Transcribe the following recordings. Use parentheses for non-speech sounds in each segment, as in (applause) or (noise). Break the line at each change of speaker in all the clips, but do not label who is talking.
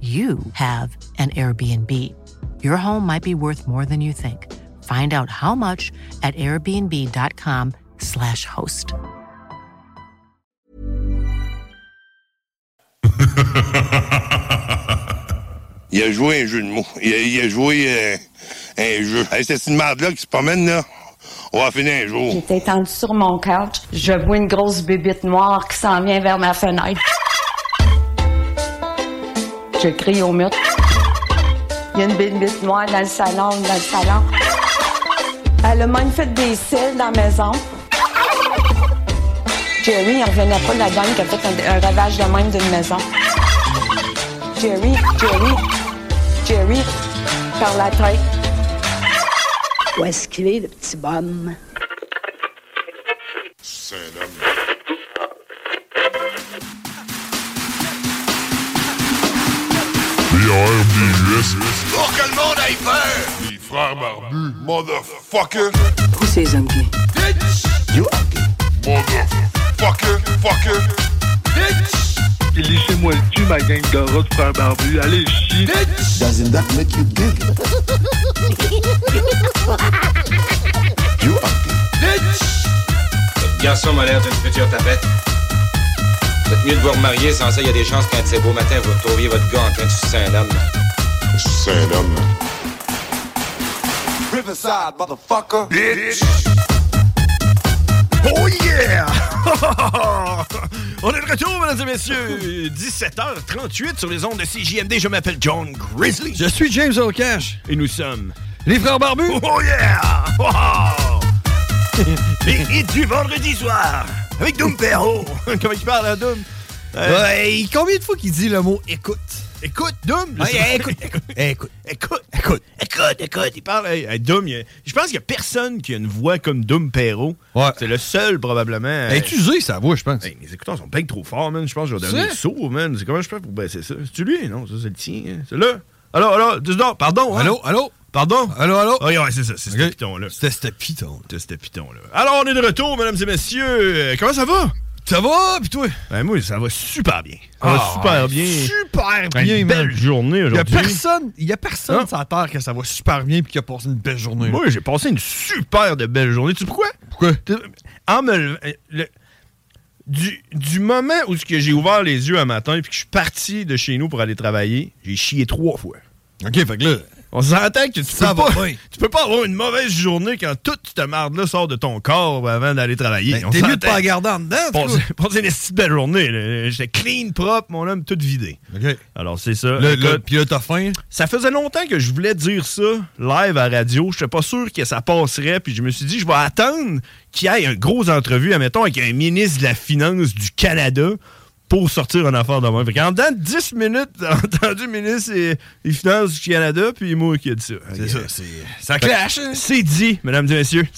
you have an Airbnb. Your home might be worth more than you think. Find out how much at airbnb.com/slash host.
Il a joué un jeu de mots. Il a, il a joué euh, un jeu. Hey, c'est une merde-là qui se promène, là. On va finir un jour.
J'étais étendue sur mon couch. Je vois une grosse bébite noire qui s'en vient vers ma fenêtre. Je crie au mur. Il y a une bébite noire dans le salon, dans le salon. Elle a même fait des cils dans la maison. Jerry, il revenait pas de la gang qui a fait un, un ravage de même d'une maison. Jerry, Jerry, Jerry, par la tête.
Où est-ce qu'il est, le petit bonhomme?
B.R.B.U.S. Oh, que le monde aille faire! Les frères barbus, motherfucker!
Tous ces hommes gays.
Bitch! You Motherfucker, fucker, bitch!
Et Laissez-moi le cul, ma gang de rats de frères barbus. Allez, chier.
Doesn't that make you giggle? you ugly.
Votre garçon m'a l'air d'une future tapette. Vous êtes mieux de vous remarier, sans ça, il y a des chances qu'un de ces beaux matins, vous retrouviez votre gars en train de sucer un homme.
Sucer un homme.
Riverside, motherfucker.
Bitch!
Oh yeah! (laughs) On est de retour, mesdames et messieurs. 17h38 sur les ondes de CJMD. Je m'appelle John Grizzly.
Je suis James O'Cash.
Et nous sommes...
Les frères barbus?
Oh yeah!
(laughs)
Oh! Les hits du vendredi soir avec Doom Perro. Comment il parle, hein, Doom? Euh,
Ouais, combien de fois qu'il dit le mot écoute?
Écoute, Doom! je
Ouais,
sais-
écoute, écoute, Eh, écoute.
Écoute, écoute, écoute, écoute, il parle. Hey, hey, Doom, il y a- je pense qu'il n'y a personne qui a une voix comme Doom Perrault.
Ouais. Eh,
C'est le seul, probablement.
Elle est usée, sa voix, je pense.
Euh, Hey, mes écouteurs sont bien trop forts, man. Je pense que je vais donner
C'est?
le saut, man. C'est comment je fais pour baisser ça? C'est-tu lui? Non, ça, c'est le tien. hein. C'est là. Alors, alors, dis donc, pardon. hein?
Allô, allô?
Pardon?
Allô, allô?
Ah, ouais, ouais, c'est ça, c'est ce
Ok.
piton-là.
C'était c'était piton.
C'est ce piton-là. Alors, on est de retour, mesdames et messieurs. Euh, Comment ça va?
Ça va, pis toi?
Ben, moi, ça va super bien. Ça va
Ah,
super bien.
Super
Une
bien, man.
belle journée
Il y a
aujourd'hui. Ah.
personne, il y a personne
Non.
sur la Terre que ça va super bien puis qui a passé une belle journée.
Moi, j'ai passé une super de belle journée. Tu sais pourquoi?
Pourquoi?
En me levant- le- du, du moment où ce que j'ai ouvert les yeux un matin et que je suis parti de chez nous pour aller travailler, j'ai chié trois fois.
OK, fait que là,
On s'entend que tu
Ça
peux
va
pas,
bien.
tu peux pas avoir une mauvaise journée quand toute cette marde-là sort de ton corps avant d'aller travailler.
ben,
On
t'es mieux de
s'entend.
pas la garder en dedans, en tout
Passez- passez une petite belle journée. là. J'étais clean, propre, mon homme, tout vidé.
cas. OK.
Alors, c'est ça.
Là,
Écoute,
là, pis là, t'as faim?
ça faisait longtemps que je voulais dire ça live à radio. Je pas sûr que ça passerait. Puis je me suis dit, je vais attendre qu'il y ait une grosse entrevue, admettons, avec un ministre de la Finance du Canada pour sortir une affaire de moi. Fait en dedans de 10 minutes, (laughs) t'as entendu le ministre et- des Finances du Canada, puis moi qui ai dit ça.
C'est
Ok.
ça, c'est... Ça clash, hein?
C'est dit, mesdames et messieurs.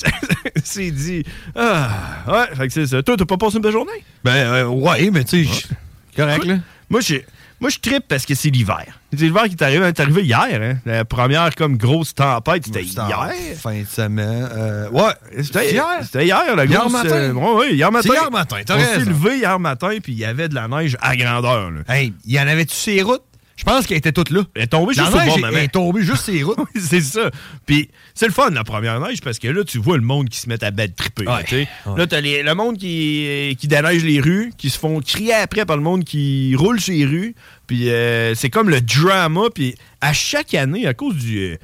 (laughs) c'est dit. Ah, ouais, fait que c'est ça. Toi, t'as pas passé une belle journée?
Ben, euh, ouais, mais tu sais, je- correct, là.
Moi, je, moi, je trippe parce que c'est l'hiver. C'est l'hiver qui est arrivé, est arrivé hier. hein. La première comme grosse tempête, c'était
C'est en
hier.
Fin de semaine. euh, ouais,
C'était
c'était hier.
C'était hier, la
Hier
grosse,
matin.
euh, ouais, ouais, hier matin.
C'est hier matin, t'as
On s'est
raison.
levé hier matin, puis il y avait de la neige à grandeur. là.
Hey, il y en avait-tu ces routes? Je pense qu'elle était toute là.
Elle est tombée
La
juste au
neige
bord,
est-
maman.
est tombée juste ses
(laughs)
routes.
c'est ça. Puis c'est le fun, la première neige, parce que là, tu vois le monde qui se met à battre triper. là,
Ouais.
tu sais. Là, t'as les- le monde qui, qui déneige les rues, qui se font crier après par le monde qui roule sur les rues. Puis euh, c'est comme le drama. Puis à chaque année, à cause du... euh,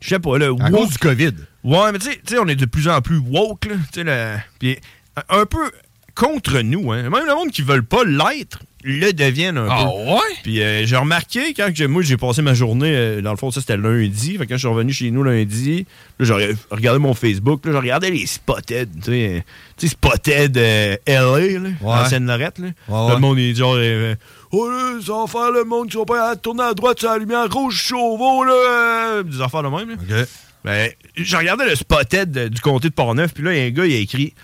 je sais pas, le...
À cause du COVID.
Ouais, mais tu sais- tu sais, on est de plus en plus woke, là. Tu sais, le- Puis un un peu contre nous, hein. Même le monde qui veulent pas l'être le deviennent un
Ah
peu.
ouais?
Puis euh, j'ai remarqué quand que moi j'ai passé ma journée, euh, dans le fond, ça c'était lundi. Fait que quand je suis revenu chez nous lundi, là, j'ai re- regardé mon Facebook, là, je regardais les Spotted, tu sais, euh, tu sais, Spotted euh, LA, là, en Seine-Lorette. Là. Là,
ouais.
le monde est genre. euh, Oh là, les enfants, le monde qui sont pas à tourner à droite sur la lumière rouge chauveau, là. euh, Des affaires de même, là. Ben, je regardais le spotted de- du comté de Portneuf, puis là, il y a un gars, il a écrit.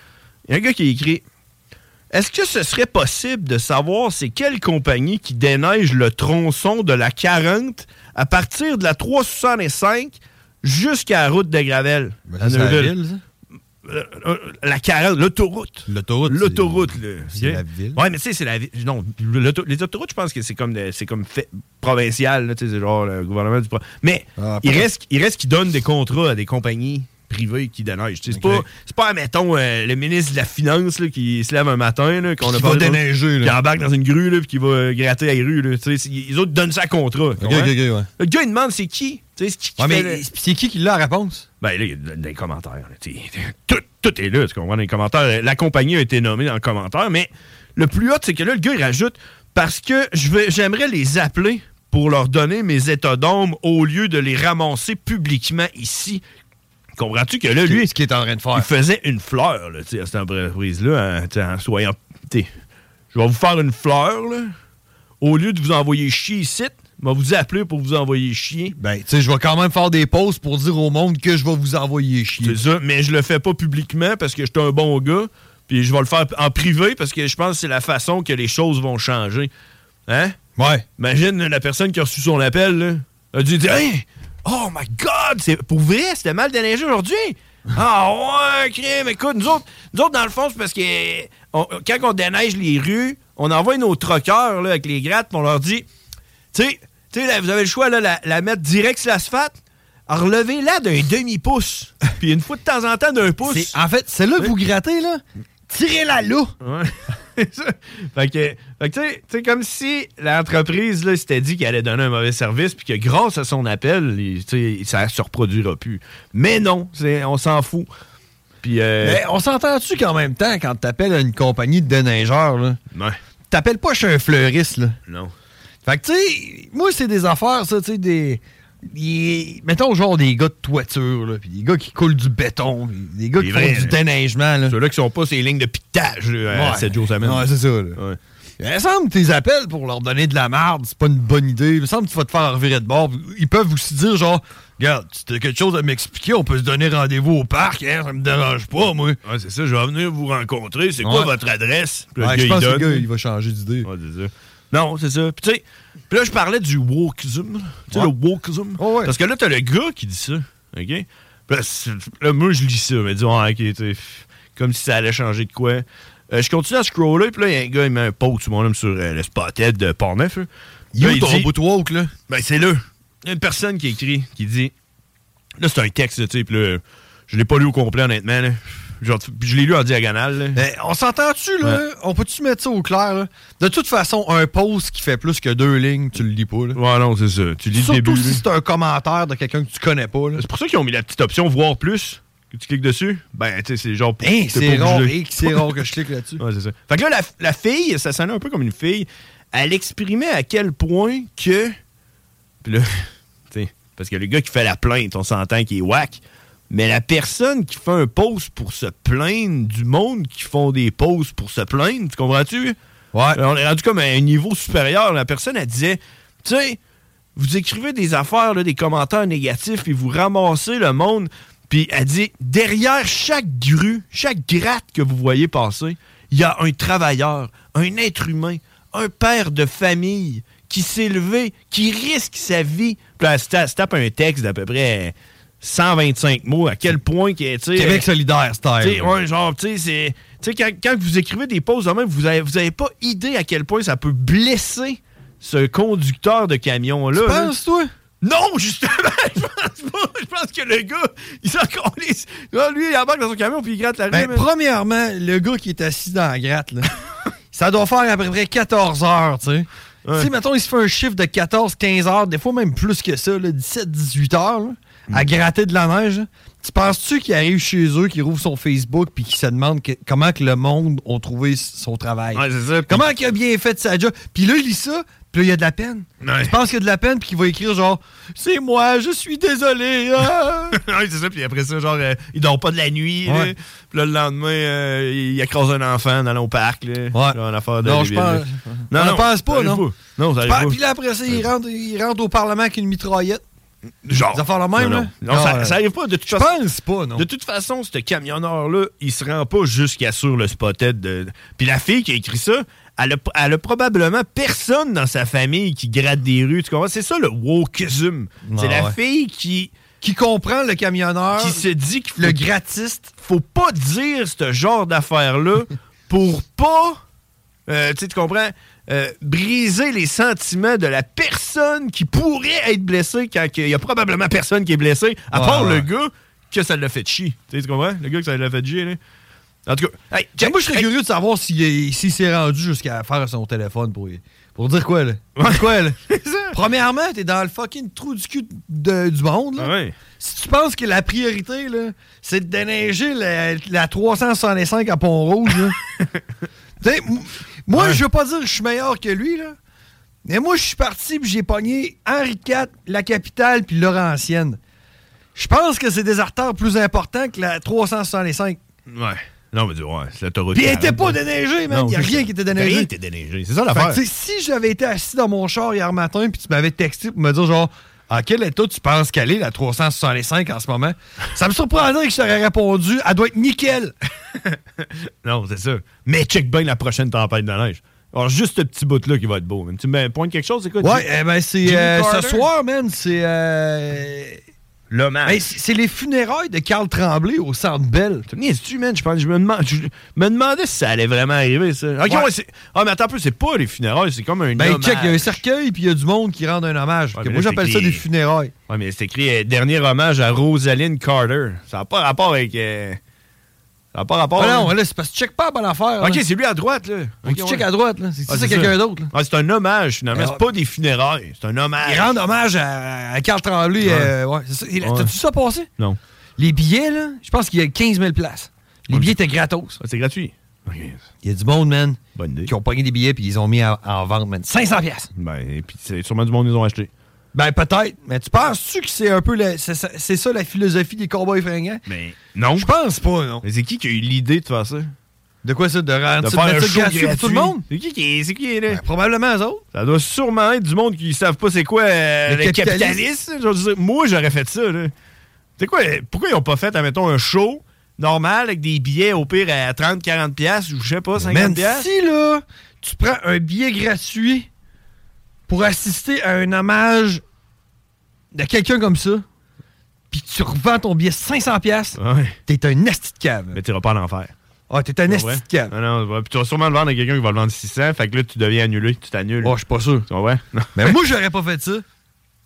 Il y a un gars qui a écrit Est-ce que ce serait possible de savoir c'est quelle compagnie qui déneige le tronçon de la 40 à partir de la 365 jusqu'à la route de Gravel
Ben,
à
ça, c'est la
Neuville?
ville, ça?
Euh, euh, la 40, l'autoroute.
L'autoroute.
L'autoroute, là.
c'est
ok?
la ville.
Ouais, mais tu sais, c'est la ville. Non, l'auto- les autoroutes, je pense que c'est comme, des- c'est comme fait provincial, là, tu sais, c'est genre le gouvernement du. pro- Mais
Ah,
il
après.
reste, il reste qu'ils donnent des contrats à des compagnies privées qui déneigent. Tu sais, C'est pas, c'est pas, mettons, le ministre de la Finance là, qui se lève un matin, là, qu'on
Qui
a
va
parlé-
déneiger, là.
Qui embarque dans une grue, là, puis qui va euh, gratter à la rue. Là, tu sais, c'est- les autres donnent ça à contrat. tu
ok,
comprends?
ok, ouais.
Le gars, il demande c'est qui Tu sais, c'est qui qui
Ouais,
fait
mais
le-
c'est qui qui l'a la réponse?
ben là, il y a de- des commentaires. là, t'sais, (laughs) Tout, tout est là, tu comprends? Dans les commentaires, la compagnie a été nommée dans le commentaire, mais le plus hot, c'est que là, le gars, il rajoute parce que je vais- j'aimerais les appeler pour leur donner mes états d'âme au lieu de les ramasser publiquement ici. Comprends-tu que là, lui.
Ce qu'il est en train de faire.
Il faisait une fleur là, tu sais, à cette entreprise-là, en, tu sais, en soyant. tu sais, Je vais vous faire une fleur, là. Au lieu de vous envoyer chier ici, je vais vous appeler pour vous envoyer chier.
Ben, tu sais, je vais quand même faire des pauses pour dire au monde que je vais vous envoyer chier.
C'est ça, mais je le fais pas publiquement parce que j'étais un bon gars. Puis je vais le faire en privé parce que je pense que c'est la façon que les choses vont changer. Hein?
Ouais.
Imagine la personne qui a reçu son appel, là. Elle a dû dire Hey! Oh my god! C'est pour vrai, c'était mal déneigé aujourd'hui! Ah ouais, crime! Écoute, nous autres, nous autres, dans le fond, c'est parce que on- quand on déneige les rues, on envoie nos troqueurs là, avec les grattes, puis on leur dit Tu sais, tu sais, là, vous avez le choix, là, la, la mettre direct sur l'asphalte, relevez-la d'un demi-pouce, puis une fois de temps en temps d'un pouce.
En fait, c'est là que vous grattez, là. Tirez-la là.
Ouais. (laughs) C'est ça. fait que, fait que tu sais- tu sais, comme si l'entreprise là, s'était dit qu'elle allait donner un mauvais service, puis que grâce à son appel, il- tu sais, ça ne se reproduira plus. Mais non, c'est- on s'en fout. Puis, euh,
Mais Ben, on s'entend-tu qu'en même temps, quand t'appelles à une compagnie de déneigeurs, là,
ouais,
t'appelles pas chez un fleuriste, là.
non.
Fait que, tu sais, moi, c'est des affaires, ça, tu sais, des. des- mettons, genre des gars de toiture, là, puis des gars qui coulent du béton, puis des gars
Les
qui
vrais,
font du
là.
déneigement, là.
Ceux-là qui sont pas ces lignes de pitage là, euh, à
Ouais.
7 jours semaine.
Ouais, c'est ça, là.
Ouais.
Il me Eh, semble que tes appels pour leur donner de la merde, c'est pas une bonne idée. Il me semble que tu vas te faire revirer de bord. Ils peuvent aussi dire, genre, regarde, si t'as quelque chose à m'expliquer, on peut se donner rendez-vous au parc, hein, ça me dérange pas, moi.
Ouais, c'est ça, je vais venir vous rencontrer. C'est quoi
Ouais.
votre adresse? Puis le
Ouais,
gars,
je
il
pense que
donne.
le gars, il va changer d'idée.
Ouais, c'est ça. Non, c'est ça. Puis tu sais, puis là, je parlais du wokeism. là. Tu sais,
Ouais.
le wokeism.
Oh, ouais.
Parce que là, t'as le gars qui dit ça. OK? Puis là, c'est- là, moi, je lis ça. Mais dis, ouais, OK, tu sais, pff, comme si ça allait changer de quoi. Euh, je continue à scroller. Puis là, il y a un gars, il met un post, mon homme, sur euh, le spotted de Portneuf. là.
You,
Là, il
ton
dit-
bout de woke, là.
ben, c'est là. Il y a une personne qui écrit, qui dit. Là, c'est un texte, tu sais. Puis là, je l'ai pas lu au complet, honnêtement. là. Genre, puis je l'ai lu en diagonale. là.
Mais Ben, on s'entend-tu, là?
Ouais.
On peut-tu mettre ça au clair, là? De toute façon, un post qui fait plus que deux lignes, tu le lis pas, là.
Ouais, non, c'est ça. Tu lis le
Surtout
début. là.
si c'est un commentaire de quelqu'un que tu connais pas, là.
C'est pour ça qu'ils ont mis la petite option voir plus. Que tu cliques dessus. Ben, tu sais, c'est genre. pour-
Hein,
t'es
c'est
pas
rare,
obligé.
hein, que c'est rare que je clique là-dessus.
Ouais, c'est ça. (laughs) Fait que là, la, la fille, ça sonnait un peu comme une fille. Elle exprimait à quel point que. Puis là, (laughs) tu sais, parce que le gars qui fait la plainte, on s'entend qu'il est whack. Mais la personne qui fait un post pour se plaindre du monde qui font des posts pour se plaindre, tu comprends-tu?
Ouais.
Euh, On est rendu comme à un niveau supérieur. La personne, elle disait, tu sais, vous écrivez des affaires, là, des commentaires négatifs, puis vous ramassez le monde. Puis elle dit, derrière chaque grue, chaque gratte que vous voyez passer, il y a un travailleur, un être humain, un père de famille qui s'est levé, qui risque sa vie. Puis là, elle se ta- se tape un texte d'à peu près 125 mots, à quel point qu'elle, tu sais...
Québec solidaire,
Tu sais,
style.
ouais, genre, tu sais, c'est- tu sais, quand, quand vous écrivez des pauses de même, vous avez, vous avez pas idée à quel point ça peut blesser ce conducteur de camion-là.
Tu
là,
penses, toi?
Non, justement, (laughs) je pense pas. Je pense que le gars, il s'en calisse. Là, lui, il embarque dans son camion puis il gratte la rue.
Ben, premièrement, le gars qui est assis dans la gratte, là, ça doit faire à peu près 14 heures, tu sais. Tu sais, mettons, il se fait un chiffre de 14, 15 heures, des fois même plus que ça, là, 17, 18 heures, là,
Mm.
à gratter de la neige. là. Tu penses-tu qu'il arrive chez eux, qu'il rouvre son Facebook, puis qu'il se demande que- comment que le monde a trouvé s- son travail? Comment qu'il a bien fait sa job? Puis là, il lit ça, puis là, il y a de la peine. Tu penses qu'il y a de la peine, puis qu'il va écrire genre, c'est moi, je suis désolé. ah!
(laughs) oui, c'est ça. Puis après ça, genre, euh, il dort pas de la nuit.
Ouais.
là. Puis là, le lendemain, euh, il accroche un enfant dans au parc. Là, Genre, une affaire de
Non, je
débile, là.
pense. on ne pense
ça
pas,
arrive
non?
Non, ça
Tu penses-
arrive pas.
Puis là, après ça, il rentre, il rentre au Parlement avec une mitraillette.
Genre.
Des affaires la même,
non,
là?
non. Non, ça,
euh,
ça arrive pas de toute façon.
pense pas, non.
De toute façon, ce camionneur-là, il se rend pas jusqu'à sur le spothead. De... Puis la fille qui a écrit ça, elle a, elle a probablement personne dans sa famille qui gratte des rues. Tu comprends? C'est ça le wokeism.
Ah
C'est la
ouais.
fille qui.
Qui comprend le camionneur.
Qui se dit que.
Le grattiste.
Faut pas dire ce genre (laughs) d'affaires-là pour pas. euh, tu sais, tu comprends? euh, briser les sentiments de la personne qui pourrait être blessée quand il y a probablement personne qui est blessé, à
Ouais,
part
ouais.
le gars que ça l'a fait chier. Tu sais, tu comprends? Le gars que ça l'a fait chier, là. En tout cas, hey, Jack-
moi, je serais
hey,
curieux de savoir s'il est- s'il s'est rendu jusqu'à faire son téléphone pour, pour dire quoi, là. Pour quoi,
(laughs)
là? Premièrement, t'es dans le fucking trou du cul de- du monde,
Ah
là. Si tu penses que la priorité, là, c'est de déneiger la, la 365 à Pont-Rouge, là.
(laughs)
Tu sais, m- moi, je veux pas dire que je suis meilleur que lui, là. Mais moi, je suis parti puis j'ai pogné Henri IV, la capitale puis Laurentienne. Je pense que c'est des artères plus importants que la 365.
Ouais. Non, mais dis, ouais, c'est l'autoroute.
Puis il
40.
était pas déneigé, man.
Non,
Il y a
c'est
rien
ça.
qui était déneigé.
Rien qui était déneigé. C'est ça
Fait que,
l'affaire.
tu sais, si j'avais été assis dans mon char hier matin puis tu m'avais texté pour me dire genre à quel état tu penses qu'elle est la 365 en ce moment, ça me surprendrait que je t'aurais répondu elle doit être nickel. (laughs)
Non, c'est ça. Mais check bien la prochaine tempête de neige. Alors, juste ce petit bout-là qui va être beau. man. Tu me pointes quelque chose, c'est quoi?
Ouais,
tu-
eh ben c'est
Jimmy
euh, ce
Carter?
soir man, c'est euh,
L'hommage.
ben, c'est c'est les funérailles de Carl Tremblay au Centre Bell.
tu man? Je, pense, je, me demande- je me demandais si ça allait vraiment arriver, ça. Ok,
Ouais.
ouais, c'est- Ah, mais attends un peu, c'est pas les funérailles, c'est comme un
Ben
hommage.
check, il y a un cercueil puis il y a du monde qui rend un hommage.
Ouais,
Que
mais
moi
là,
j'appelle
c'est
ça
qui-
des funérailles.
Ouais, mais c'est écrit euh, dernier hommage à Rosaline Carter. Ça n'a pas rapport avec. euh, Ça n'a pas rapport.
Ah
hein.
non, là c'est parce que tu check pas à bonne affaire.
ok,
là.
c'est lui à droite, là.
Faut que tu
Ok,
check
ouais.
à droite là, c'est
Ah,
c'est quelqu'un d'autre. là.
Ah, c'est un hommage, finalement.
Ben,
C'est pas des funérailles. C'est un hommage.
Il rend hommage à, à Carl Tremblay.
Ouais.
euh, ouais, c'est ça. Il-
Ouais.
T'as-tu ça passé?
Non.
Les billets, là, je pense qu'il y a 15 000 places. Les billets étaient gratos.
Ah, C'est gratuit. Ok.
Il y a du monde, man,
Bonne idée.
qui ont pogné des billets puis ils ont mis en, en vente, man. 500 pièces.
Ben, et puis c'est sûrement du monde ils ont acheté.
Ben, peut-être. Mais tu penses-tu que c'est un peu... la- c'est ça- C'est ça la philosophie des cowboys fringants?
Mais non.
Je pense pas, non.
Mais c'est qui qui a eu l'idée de faire ça?
De quoi ça? De, rendre
De
ça-
faire
mettre
un
ça
show
gratuit pour tout le
gratuit?
monde?
C'est qui qui est, c'est qui est là?
Ben, probablement eux autres.
Ça doit sûrement être du monde qui savent pas c'est quoi euh,
Le
le,
capitalisme.
capitalisme. Je veux dire, moi, j'aurais fait ça. là. C'est quoi? euh, Pourquoi ils ont pas fait, admettons, un show normal avec des billets au pire à 30, 40 piastres ou je sais pas, 50
Man,
piastres?
si, là, tu prends un billet gratuit pour assister à un hommage de quelqu'un comme ça, puis que tu revends ton billet 500 pièces,
Ouais.
t'es un asti de cave.
Mais t'iras pas en enfer.
Ah, t'es un
Tu
asti
comprends?
de cave.
Non, non, ouais. Puis tu vas sûrement le vendre à quelqu'un qui va le vendre 600. Fait que là, tu deviens annulé, tu t'annules.
Oh, je suis pas sûr.
Tu comprends? Non.
Mais moi, j'aurais pas fait ça.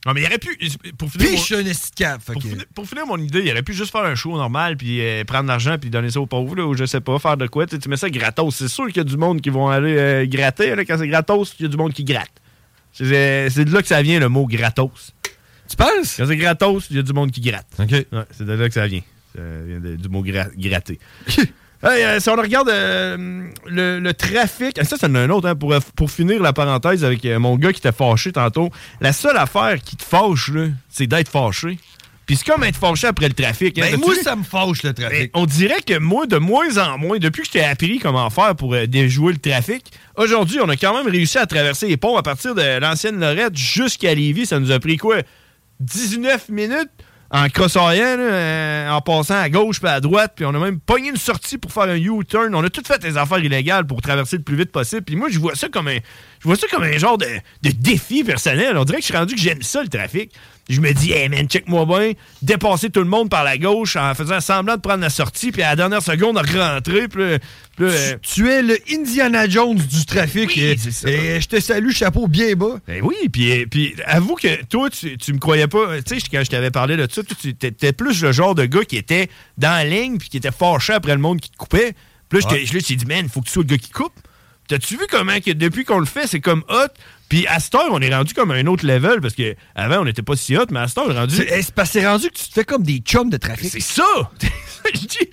Non, mais il aurait pu. Pour finir,
Puis je
mon-
suis un asti de cave. fait
pour,
que-
finir, pour finir mon idée, il aurait pu juste faire un show normal, puis euh, prendre l'argent, puis donner ça aux pauvres, là, ou je sais pas, faire de quoi. Tu sais, tu mets ça gratos. C'est sûr qu'il y a du monde qui vont aller euh, gratter. là. quand c'est gratos, il y a du monde qui gratte. C'est euh, c'est de là que ça vient, le mot gratos.
Tu penses? Hein?
Quand c'est gratos, il y a du monde qui gratte.
OK.
Ouais, c'est de là que ça vient. Ça vient de- du mot gra- gratter. Hey, euh, si on regarde euh, le, le trafic, ça c'est un autre, hein, pour, pour finir la parenthèse avec euh, mon gars qui t'a fâché tantôt, la seule affaire qui te fâche, là, c'est d'être fâché. Puis c'est comme être fâché après le trafic. hein.
Ben,
T'as-tu
moi,
vu?
ça me fâche, le
Mais
trafic.
on dirait que moi, de moins en moins, depuis que je t'ai appris comment faire pour euh, déjouer le trafic, aujourd'hui, on a quand même réussi à traverser les ponts à partir de l'ancienne Lorette jusqu'à Lévis. Ça nous a pris quoi? 19 minutes en crossoyant, là, euh, en passant à gauche puis à droite, puis on a même pogné une sortie pour faire un U-turn. On a tout fait des affaires illégales pour traverser le plus vite possible. Puis moi, je vois ça comme un, je vois ça comme un genre de, de défi personnel. On dirait que je suis rendu que j'aime ça, le trafic. Je me dis, hey man, check-moi bien, dépasser tout le monde par la gauche en faisant semblant de prendre la sortie, puis à la dernière seconde, rentrer, puis là, Puis là,
Tu- Tu es le Indiana Jones du trafic. et, et je te salue, chapeau bien bas.
Ben oui, puis, puis avoue que toi, tu, tu me croyais pas. Tu sais, quand je t'avais parlé de ça, toi, tu étais plus le genre de gars qui était dans la ligne puis qui était fâché après le monde qui te coupait. Puis là, je t'ai- je t'ai dit, man, faut que tu sois le gars qui coupe. T'as-tu vu comment que depuis qu'on le fait, c'est comme hot? Puis à cette heure, on est rendu comme à un autre level parce que avant on n'était pas si hot, mais à cette heure, on est rendu.
C'est est-ce parce que c'est rendu que tu te fais comme des chums de trafic.
C'est ça! (laughs) tu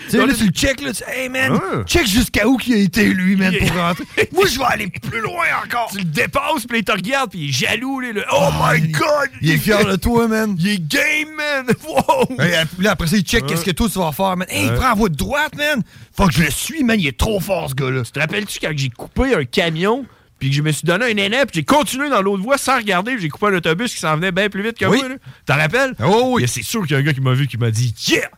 sais, là, tu le check, là, tu Hey, man, check jusqu'à où qu'il a été, lui, man,
(laughs)
pour rentrer. Moi, je vais aller plus loin encore.
Tu le dépasses, puis là, il te regarde, puis il est jaloux. Là, le- Oh my god!
Ah, Il est fier de toi, man.
Il est game, man! (laughs) Wow!
Hey, ap- là, après ça, il check
Ouais.
qu'est-ce que toi, tu vas faire, man. Hey,
Ouais.
prends la voie de droite, man. Faut que je le suis, man. Il est trop fort, ce gars-là.
Tu te rappelles-tu quand j'ai coupé un camion, puis que je me suis donné un aîné, puis j'ai continué dans l'autre voie sans regarder, puis j'ai coupé un autobus qui s'en venait bien plus vite que
Oui.
moi? là? T'en rappelles?
Oh oui.
Et C'est sûr qu'il y a un gars qui m'a vu qui m'a dit Yeah!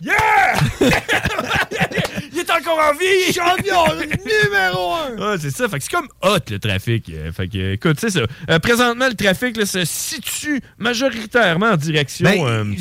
Yeah! Yeah! (laughs) Il est encore en vie! (laughs)
Champion numéro un!
Ah, c'est ça. Fait que c'est comme hot le trafic. Euh, Fait que, euh, écoute, tu sais ça. Euh, présentement, le trafic là, se situe majoritairement en direction
Ben,
euh,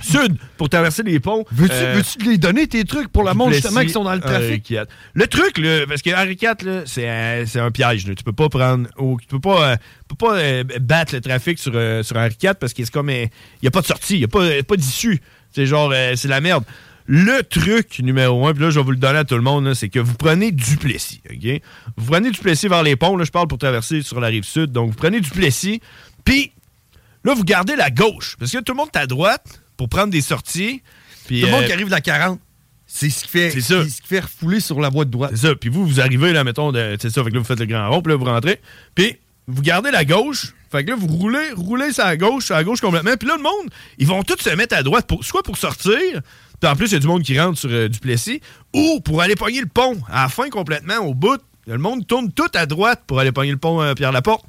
sud pour traverser les ponts.
Veux-tu
Euh,
veux-tu lui donner tes trucs pour la montre,
Duplessis,
justement, qui sont dans le
Henri
trafic?
IV. Le truc, là, parce que Henri IV, là, c'est un, c'est un piège. là. Tu peux pas prendre. au- tu peux pas, euh, tu peux pas euh, battre le trafic sur, euh, sur Henri IV parce qu'il comme. Il n'y a pas de sortie, il n'y a pas, euh, pas d'issue. C'est genre, euh, c'est la merde. Le truc numéro un, puis là, je vais vous le donner à tout le monde, là, c'est que vous prenez Duplessis. OK? Vous prenez Duplessis vers les ponts. Là, je parle pour traverser sur la rive sud. Donc, vous prenez Duplessis. Puis, là, vous gardez la gauche. Parce que tout le monde est à droite pour prendre des sorties. Puis,
Tout le monde
euh,
qui arrive de la 40, c'est ce qui fait,
C'est ça.
c'est ce qui fait refouler sur la voie de droite.
c'est ça. Puis vous, vous arrivez, là, mettons, de- c'est ça. Fait que là, vous faites le grand rond, puis là, vous rentrez. Puis vous gardez la gauche. Fait que là, vous roulez, roulez sur la gauche, sur la gauche complètement. Puis là, le monde, ils vont tous se mettre à droite, pour, soit pour sortir, puis en plus, il y a du monde qui rentre sur euh, Duplessis, ou pour aller pogner le pont, à la fin complètement, au bout. Le monde tourne tout à droite pour aller pogner le pont euh, Pierre-Laporte.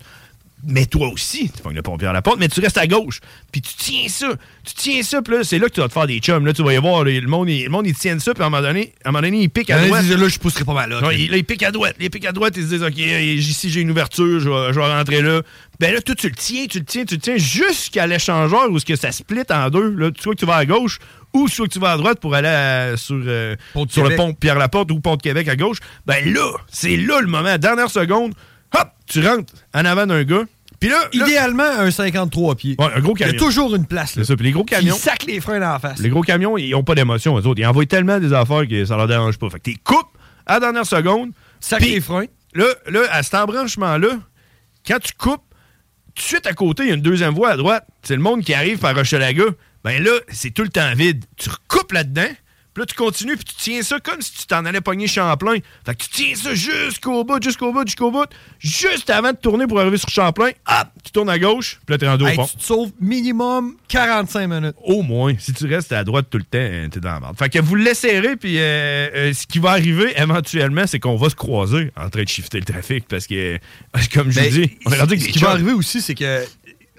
Mais toi aussi, tu pognes le pont Pierre-Laporte, mais tu restes à gauche. Puis tu tiens ça. Tu tiens ça, puis là, c'est là que tu vas te faire des chums. Là, tu vas y voir, là, le monde, il- le monde, ils tiennent ça, puis à un moment donné, à un moment donné ils piquent à
Là,
droite.
il dit, là, je pousserai pas mal. là.
Non, il- là, ils piquent à droite. Ils piquent à droite, ils se disent, OK, euh, ici, j'ai une ouverture, je vais, je vais rentrer là. Ben là, toi, tu le tiens, tu le tiens, tu le tiens jusqu'à l'échangeur où ce que ça split en deux. Là, soit que tu vas à gauche ou soit que tu vas à droite pour aller à- sur, euh,
Pont de
sur le
Québec.
pont Pierre-Laporte ou pont de Québec à gauche. Ben là, c'est là le moment. Dernière seconde, hop, tu rentres en avant d'un gars. Puis là, là-
Idéalement, un 53 pieds.
Ouais, un gros
Il y a
camion.
toujours une place, là.
C'est ça, puis les gros camions.
Il sac les freins dans la face.
Les gros camions, ils ont pas d'émotion, eux autres. Ils envoient tellement des affaires que ça leur dérange pas. Fait que t'es coupes à la dernière seconde.
Sac
Puis
les freins.
Là, là, à cet embranchement-là, quand tu coupes, tout de suite à côté, il y a une deuxième voie à droite. C'est le monde qui arrive par Rochelaga. Ben là, c'est tout le temps vide. Tu recoupes là-dedans, puis là, tu continues, puis tu tiens ça comme si tu t'en allais pogner Champlain. Fait que tu tiens ça jusqu'au bout, jusqu'au bout, jusqu'au bout. Juste avant de tourner pour arriver sur Champlain, hop, tu tournes à gauche, puis là, t'es rendu au
Hey,
pont.
tu te sauves minimum 45 minutes.
Au moins, si tu restes à droite tout le temps, hein, t'es dans la merde. Fait que vous le laisserez, puis euh, euh, ce qui va arriver éventuellement, c'est qu'on va se croiser en train de shifter le trafic, parce que, (laughs) euh, comme je vous
Mais
dis, on est rendu
Ben,
avec
ce
des
qui va
chums.
arriver aussi, c'est que, à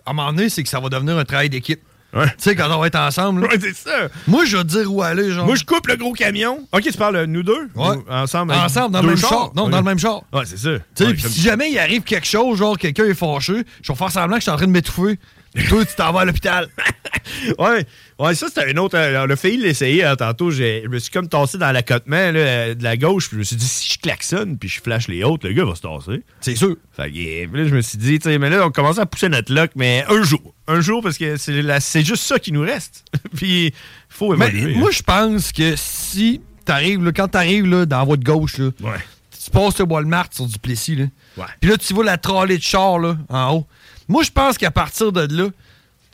un moment donné, c'est que ça va devenir un travail d'équipe.
Ouais.
Tu sais, quand on va être ensemble, là,
(laughs) Ouais, c'est ça.
moi, je vais te dire où aller, genre.
Moi, je coupe le gros camion. OK, tu parles euh, nous deux?
Ouais.
Nous, ensemble? avec
ensemble, dans
deux
le même
chars?
char. Non,
Ouais.
dans le même char.
Ouais, c'est ça.
Tu sais,
Ouais,
puis
comme-
si jamais il arrive quelque chose, genre quelqu'un est fâché, je vais faire semblant que je suis en train de
(laughs)
m'étouffer. Toi, tu t'en vas à l'hôpital.
Ouais, ouais, ça c'était un autre. euh, On a failli l'essayer hein, tantôt. j'ai- Je me suis comme tassé dans l'accotement là, euh, de la gauche. Puis je me suis dit, si je klaxonne puis je flash les autres, le gars va se tasser.
C'est sûr.
Fait que, euh, puis là, je me suis dit, tu sais, mais là, on commence à pousser notre luck, mais un jour. Un jour, parce que c'est la- c'est juste ça qui nous reste. (laughs) puis, il faut
Mais
évoluer. hein.
moi, je pense que si t'arrives, là, quand t'arrives là, dans la voie de gauche, là,
Ouais.
tu passes le bois de Marthe sur Duplessis, là.
Ouais.
Puis là, tu vois la trolley de char, là, en haut. Moi, je pense qu'à partir de là,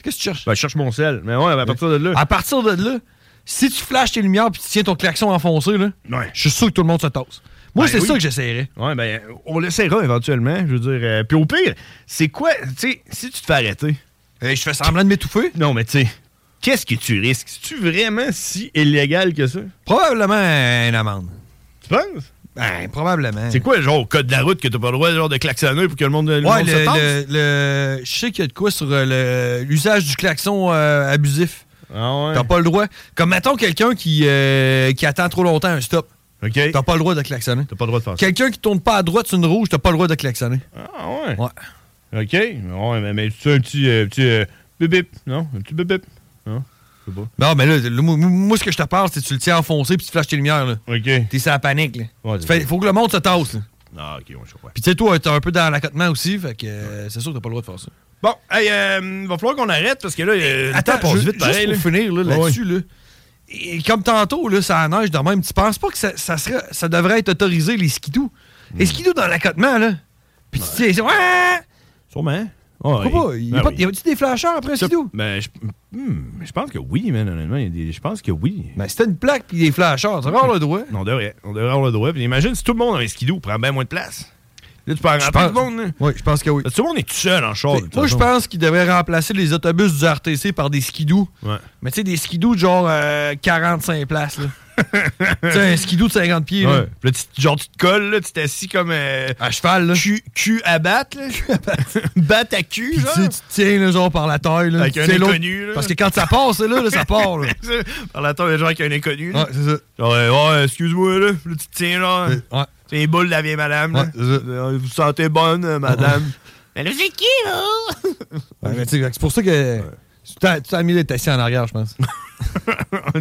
qu'est-ce que tu cherches?
Ben, je cherche mon sel. Mais ouais, à partir de là.
À partir de là, si tu flashes tes lumières puis tu tiens ton klaxon enfoncé, là,
Ouais.
je suis sûr que tout le monde se tasse. Moi,
Ben
c'est
oui.
ça que j'essaierais.
Ouais, ben, on l'essaiera éventuellement, je veux dire. euh, puis au pire, c'est quoi, tu sais, si tu te fais arrêter.
Euh, je fais semblant de m'étouffer.
Non, mais tu sais, qu'est-ce que tu risques? C'est-tu vraiment si illégal que ça?
Probablement une amende.
Tu penses?
Ben, probablement.
C'est quoi, genre, au code de la route que t'as pas le droit genre, de klaxonner pour que le monde, le
Ouais,
monde se
le,
tasse?
le- le- je sais qu'il y a de quoi sur euh, le- l'usage du klaxon euh, abusif.
Ah ouais.
T'as pas le droit. Comme mettons quelqu'un qui, euh, qui attend trop longtemps un stop.
OK. T'as
T'as pas le droit de klaxonner.
pas le droit de faire ça.
Quelqu'un qui tourne pas à droite sur une rouge, t'as pas le droit de klaxonner.
Ah ouais.
Ouais.
OK. Ouais, mais, mais tu sais, un petit, euh, petit euh, bip bip, non? Un petit bip bip. Non? Je sais pas.
Non, mais là, le- moi, moi, ce que je te parle, c'est que tu le tiens enfoncé puis tu flashes tes lumières. Là. OK. T'es sur la panique. Là. Tu fais- faut que le monde se tasse. Là.
Ah, ok, on je comprends.
Puis tu sais, toi, t'es un peu dans l'accotement aussi, fait que euh, c'est sûr que t'as pas le droit de faire ça.
Bon, hey, euh, va falloir qu'on arrête parce que là, euh, le temps
Attends,
passe
ju-
vite pareil.
juste pour finir là,
Ouais, ouais.
là-dessus, là, et comme tantôt, là, ça neige de même, tu penses pas que ça, ça serait, ça devrait être autorisé, les skidous?
Hmm.
Les skidous dans l'accotement, là. Puis tu sais, c'est- ouais!
Sûrement.
Pourquoi pas?
il-
Y a
ben
pas-
oui.
y avait-tu des flasheurs après un skidoo?
Ben, je, hmm, je pense que oui, man, honnêtement. il y a des- Je pense que oui.
Ben, c'était une plaque puis des flasheurs. Tu avoir le droit.
On devrait. On devrait avoir le droit. Puis imagine si tout le monde avait un skidoo, prend bien moins de place. Là, tu peux en
Je
rentrer
pense-
tout le monde. là.
Oui, je pense que oui.
Tout le monde est tout seul en char. de toute
Moi, je
façon.
pense qu'ils devraient remplacer les autobus du RTC par des skidoo. Mais tu sais, des skidoo de genre euh, 45 places, (laughs) là. tu sais, un skidoo de 50 pieds, là.
Ouais. Puis là, tu- genre, tu te colles, là, tu t'assis comme.
à cheval, là.
Cul, cul à battre, là. (laughs) Batte à cul,
Puis tu sais, tu te tiens, là, genre, par la taille, là.
Avec
Tu
un
sais, l'autre-
inconnu, là.
Parce que quand ça passe, là, là, ça part, (laughs)
(laughs)
là.
Par la table, genre, avec un inconnu. là.
Ouais, c'est ça.
Genre, euh, ouais, excuse-moi, là. Là, tu te tiens, là. C'est les boules de la vieille madame, là. Euh, Vous vous sentez bonne, euh, madame. Mais là, c'est qui, là?
Ouais, mais tu sais, c'est pour ça que tu t'as- tu t'as mis d'être assis en arrière, je pense.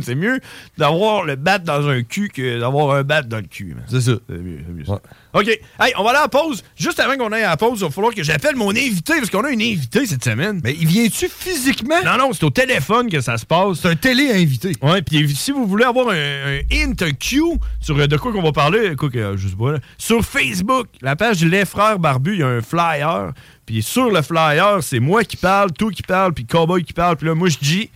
c'est mieux d'avoir le bat dans un cul que d'avoir un bat dans le cul. man.
C'est ça.
C'est mieux, c'est mieux ça. OK. Hey, on va aller à la pause. Juste avant qu'on aille à la pause, il va falloir que j'appelle mon invité, parce qu'on a une invitée cette semaine.
Mais il vient-tu physiquement?
Non, non, c'est au téléphone que ça se passe.
C'est un télé-invité.
Ouais, puis si vous voulez avoir un, un hint, un cue sur euh, de quoi qu'on va parler, quoi que, euh, je sais pas, là, sur Facebook, la page Les Frères Barbus, il y a un flyer. Puis sur le flyer, c'est moi qui parle, tout qui parle, puis Cowboy qui parle. Puis là, moi, je dis...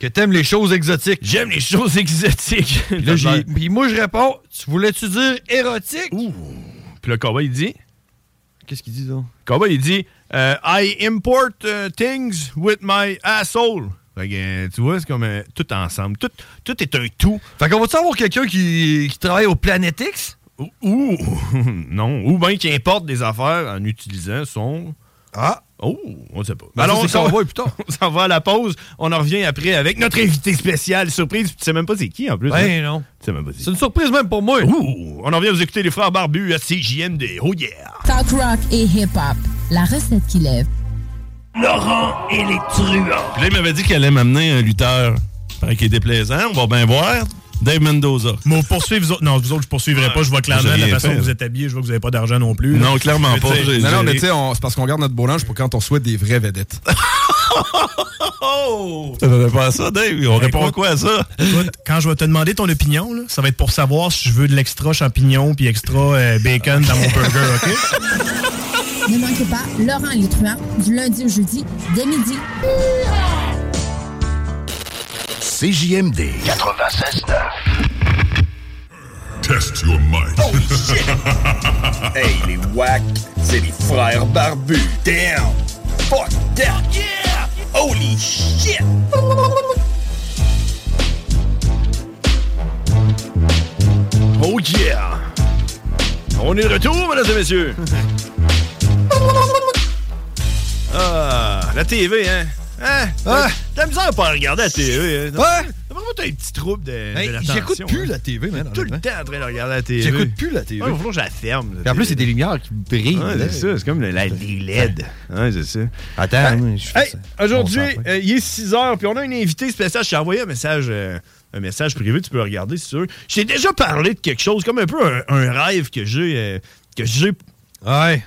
Que t'aimes les choses exotiques.
J'aime les choses exotiques.
(laughs) Puis là, j'ai- puis moi, je réponds, tu voulais-tu dire érotique?
Puis le cowboy, il dit.
Qu'est-ce qu'il dit, donc?
Le cowboy, il dit euh, I import euh, things with my asshole. Fait que, euh, tu vois, c'est comme euh, tout ensemble. Tout, tout est un tout.
Fait qu'on va-tu avoir quelqu'un qui, qui travaille au Planet X?
Ou, ou- (laughs) non. Ou bien qui importe des affaires en utilisant son.
Ah!
Oh, on ne sait pas.
Ben ça,
on
c'est
s'en
cowboy
va,
plus tard.
(laughs) on s'en va à la pause. On en revient après avec notre invité spécial. Surprise, tu sais même pas c'est qui en plus.
Ben
hein?
non.
Tu sais même pas c'est
C'est une surprise même pour moi.
Ouh, on en vient vous écouter les frères barbus à CJMD. Oh yeah!
Talk rock et hip-hop, la recette qui lève.
Laurent et les truands.
Puis là, il m'avait dit qu'il allait m'amener un lutteur. Fait qu'il est déplaisant, on va bien voir. Dave Mendoza.
Moi, poursuivre vous autres. Non, vous autres, je poursuivrai
Ah,
pas. Je vois clairement
Vous avez
la
rien
façon
fait,
hein.
que vous
là.
êtes habillés. Je vois que vous avez pas d'argent non plus.
(laughs) Non, clairement
Mais
pas.
tu sais-
J'ai-
Non, non, mais
j'ai-
tu sais, on- c'est parce qu'on garde notre beau linge pour quand on souhaite des vraies
(laughs)
vedettes.
Oh!
T'attendais pas à ça, Dave? On répond
Ben, Écoute,
quoi à ça?
écoute, quand je vais te demander ton opinion, là, ça va être pour savoir si je veux de l'extra champignon puis extra euh, bacon dans mon burger, OK?
(laughs)
Ne manquez pas Laurent et les truands du lundi au jeudi dès midi.
CJMD 96.9. Test your mind. Oh shit!
(laughs)
hey, les wack, c'est les frères barbus. Damn! Fuck that! Yeah! Holy shit!
Oh yeah! On est de retour, mesdames et
(laughs)
messieurs! ah, la TV, hein? Hein?
Ah!
T'as- T'as misère à pas regarder la TV, hein?
Ouais!
T'as vraiment t'as un petit trouble de,
Hey,
de l'attention,
J'écoute plus
hein?
la TV, man.
Tout le temps en train de regarder la TV.
J'écoute plus la TV.
Ouais, il faut que je la ferme. la
Puis en plus, c'est
TV.
des lumières qui brillent.
Ouais,
là.
c'est ça, c'est comme le- la, les LED. Ouais, c'est ça.
Attends,
Hey,
moi, je fais
hey,
ça.
Aujourd'hui,
On s'en fout.
euh, il est 6 h, puis on a un invité spécial. Je t'ai envoyé un message, euh, un message privé, tu peux le regarder, c'est sûr. Je t'ai déjà parlé de quelque chose, comme un peu un, un rêve que j'ai. euh, que j'ai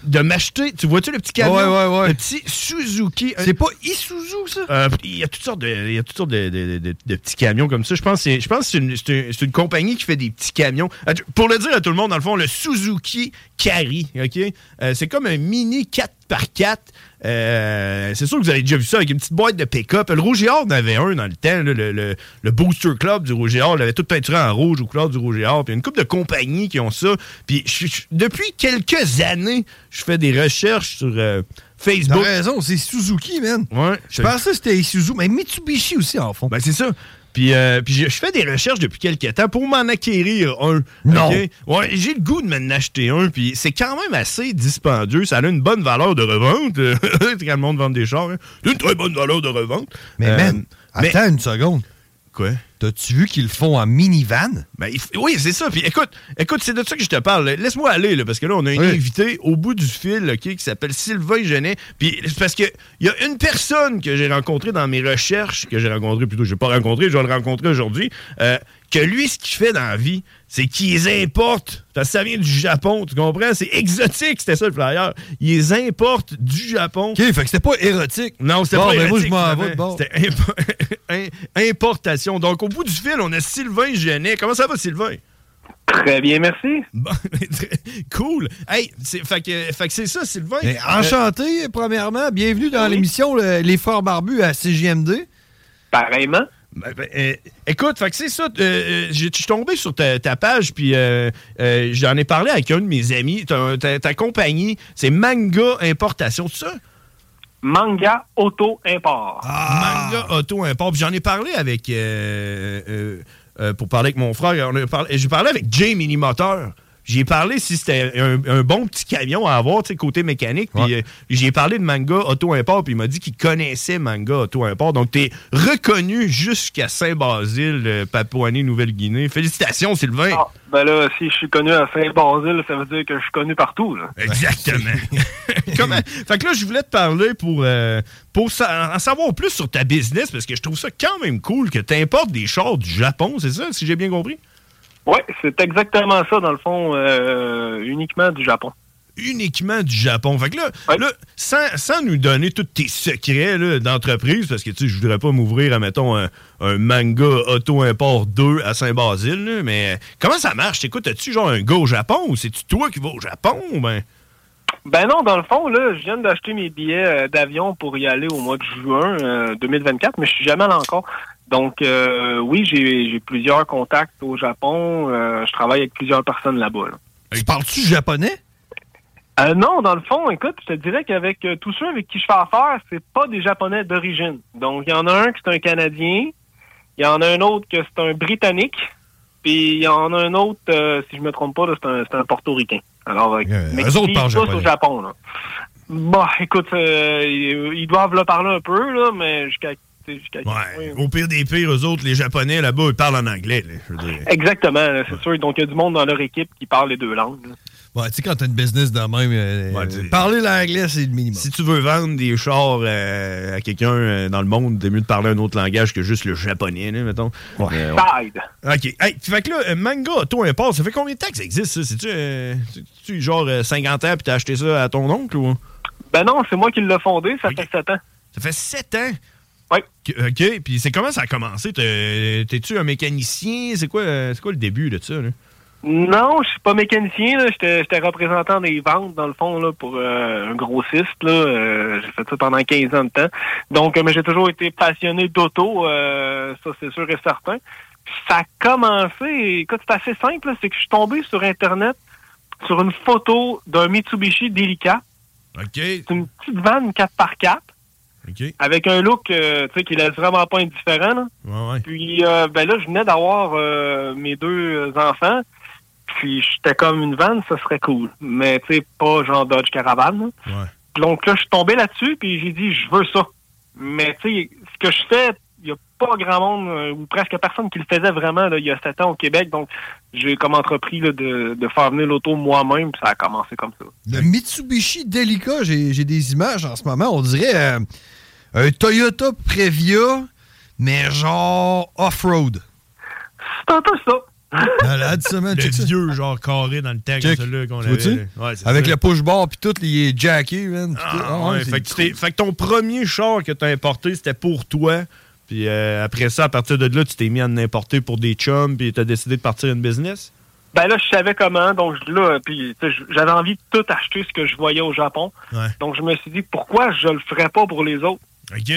De m'acheter, tu vois-tu le petit camion?
Ouais, ouais, ouais.
Le petit Suzuki.
C'est pas Isuzu, ça?
Euh, Il y a toutes sortes, de, il y a toutes sortes de, de- de- de petits camions comme ça. Je pense que c'est- je pense que c'est une, c'est un- c'est une compagnie qui fait des petits camions. Euh, tu- Pour le dire à tout le monde, dans le fond, le Suzuki Carry, OK? Euh, c'est comme un mini 4x4. Euh, c'est sûr que vous avez déjà vu ça avec une petite boîte de pick-up. Le Rouge et Or en avait un dans le temps. là, le, le- le Booster Club du Rouge et Or. Il avait tout peinturé en rouge aux couleurs du Rouge et Or. Puis il y a une couple de compagnies qui ont ça. Puis je- je- depuis quelques années, je fais des recherches sur euh,
T'as
Facebook.
raison, c'est Suzuki, man.
Ouais,
Je pensais que c'était Isuzu, mais Mitsubishi aussi, en fond.
Ben, c'est ça. Puis, euh, puis je, je fais des recherches depuis quelques temps pour m'en acquérir un.
Non.
OK? Ouais, j'ai le goût de m'en acheter un. Puis c'est quand même assez dispendieux. Ça a une bonne valeur de revente. (laughs) quand le monde vend des chars, hein. une très bonne valeur de revente.
Mais,
Euh,
man,
mais-
attends une seconde.
Quoi?
T'as-tu vu qu'ils le font en minivan?
Ben, il f- oui, c'est ça. Puis écoute, écoute, c'est de ça que je te parle. là. Laisse-moi aller, là, parce que là, on a un invité au bout du fil OK, qui s'appelle Sylvain Genet. Puis c'est parce que il y a une personne que j'ai rencontrée dans mes recherches, que j'ai rencontrée plutôt, je n'ai pas rencontré, je vais le rencontrer aujourd'hui, euh, que lui, ce qu'il fait dans la vie, c'est qu'il les importe. Parce que ça vient du Japon, tu comprends? C'est exotique, c'était ça le flyer. Il les importe du Japon. OK,
fait que c'était pas érotique.
Non, c'était
Bon,
pas
ben, moi,
érotique.
je m'en vais de
finalement.
bord.
C'était impo- im- importation. Donc, au bout du fil, on a Sylvain Genet. Comment ça va, Sylvain?
Très bien, merci.
(laughs) Cool. Hey, c'est fait que, fait que c'est ça, Sylvain.
Ben,
Euh,
enchanté, premièrement. Bienvenue dans l'émission le- Les Forts Barbus à CGMD.
Pareillement.
ben, ben, euh, écoute, fait que c'est ça. euh, euh, j'ai- je suis tombé sur ta, ta page, puis euh, euh, j'en ai parlé avec un de mes amis. Ta, ta- ta compagnie, c'est Manga Importation, c'est ça? Ah.
Manga Auto Import.
Manga Auto Import. Puis J'en ai parlé avec. euh, euh, euh, pour parler avec mon frère, on a parlé- j'ai parlé avec Jay Mini Moteur. J'ai parlé si c'était un, un bon petit camion à avoir, tu sais, côté mécanique. Puis euh, j'ai parlé de Manga Auto Import, puis il m'a dit qu'il connaissait Manga Auto Import. Donc, t'es reconnu jusqu'à Saint-Basile, euh, Papouanie, Nouvelle-Guinée. Félicitations, Sylvain.
Ben là, si je suis connu à Saint-Basile, ça veut dire que je suis connu partout. Là.
Exactement. (laughs) Comment? Fait que là, je voulais te parler pour, euh, pour sa- en savoir plus sur ta business, parce que je trouve ça quand même cool que tu importes des chars du Japon, c'est ça, si j'ai bien compris?
Oui, c'est exactement ça, dans le fond, euh, uniquement du Japon.
Uniquement du Japon. Fait que là, là, sans, sans nous donner tous tes secrets là, d'entreprise, parce que tu sais, je voudrais pas m'ouvrir à, mettons, un, un manga auto-import 2 à Saint-Basile, là, mais comment ça marche? Écoute, as-tu genre un gars au Japon ou c'est-tu toi qui vas au Japon? ou Ben...
(laughs) Ben non, dans le fond, là, je viens d'acheter mes billets euh, d'avion pour y aller au mois de juin euh, 2024, mais je suis jamais allé encore. Donc, euh, oui, j'ai j'ai plusieurs contacts au Japon. euh, je travaille avec plusieurs personnes là-bas. là.
Tu parles-tu japonais?
Euh, non, dans le fond, écoute, je te dirais qu'avec euh, tous ceux avec qui je fais affaire, c'est pas des Japonais d'origine. Donc, il y en a un qui est un Canadien, il y en a un autre que c'est un Britannique, puis il y en a un autre, euh, si je me trompe pas, là, c'est un, c'est un Portoricain. Alors, euh, mais
eux
qui
autres
vivent
parlent
tous
japonais.
au Japon. Là. Bon, écoute, euh, ils, ils doivent le parler un peu, là, mais jusqu'à... tu sais, jusqu'à-
Ouais, Au pire des pires, eux autres, les Japonais là-bas, ils parlent en anglais. là, je veux dire.
Exactement, là, c'est sûr. Donc, il y a du monde dans leur équipe qui parle les deux langues. là.
Ouais, tu sais, quand t'as une business de même, euh, euh,
Parler l'anglais, c'est le minimum. Si tu veux vendre des chars euh, à quelqu'un euh, dans le monde, t'es mieux de parler un autre langage que juste le japonais, là, mettons. Mais, ouais.
Ça aide.
OK. Hey, fait que là, euh, Manga Auto Import, ça fait combien de temps que ça existe, ça? C'est-tu euh, c'est-tu genre euh, 50 ans puis t'as acheté ça à ton oncle ou...
Ben non, c'est moi qui l'ai fondé, ça fait 7 ans.
Ça fait 7 ans?
Oui.
OK. Puis c'est comment ça a commencé? T'es- T'es-tu un mécanicien? C'est quoi, euh, c'est quoi le début de ça, là?
Non, je suis pas mécanicien. là. J'étais j'étais représentant des ventes, dans le fond, là, pour euh, un grossiste. là. Euh, j'ai fait ça pendant 15 ans de temps. Donc, euh, mais j'ai toujours été passionné d'auto, euh, ça c'est sûr et certain. Ça a commencé, écoute, c'est assez simple, là. c'est que je suis tombé sur Internet sur une photo d'un Mitsubishi Delica.
C'est
une petite vanne 4x4
OK.
avec un look euh, tu sais, qui laisse vraiment pas indifférent. là.
Ouais, ouais.
Puis euh, ben là, je venais d'avoir euh, mes deux euh, enfants. Puis j'étais comme une vanne, ça serait cool. Mais tu sais, pas genre Dodge Caravan. là. Donc là, je suis tombé là-dessus, puis j'ai dit, je veux ça. Mais tu sais, ce que je fais, il n'y a pas grand monde, euh, ou presque personne qui le faisait vraiment là, il y a sept ans au Québec. Donc j'ai comme entrepris là, de, de faire venir l'auto moi-même, puis ça a commencé comme ça.
Le Mitsubishi Delica, j'ai j'ai des images en ce moment. On dirait euh, un Toyota Previa, mais genre off-road.
C'est un peu ça.
(laughs) Malade, ça, man.
Le
Check ça.
vieux, genre carré dans le tag,
Check.
celui-là qu'on
Tu
avait.
vois-tu?
là. Ouais, c'est
Avec
ça.
le push-bar puis tout, il est jacké, man.
Ah,
Ah, ouais,
ouais,
c'est
fait, que tu t'es- fait que ton premier char que t'as importé, c'était pour toi. Puis euh, après ça, à partir de là, tu t'es mis à en importer pour des chums, puis t'as décidé de partir une business.
Ben là, je savais comment, donc je- là, puis tu sais, je- j'avais envie de tout acheter ce que je voyais au Japon.
Ouais.
Donc je me suis dit, pourquoi je le ferais pas pour les autres?
OK.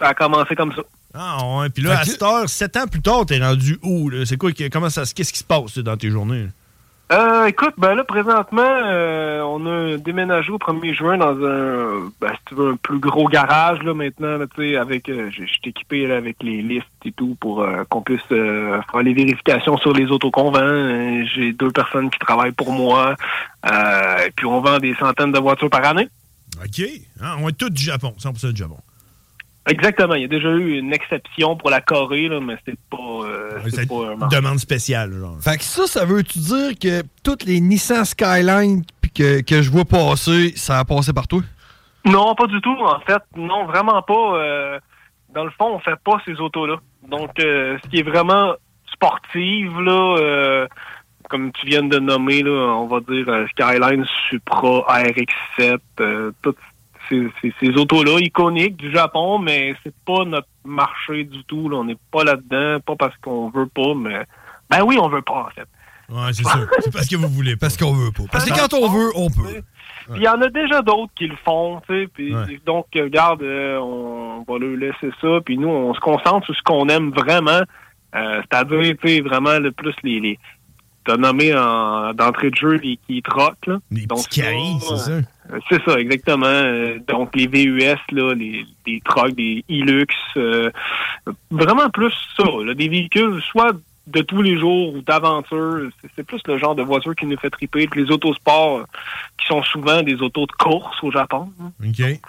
ça a commencé comme ça.
Ah ouais, puis là, à cette heure, 7 ans plus tard, t'es rendu où? là? C'est quoi, que- comment ça, se- qu'est-ce qui se passe là, dans tes journées? là?
Euh, écoute, ben là, présentement, euh, on a déménagé au 1er juin dans un, ben, si tu veux, un plus gros garage, là, maintenant, là, tu sais, avec, euh, je je suis équipé, là, avec les lifts et tout pour euh, qu'on puisse euh, faire les vérifications sur les autoconvents. Euh, J'ai deux personnes qui travaillent pour moi, euh, et puis on vend des centaines de voitures par année.
OK. Ah, on est tous du Japon, 100% du Japon.
Exactement. Il y a déjà eu une exception pour la Corée, là, mais c'était pas. euh, euh, c'est
C'est
pas
une
vraiment-
demande spéciale, genre.
Fait que ça, ça veut-tu dire que toutes les Nissan Skyline pis que, que je vois passer, ça a passé par toi?
Non, pas du tout, en fait. Non, vraiment pas. euh, dans le fond, on fait pas ces autos-là. Donc, euh, ce qui est vraiment sportive, là, euh, comme tu viens de nommer, là, on va dire euh, Skyline, Supra, RX-7, euh, toutes ces, ces- ces autos-là iconiques du Japon, mais c'est pas notre marché du tout. Là. On n'est pas là-dedans, pas parce qu'on veut pas, mais... Ben oui, on veut pas, en fait.
Ouais, c'est sûr. C'est parce que vous voulez. Parce qu'on veut pas.
Parce que
Ah.
quand on veut,
(laughs)
on peut.
Puis il y en a déjà d'autres qui le font, tu sais. Puis donc, euh, regarde, euh, on va leur laisser ça. Puis nous, on se concentre sur ce qu'on aime vraiment. Euh, C'est-à-dire, tu sais, vraiment le plus les. les T'as nommé en- d'entrée de jeu les qui troquent, là.
Les
donc,
petits caries,
ça,
c'est
euh, C'est ça, exactement. Euh, donc, les VUS, là, les, les trocs, les Hilux, euh, vraiment plus ça, là, des véhicules soit de tous les jours ou d'aventure. C'est- C'est plus le genre de voiture qui nous fait triper que les autosports, euh, qui sont souvent des autos de course au Japon.
OK.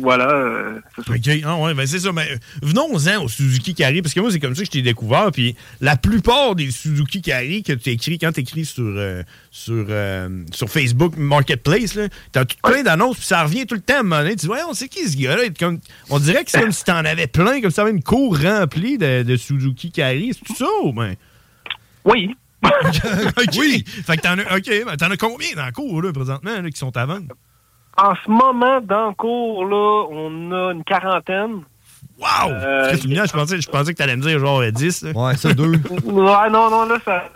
Voilà. euh,
OK. Ah ouais, ben c'est ça. Mais euh, venons-en au Suzuki Carry, parce que moi, c'est comme ça que je t'ai découvert. Puis la plupart des Suzuki Carry que tu écris, quand tu écris sur, euh, sur, euh, sur Facebook Marketplace, là, t'as tout plein d'annonces, puis ça revient tout le temps à un moment donné. Tu dis, ouais, on sait qui ce gars-là. Et comme- On dirait que c'est comme si t'en avais plein, comme si t'avais une cour remplie de, de Suzuki Carry. C'est tout ça ou ben?
Oui.
oui. Fait que t'en as, OK, ben, t'en as combien dans la cour, là, présentement, là, qui sont à vendre?
En ce moment, dans le cours, là, on a une quarantaine.
Wow! Parce que tu me disais, je, pensais, je pensais que t'allais me dire genre euh, 10.
Ouais, ça, deux.
Ouais, non, non, là, ça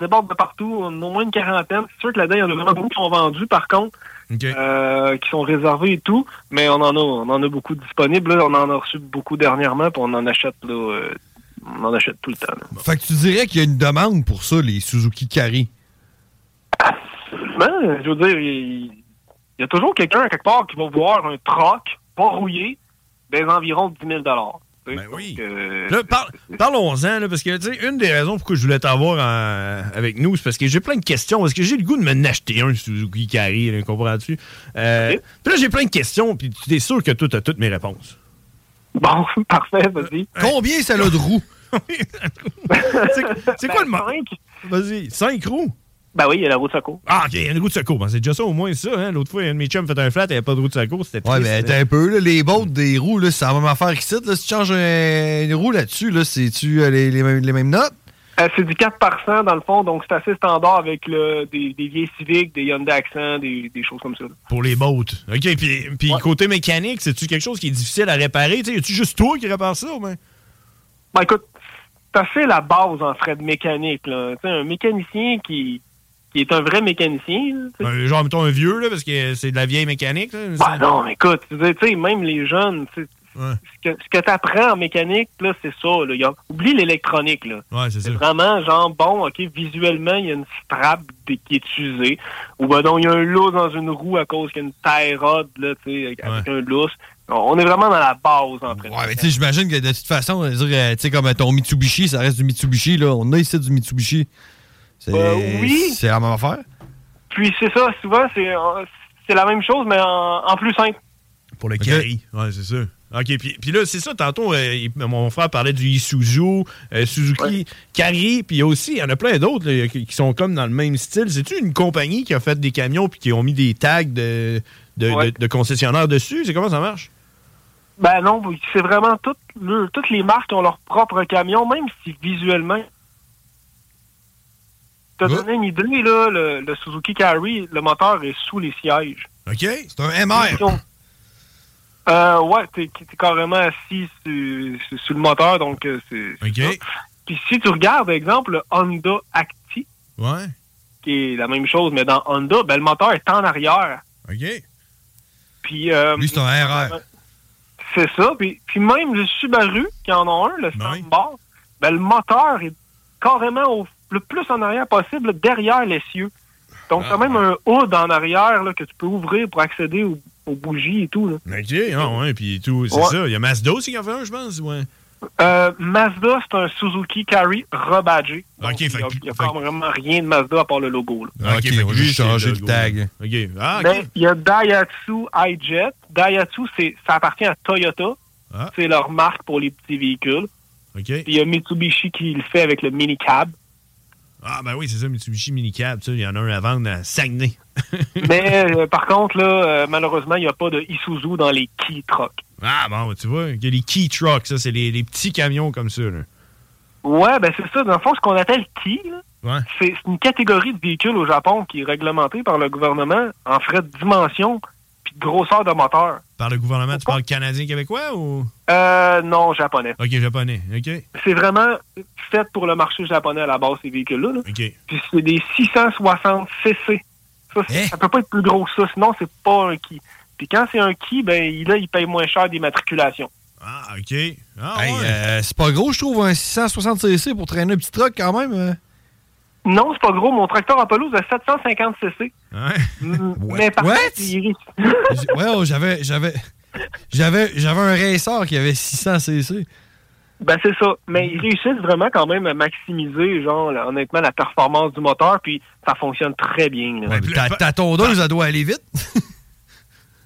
déborde de partout. On a au moins une quarantaine. C'est sûr que là-dedans, il y en a vraiment beaucoup qui sont vendus, par contre, euh, qui sont réservés et tout. Mais on en a, on en a beaucoup disponibles. Là, on en a reçu beaucoup dernièrement, puis on en achète, là, euh, on en achète tout le temps. là.
Fait que tu dirais qu'il y a une demande pour ça, les Suzuki Carry.
Ben, je veux dire, il il y a toujours quelqu'un quelque part qui va voir un troc pas rouillé des environs de 10 000 Ben oui.
Là, par- parlons-en, là, parce que, tu sais, une des raisons pourquoi je voulais t'avoir en- avec nous, c'est parce que j'ai plein de questions. Est-ce que j'ai le goût de me acheter un Suzuki Carry, là, comprends-tu? Euh, Puis là, j'ai plein de questions, puis tu es sûr que toi, tu as toutes mes réponses.
Bon, (laughs) parfait, vas-y.
Euh, Combien ça a de (laughs) roues? c'est c'est quoi le mot? Vas-y, cinq roues?
Ben oui, il y a la roue de secours.
Ah, ok, il y a une roue de secours. Ben, c'est déjà ça, au moins, ça. hein. L'autre fois, un de mes chums fait un flat, il n'y avait pas de roue de secours, c'était
Ouais,
triste.
mais t'as un peu, là, les bottes des roues, là, c'est la même affaire qu'ici. Là, si tu changes un- une roue là-dessus, là, c'est-tu euh, les, les mêmes, les mêmes notes?
Euh, c'est du 4 dans le fond, donc c'est assez standard avec le, des, des vieilles Civic, des Hyundai Accent, des, des choses comme ça. là.
Pour les bottes. OK, puis, puis côté mécanique, c'est-tu quelque chose qui est difficile à réparer? Tu sais, y tu juste toi qui répare ça, ou ben?
Ben écoute, t'as fait la base en frais de mécanique. Là. Tu sais, Un mécanicien qui, qui est un vrai mécanicien, là,
Un- genre, mettons un vieux, là, parce que c'est de la vieille mécanique. Là,
Bah non, mais écoute, tu sais, tu sais, même les jeunes, tu sais, ce que, tu apprends en mécanique, là, c'est ça. Là, Y a- oublie l'électronique. là.
Ouais, c'est
C'est vraiment genre, bon, OK, visuellement, il y a une strap d- qui est usée. Ou ben donc, il y a un lousse dans une roue à cause qu'il y a une taille rod, là, tu sais, avec un lousse. On on est vraiment dans la base, en fait.
Ouais, mais tu sais, j'imagine que de toute façon, on va dire, euh, tu sais, comme ton Mitsubishi, ça reste du Mitsubishi, là. On a ici du Mitsubishi. C'est
Euh, oui.
c'est la même affaire. Euh,
Puis c'est ça, souvent, c'est euh, c'est la même chose, mais en, en plus simple.
Pour le carry. Ouais, c'est ça. OK, puis, puis là, c'est ça, tantôt, euh, il- mon frère parlait du Isuzu, euh, Suzuki, Carry, puis il y a aussi, il y en a plein d'autres là, qui qui sont comme dans le même style. C'est-tu une compagnie qui a fait des camions puis qui ont mis des tags de, de, de- de concessionnaires dessus? C'est comment ça marche?
Ben non, c'est vraiment toutes, le- toutes les marques ont leur propre camion, même si visuellement. T'as donné une idée, là, le, le Suzuki Carry, le moteur est sous les sièges.
OK. C'est
un MR.
Euh, ouais, t'es t'es carrément assis sur, sur- sur le moteur, donc euh, c'est. c'est ça. Puis si tu regardes, par exemple, le Honda Acti,
Ouais.
qui est la même chose, mais dans Honda, ben, le moteur est en arrière.
OK.
Puis, euh,
Lui, c'est un RR.
C'est ça. Puis, puis même le Subaru, qui en a un, le Standard, ben, le moteur est carrément au- le plus en arrière possible, derrière l'essieu. Donc,
Ah.
quand même un hood en arrière là, que tu peux ouvrir pour accéder au- aux bougies et tout. là.
OK, ah ouais, puis tout, c'est
Ouais.
ça. Il y a Mazda aussi qui en fait un, je pense, hein? ouais.
Euh, Mazda, c'est un Suzuki Carry rebadgé. Donc, il n'y a, il y a pas vraiment rien de Mazda à part le logo. là.
OK, fait que
va
lui,
juste
c'est
changer
le
le
logo.
tag.
OK, ah, OK.
Mais il y a Daihatsu
Ah.
iJet. Daihatsu, c'est- ça appartient à Toyota. C'est leur marque pour les petits véhicules. Puis il y a Mitsubishi qui le fait avec le minicab. (laughs)
Ah, ben oui, c'est ça, Mitsubishi Minicab. tu sais, Il y en a un à vendre à Saguenay.
Mais euh, par contre, là, euh, malheureusement, il n'y a pas de Isuzu dans les key trucks.
Ah, bon, tu vois, il y a les key trucks, ça, c'est les, les petits camions comme ça. Là.
Ouais, ben c'est ça. Dans le fond, ce qu'on appelle key, là,
Ouais.
c'est c'est une catégorie de véhicules au Japon qui est réglementée par le gouvernement en frais de dimension puis de grosseur de moteur.
Par le gouvernement, tu parles canadien-québécois ou.
Euh, non, japonais.
Ok, japonais, ok.
C'est vraiment fait pour le marché japonais à la base, ces véhicules-là. là.
Ok.
Puis c'est des 660 cc. Ça,
Eh?
c'est- ça peut pas être plus gros que ça, sinon c'est pas un qui. Puis quand c'est un qui, ben il- là, il paye moins cher des matriculations.
Ah, OK.
Hey, euh, c'est pas gros, je trouve, un 660cc pour traîner un petit truck quand même. euh.
Non, c'est pas gros. Mon tracteur Apollo c'est de 750 cc. M- Mm. Mais par
What?
contre, il-
J- ouais, oh, j'avais, j'avais, j'avais, j'avais un racer qui avait 600 cc.
Ben c'est ça. Mais ils réussissent vraiment quand même à maximiser, genre, là, honnêtement, la performance du moteur, puis ça fonctionne très bien. là.
Ta, ta tondeuse, elle doit aller vite.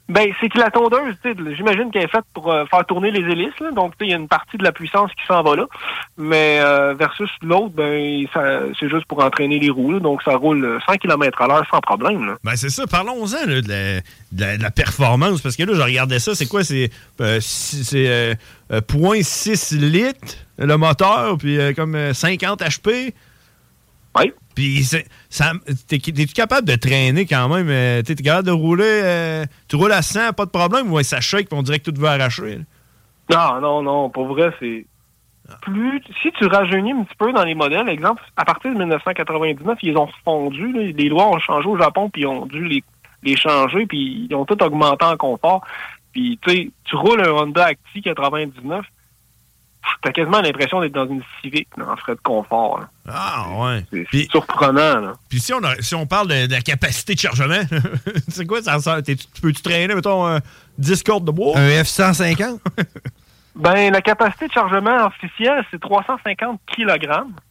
Ben, c'est que la tondeuse, tu sais, j'imagine qu'elle est faite pour euh, faire tourner les hélices, là. donc tu sais, il y a une partie de la puissance qui s'en va là. Mais euh, versus l'autre, ben ça- c'est juste pour entraîner les roues, là. donc ça roule euh, 100 km à l'heure sans problème. là.
Ben c'est ça, parlons-en là, de, la, de la- de la performance, parce que là, je regardais ça, c'est quoi, c'est euh, si- c'est, euh, euh, 0.6 litres le moteur, puis euh, comme euh, 50 HP.
Oui.
Puis c'est- ça- t'es es-tu capable de traîner quand même? euh, t'es t'es capable de rouler, euh, tu roules à 100, pas de problème, ou ouais, ça shake, puis on dirait que tout va arracher? là?
Non, non, non, pour vrai, c'est...
Ah.
Plus, si tu rajeunis un petit peu dans les modèles, exemple, à partir de 1999, ils ont fondu, là. les lois ont changé au Japon, puis ils ont dû les, les changer, puis ils ont tout augmenté en confort. Puis, tu sais, tu roules un Honda Acti 99, pff, t'as quasiment l'impression d'être dans une Civic, là, en frais de confort. là.
Ah, ouais.
C'est surprenant, là.
Puis si on, a- si on parle de, de la capacité de chargement, (laughs) c'est quoi ça? ressemble? T'es- tu- Peux-tu traîner, mettons, euh, 10 cordes de bois?
Un F-150?
(laughs) Ben, la capacité de chargement officielle, c'est 350 kg.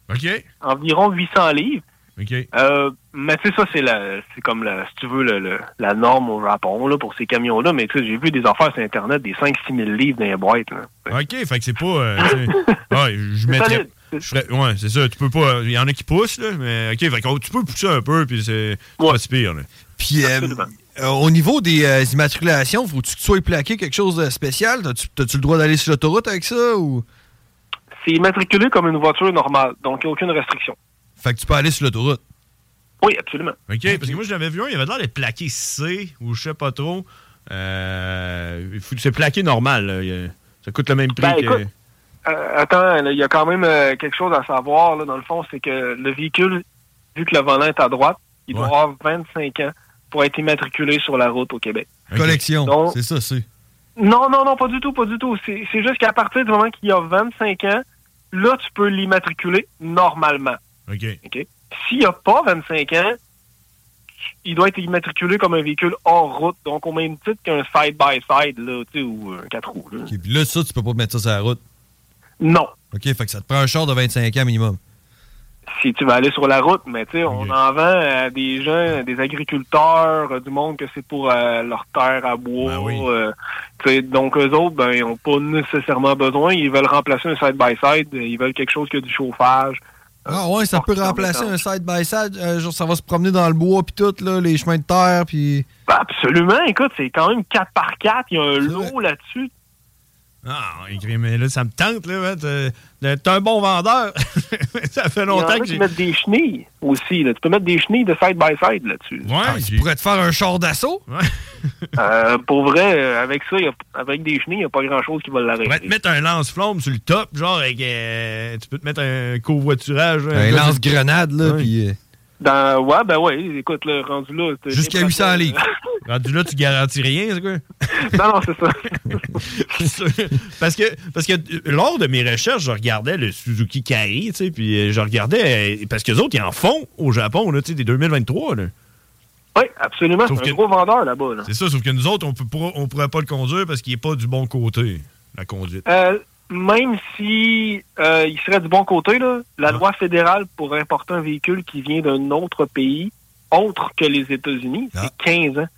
OK.
Environ 800 livres.
OK.
Euh, mais tu sais, ça, c'est la, c'est comme la, si tu veux, le- le- la norme au Japon, là, pour ces camions-là. Mais tu sais, j'ai vu des affaires sur Internet des 5-6 000 livres dans les boîtes, là.
OK, fait que c'est pas. euh, tu sais,
(laughs)
ouais, je mettrais.
solide.
je ferais- ouais, c'est ça. Tu peux pas. Il y en a qui poussent, là, mais OK, fait qu'on- tu peux pousser un peu, puis c'est c'est pas si pire, là.
Puis euh, euh, au niveau des euh, immatriculations, faut-tu que tu sois plaqué quelque chose de spécial? T'as-tu, t'as-tu le droit d'aller sur l'autoroute avec ça? ou
C'est immatriculé comme une voiture normale, donc il n'y a aucune restriction.
Fait que tu peux aller sur l'autoroute.
Oui, absolument.
ben,
OK, parce que moi, je l'avais vu un, il avait l'air d'être plaqué C, ou je sais pas trop. Euh, il faut- c'est plaqué normal, là. Il- Ça coûte le même prix
Ben,
que.
écoute, Euh, attends, là, il y a quand même euh, quelque chose à savoir, là, dans le fond, c'est que le véhicule, vu que le volant est à droite, il doit avoir 25 ans pour être immatriculé sur la route au Québec.
Collection.
Donc-
c'est ça, c'est.
Non, non, non, pas du tout, pas du tout. C'est c'est juste qu'à partir du moment qu'il y a 25 ans, là, tu peux l'immatriculer normalement.
OK.
OK? S'il n'y a pas 25 ans, il doit être immatriculé comme un véhicule hors route, donc au même titre qu'un side-by-side, là, tu sais, ou un 4 roues. là.
Puis là, ça, tu peux pas mettre ça sur la route.
Non.
OK, fait que ça te prend un char de 25 ans minimum.
Si tu veux aller sur la route, mais tu sais, on en vend à des gens, à des agriculteurs, euh, du monde que c'est pour euh, leur terre à bois.
Ben
euh, tu sais, donc eux autres, ben, ils n'ont pas nécessairement besoin. Ils veulent remplacer un side-by-side. Ils veulent quelque chose qui a du chauffage.
Ah
Euh,
ouais, ça peut remplacer un side-by-side. euh, genre, ça va se promener dans le bois, puis tout, là, les chemins de terre, puis...
Ben, absolument. Écoute, c'est quand même 4 par 4. Il y a un lot
(laughs)
là-dessus.
Ah, écrit, mais là, ça me tente, là. ouais, t'es- T'es un bon vendeur. ça
Il y en
fait
a
longtemps que
qui
j'ai.
mettent des chenilles aussi. Là. Tu peux mettre des chenilles de side-by-side
(laughs)
là-dessus.
Ouais,
Ah, tu pourrais te faire un char d'assaut.
Euh, pour vrai, euh, avec ça, y a- avec des chenilles, il n'y a pas grand-chose qui va
Tu pourrais te
l'arrêter.
mettre un lance-flamme sur le top, genre, avec, euh, tu peux te mettre un covoiturage.
Un lance-grenade, là, puis... euh,
Dans, ouais, ben ouais, écoute, le rendu là... c'est-
Jusqu'à 800 livres. (laughs) Rendu là, tu garantis rien, c'est quoi? (laughs)
non, non, c'est ça.
parce que, parce que euh, lors de mes recherches, je regardais le Suzuki Kari, tu sais, puis euh, je regardais, euh, parce que les autres, ils en font au Japon, là, tu sais, des 2023, là.
Oui, absolument.
Sauf
C'est un
que-
gros vendeur là-bas. là.
C'est ça, sauf que nous autres, on peut pas- on pourrait pas le conduire parce qu'il est pas du bon côté, la conduite.
Euh, même si euh, il serait du bon côté, là, la loi fédérale pour importer
Ah.
un véhicule qui vient d'un autre pays, autre que les États-Unis, c'est 15 ans.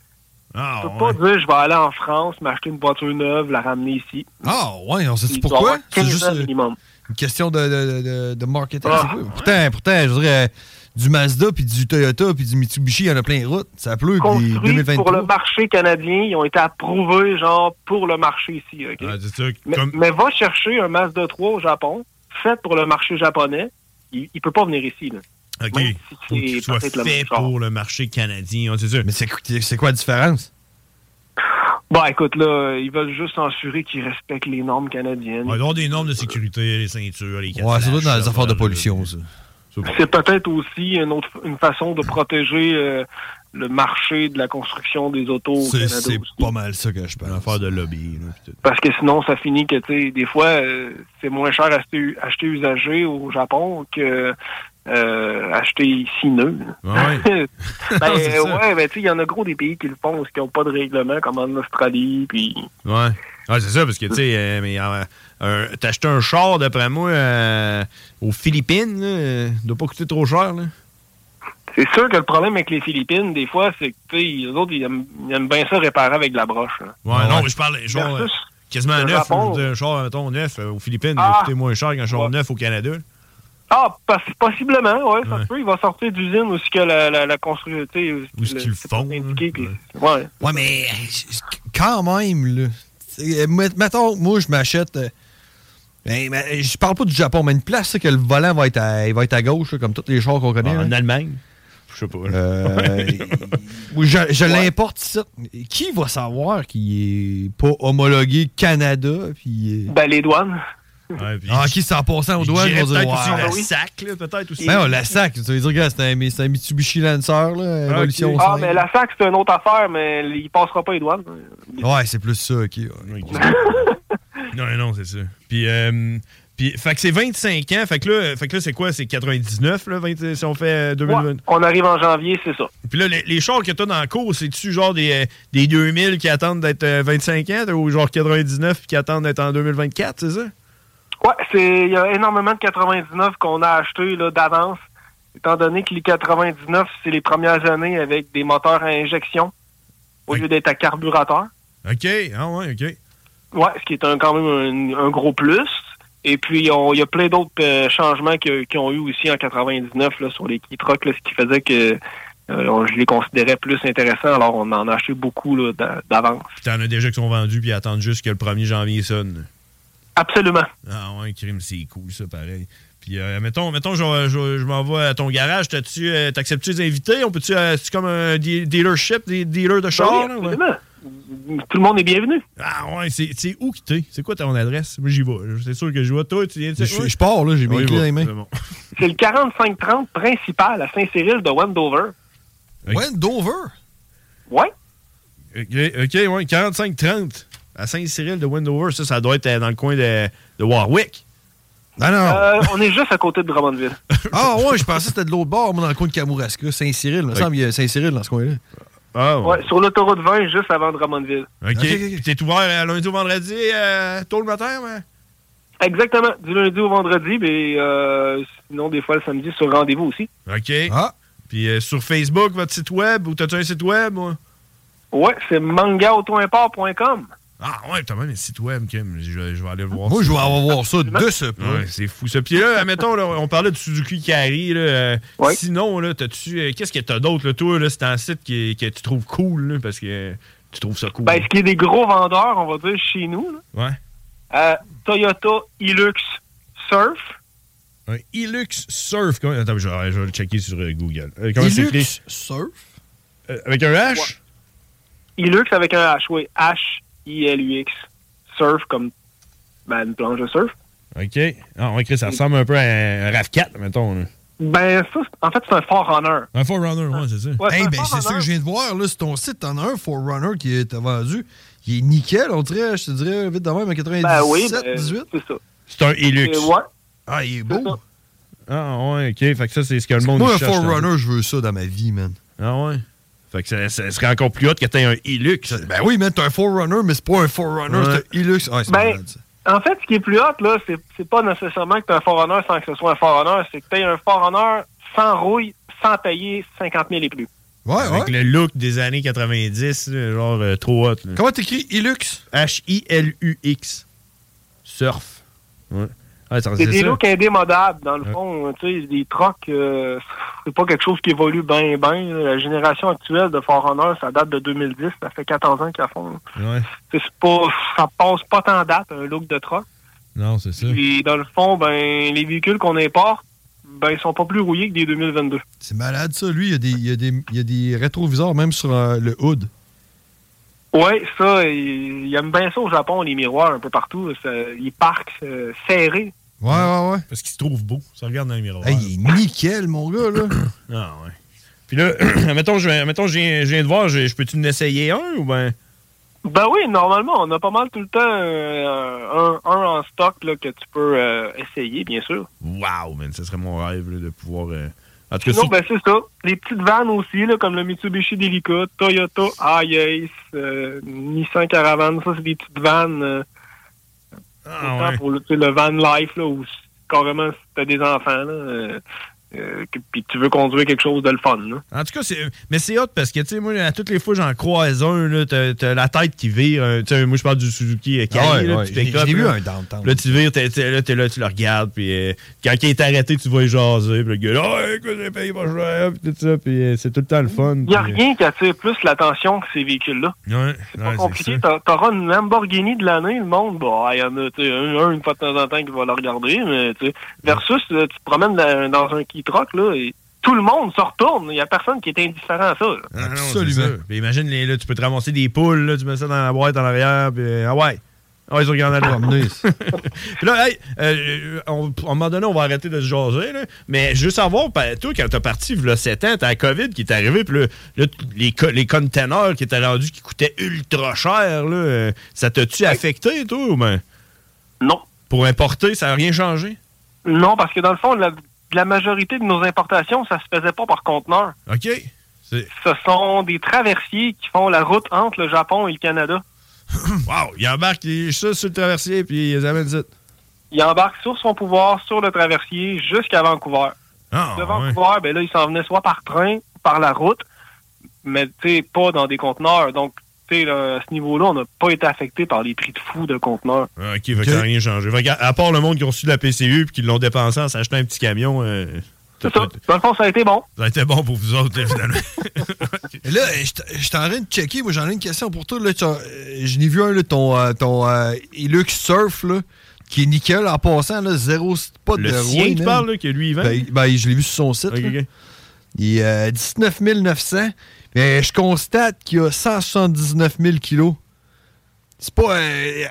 Ah,
Je peux pas dire je vais aller en France, m'acheter une voiture neuve, la ramener ici.
Ah, ouais, on sait
Il doit
pourquoi?
avoir
C'est
15
juste
ans
euh,
minimum.
une question de, de- de- de marketing.
Ah.
c'est quoi? Pourtant, pourtant, je dirais, euh, du Mazda, puis du Toyota, puis du Mitsubishi, il y en a plein les routes. Ça pleut, puis
Construits
2023.
pour le marché canadien, ils ont été approuvés, genre, pour le marché ici, OK?
Ah,
mais, mais va chercher un Mazda 3 au Japon, fait pour le marché japonais. Il, il peut pas venir ici, là.
OK.
Même
Faut que tu
si
sois
c'est peut-être le
fait
même genre.
pour le marché canadien, hein, c'est sûr.
Mais c'est quoi la différence?
Bon, écoute, là, ils veulent juste censurer qu'ils respectent les normes canadiennes.
Ouais, ils ont des normes de sécurité, les ceintures, les
Ouais, surtout dans
lâches,
les affaires de pollution, ça.
C'est peut-être aussi une autre une façon de protéger euh, le marché de la construction des autos au
C'est-
Canada.
C'est
aussi.
pas mal ça que je pense.
Affaire de lobby.
Parce que sinon, ça finit que, tu sais, des fois, euh, c'est moins cher acheter, acheter usagé au Japon que euh, acheter ici neuf.
Ouais.
(laughs)
(laughs)
Ben,
c'est ça.
ouais, ben, tu sais, il y en a gros des pays qui le font, qui n'ont pas de règlement, comme en Australie, puis...
Ouais. Ouais, c'est ça, parce que, tu sais, euh, mais, euh, un- t'as acheté un char, d'après moi, euh, aux Philippines, là, euh, doit pas coûter trop cher, là.
C'est sûr que le problème avec les Philippines, des fois, c'est que, tu sais, les autres, ils aiment, ils aiment bien ça réparer avec de la broche. hein. là.
Ouais, non, mais je parle des chars euh,
Versus
quasiment
le
neufs.
Japon.
là, je veux dire, Un char, mettons, neuf euh, aux Philippines, il
Ah.
va coûter moins cher qu'un char neuf au Canada. là.
Ah, poss- possiblement, ouais, ça se peut. Il va sortir d'usine aussi que la, la, la construction. Ou ce qu'ils font. Ouais.
Ouais, mais euh, quand même, là. T'sais, euh, met- Mettons, moi, je m'achète. euh, ben, ben, je parle pas du Japon, mais une place, c'est que le volant va être à, il va être à gauche, là, comme tous les chars qu'on connaît.
Ah,
hein.
En
Allemagne.
Je sais pas.
(laughs) Oui, je je l'importe ça. Qui va savoir qu'il est pas homologué Canada? Puis, euh,
Ben, les douanes.
ah, qui s'en passant aux douanes,
J'irais
vont dire
peut-être aussi
ouais.
la sac, là, peut-être aussi.
Ah, Ben, on la sac. Tu veux dire, gars, c'est un, mais c'est un Mitsubishi Lancer, là, Evolution
Ah,
5.
mais la SAC, c'est une autre affaire, mais il passera pas les douanes.
Ouais, c'est plus ça, ok.
Non, non, non, c'est ça. Puis, euh, puis, fait que c'est 25 ans. Fait que là, fait que là c'est quoi? C'est 99, là, 20 si on fait euh, 2020?
Ouais, on arrive en janvier, c'est ça.
Puis là, les, les chars que t'as dans le cours, c'est-tu genre des, euh, des 2000 qui attendent d'être euh, 25 ans ou genre 99 qui attendent d'être en 2024, c'est ça?
Ouais, c'est il y a énormément de 99 qu'on a acheté là, d'avance, étant donné que les 99, c'est les premières années avec des moteurs à injection au lieu d'être à carburateur.
OK, ah ouais, OK.
Ouais, ce qui est un, quand même un, un gros plus. Et puis, on- il y a plein d'autres euh, changements que- qu'ils ont eu aussi en 99 là, sur les key trucks, là, ce qui faisait que euh, on- je les considérais plus intéressants. Alors, on en a acheté beaucoup là, d'a- d'avance.
Puis t'en as déjà qui sont vendus puis ils attendent juste que le 1er janvier sonne.
Absolument.
Ah ouais, crime, c'est cool ça, pareil. Puis euh, mettons, mettons, je, je- je m'en vais à ton garage, t'as-tu, euh, t'acceptes-tu les invités? On peut-tu, euh, c'est comme un de- dealership, des dealers de chars?
Oui,
là, ouais?
absolument. Tout le monde est bienvenu.
Ah ouais, c'est, c'est où que t'es? C'est quoi ton adresse? Moi j'y vais, c'est sûr que je vais. Toi, tu viens de
Je, je pars, là, j'ai
On
mes
y
clés
va,
dans les mains.
c'est bon.
C'est (laughs) le 4530 principal à Saint-Cyril de Wendover.
Wendover?
Ouais.
OK, (laughs) OK, ouais, 45-30 à Saint-Cyril de Wendover. Ça, ça doit être euh, dans le coin de, de Warwick.
Ben Non, non.
Euh, on est juste à côté de Drummondville.
(laughs) Ah ouais, je pensais que c'était de l'autre bord, moi, dans le coin de Kamouraska, Saint-Cyril. Il me semble qu'il y a Saint-Cyril dans ce coin-là.
Ah
Ouais, sur l'autoroute 20, juste avant Drummondville.
OK. Puis T'es ouvert euh, lundi au vendredi, euh, tôt le matin, mais...
Exactement. Du lundi au vendredi, mais euh, sinon, des fois, le samedi, sur rendez-vous aussi.
OK. Puis euh, sur Facebook, votre site web, ou t'as-tu un site web? ou-
Ouais, c'est mangaautoimport.com.
Ah ouais, t'as même un site web, Kim. Je, je vais aller le voir.
Moi,
ça.
je vais avoir voir ça de ce point.
Ouais, c'est fou ça. Puis là, admettons, là, on parlait de Suzuki Carry. Là, euh, Sinon, là, t'as-tu, euh, qu'est-ce que t'as d'autre, là, toi? Là, c'est un site qui, que tu trouves cool, là, parce que euh, tu trouves ça cool.
Ben, ce qui est des gros vendeurs, on va dire, chez nous, là,
Ouais.
euh, Toyota Hilux Surf.
Un Hilux Surf. Comment- Attends, je vais, je vais le checker sur euh, Google. Euh, comment c'est
Hilux
écrit?
Surf?
Euh, avec un H?
Hilux avec un H, oui. H-I-L-U-X. Surf comme ben, une planche de surf.
OK. Ah, ouais, Chris, ça ressemble un peu à un RAV4, mettons. là.
Ben, ça, c'est- en fait, c'est un Forerunner.
Un Forerunner, ouais, c'est ça.
Ouais,
Hey,
c'est un
ben, c'est ça que
Forerunner.
je viens de voir, là, sur ton site, t'en as un Forerunner qui est vendu. Il est nickel, on dirait, je te dirais, vite de même, en 97,
Ben oui, ben,
18.
c'est ça.
C'est un Hilux.
Et ouais.
Ah, il est beau.
Ah, ouais, OK. Fait que ça, c'est ce que le monde
Moi, un
cherche, là.
Forerunner, je veux ça dans ma vie, man.
Ah, ouais. Fait que ça, ça serait encore plus hot que t'aies un Hilux.
Ben oui, man, t'as un Forerunner, mais c'est pas un Forerunner,
Ouais.
c'est un Hilux. Ah, c'est
Ben,
malade, ça.
en fait, ce qui est plus hot, là, c'est, c'est pas nécessairement que t'as un Forerunner sans que ce soit un Forerunner, c'est que t'as un Forerunner sans rouille, sans payer 50 000 et plus.
Ouais, Avec le look des années 90, là, genre euh, trop hot. Comment t'écris Ilux H-I-L-U-X. Surf. Ouais. Ah, ça,
C'est des
ça.
looks indémodables, dans le fond. Tu sais, des trocs, euh, c'est pas quelque chose qui évolue bien, bien. La génération actuelle de Forerunner, ça date de 2010. Ça fait 14 ans qu'ils la font.
Ouais.
Tu sais, C'est pas, ça passe pas tant date, un look de troc.
Non, c'est ça.
Puis, dans le fond, ben, les véhicules qu'on importe, ben, ils sont pas plus rouillés que des 2022.
C'est malade, ça. Lui, il y a des, il y a des, il y a des rétroviseurs même sur euh, le hood.
Oui, ça, ils ils aiment bien ça au Japon, les miroirs un peu partout. Ça- ils parquent euh, serrés.
Ouais, ouais, ouais.
Parce qu'il se trouve beau. Ça regarde dans le miroir.
Hey, il est nickel, mon gars, là.
Ah, ouais. (coughs) Puis là, (coughs) mettons, je, mettons, je viens, je viens de voir, je, je peux-tu en essayer un ou ben.
Ben oui, normalement, on a pas mal tout le temps euh, un, un en stock là, que tu peux euh, essayer, bien sûr.
Waouh, Oh, man, ce serait mon rêve là, de pouvoir. euh, En tout cas,
Sinon,
si-
ben c'est ça. Les petites vannes aussi, là, comme le Mitsubishi Delica, Toyota Hiace, euh, Nissan Caravan, ça, c'est des petites vannes. euh, autant
Ah, ouais.
Pour le, tu sais, le van life, là, où c- carrément, si t'as des enfants, là, euh, euh, que- puis tu veux conduire quelque chose de le fun, là.
En tout cas, c'est. Mais c'est hot parce que, tu sais, moi, à toutes les fois, j'en croise un, là, t'as, t'as la tête qui vire. euh, Tu sais, moi, je parle du Suzuki euh, Kali,
Ah ouais,
là,
ouais,
du
je l'ai-
pick-up,
je l'ai
là.
vu un downtown.
Là, tu vires, t'es, t'es là, t'es là, tu le regardes, puis euh, quand il est arrêté, tu vois jaser, puis le gars, là, Hey, écoute, j'ai payé pas cher, puis tout ça, puis euh, c'est tout le temps le fun. euh,
Il n'y a rien qui attire plus l'attention que ces véhicules-là.
Ouais,
C'est pas compliqué. T'a- T'auras une Lamborghini de l'année, le monde. Bon, il y en a tu sais, un, un une fois de temps en temps qui va la regarder. Mais, tu sais, versus, euh, tu te promènes dans, dans un key truck, là, et tout le monde se retourne. Il n'y a personne qui est indifférent à ça. là.
Ah Absolument. imagine, les, là, tu peux te ramasser des poules, là, tu mets ça dans la boîte en arrière, puis euh, ah ouais. Ah ouais, ils ont regardé là. (laughs) Puis là, hey, euh, on- à un moment donné, on va arrêter de se jaser, là. mais je veux savoir, pa- ben, toi, quand t'as parti, v'là 7 ans, t'as la COVID qui est arrivée, puis là, là, t- les, co- les containers qui étaient rendus, qui coûtaient ultra cher, là, euh, ça t'a-tu affecté, toi, ou ben?
Non.
Pour importer, ça n'a rien changé?
Non, parce que dans le fond, la, la majorité de nos importations, ça se faisait pas par conteneur.
OK.
Ce sont des traversiers qui font la route entre le Japon et le Canada.
wow, ils embarquent les- ça sur le traversier, puis ils les amènent vite.
Il embarque sur son pouvoir, sur le traversier, jusqu'à Vancouver.
Ah,
de Vancouver, ben là, il s'en venait soit par train, par la route, mais tu sais, pas dans des conteneurs. Donc, tu sais, là, à ce niveau-là, on n'a pas été affecté par les prix de fou de conteneurs.
Ah, OK, fait que ça n'a rien changé. Fait que, à part le monde qui a reçu de la PCU puis qui l'ont dépensé en s'achetant un petit camion, euh,
C'est ça. Dans le fond, ça a été bon.
ça a été bon pour vous autres, là, finalement.
Et là, je t- je suis en train de checker. Moi, j'en ai une question pour toi. Là, Tu as- euh, je n'ai vu un, là, ton, euh, ton euh, Hilux Surf, là, qui est nickel en passant. Là, zéro, c'est pas
Le
de
sien
rouille,
que
man.
tu parles, là, que lui, il vend?
Ben, ben, je l'ai vu sur son site. là. Il est euh, 19 900. Mais je constate qu'il a 179 000 kilos. C'est pas. euh,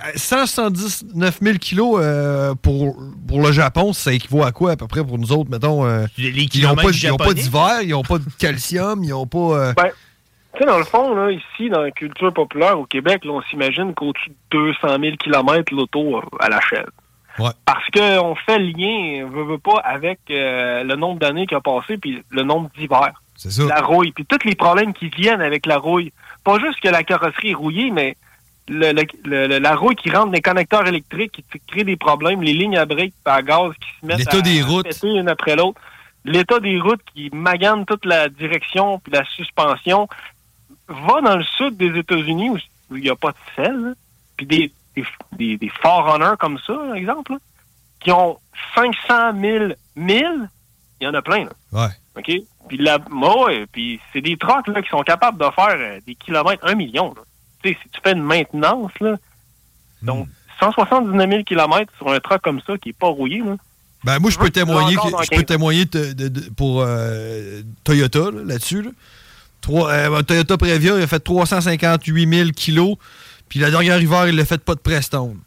179 000 kilos euh, pour, pour le Japon, ça équivaut à quoi à peu près pour nous autres, mettons euh,
Les
Ils n'ont pas,
kilomètres
ils ont pas
japonais?
d'hiver, ils n'ont pas de calcium, ils n'ont pas. euh,
Tu sais, dans le fond, là, ici, dans la culture populaire au Québec, là, on s'imagine qu'au-dessus de 200 000 km, l'auto euh, à la chaîne.
Ouais.
Parce qu'on fait le lien, veut, veut pas, avec euh, le nombre d'années qui a passé, puis le nombre d'hivers.
C'est ça.
La rouille, puis tous les problèmes qui viennent avec la rouille. Pas juste que la carrosserie est rouillée, mais le- le- le- le- la rouille qui rentre dans les connecteurs électriques, qui t- crée des problèmes, les lignes à briques, à gaz qui se mettent
L'état
à-
des
à
routes.
péter une après l'autre. L'état des routes qui magane toute la direction, puis la suspension va dans le sud des États-Unis où où il n'y a pas de sel, là. puis des, des, des, des Forerunners comme ça, par exemple, là, qui ont 500 000 milles, il y en a plein. Là.
Ouais.
OK? Puis, là, ouais, puis c'est des trocs là, qui sont capables de faire euh, des kilomètres, un million. là. Tu sais, si tu fais une maintenance, là, donc 179 000 kilomètres sur un troc comme ça qui n'est pas rouillé, là,
Ben, moi, je
Hum,
peux
veux que tu
témoigner,
l'entends
que-
dans
je peux
15.
témoigner te- de- de- pour euh, Toyota là, là-dessus. là. Trois- euh, Toyota Previa, il a fait 358 000 kilos. Puis la dernière hiver, il l'a fait pas de
(laughs)
Prestone.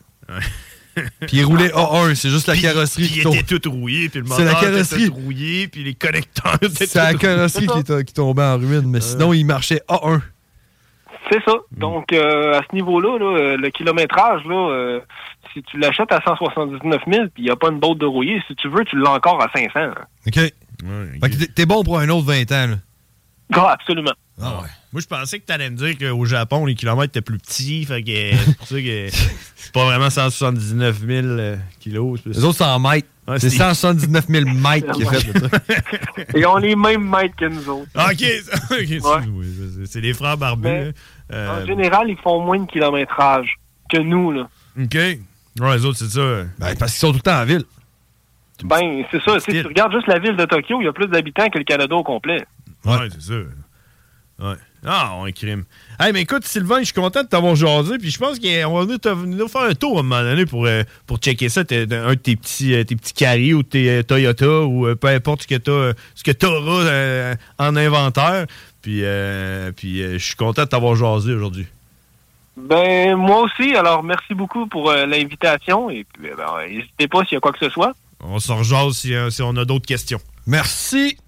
Puis il roulait A1, c'est juste la carrosserie
Ah, Puis
qui
il
tombe.
était tout rouillé, puis le
C'est
moteur
la
était
carrosserie.
tout rouillé, puis les connecteurs étaient
C'est la
tout Euh.
carrosserie qui, est- qui tombait en ruine, mais sinon, il marchait A1.
C'est ça. Donc, euh, à ce niveau-là, là, euh, le kilométrage, là, euh, si tu l'achètes à 179 000 puis il n'y a pas une botte de rouillé, si tu veux, tu l'as encore à 500. hein.
OK. Fait que t'es- t'es bon pour un autre 20 ans. là.
Ah, absolument.
Ah ouais. Moi, je pensais que tu allais me dire qu'au Japon, les kilomètres étaient plus petits.
(laughs)
Fait que c'est pour ça que c'est pas vraiment 179 000 euh, kilos.
Les autres, c'est en mètres.
Ouais,
c'est
c'est-
179
(laughs)
000 mètres qui est fait. le truc.
Et on est même maîtres que nous autres.
Ah, OK, ok, c'est-
Ouais.
oui, c'est- c'est les frères barbus.
Mais,
hein. Euh,
En général, ils font moins de kilométrage que nous, là.
OK. Ouais, les autres, c'est ça.
parce qu'ils sont tout le temps en ville.
Ben, c'est ça. Tu sais, tu regardes juste la ville de Tokyo, il y a plus d'habitants que le Canada au complet.
Ouais, c'est ça. Ouais. Ah, on crime. Hey, mais écoute, Sylvain, je suis content de t'avoir jasé, puis je pense qu'on va venir te venir nous faire un tour à un moment donné pour, euh, pour checker ça, t'es- t'es- un de tes petits, euh, tes petits carrés ou tes euh, Toyota ou euh, peu importe ce que t'as, euh, ce que t'auras euh, en inventaire. Puis, euh, puis euh, je suis content de t'avoir jasé aujourd'hui.
Ben, moi aussi. Alors, merci beaucoup pour euh, l'invitation. Et puis, eh ben, n'hésitez pas s'il y a quoi que ce soit.
On se rejase si, euh, si on a d'autres questions.
Merci.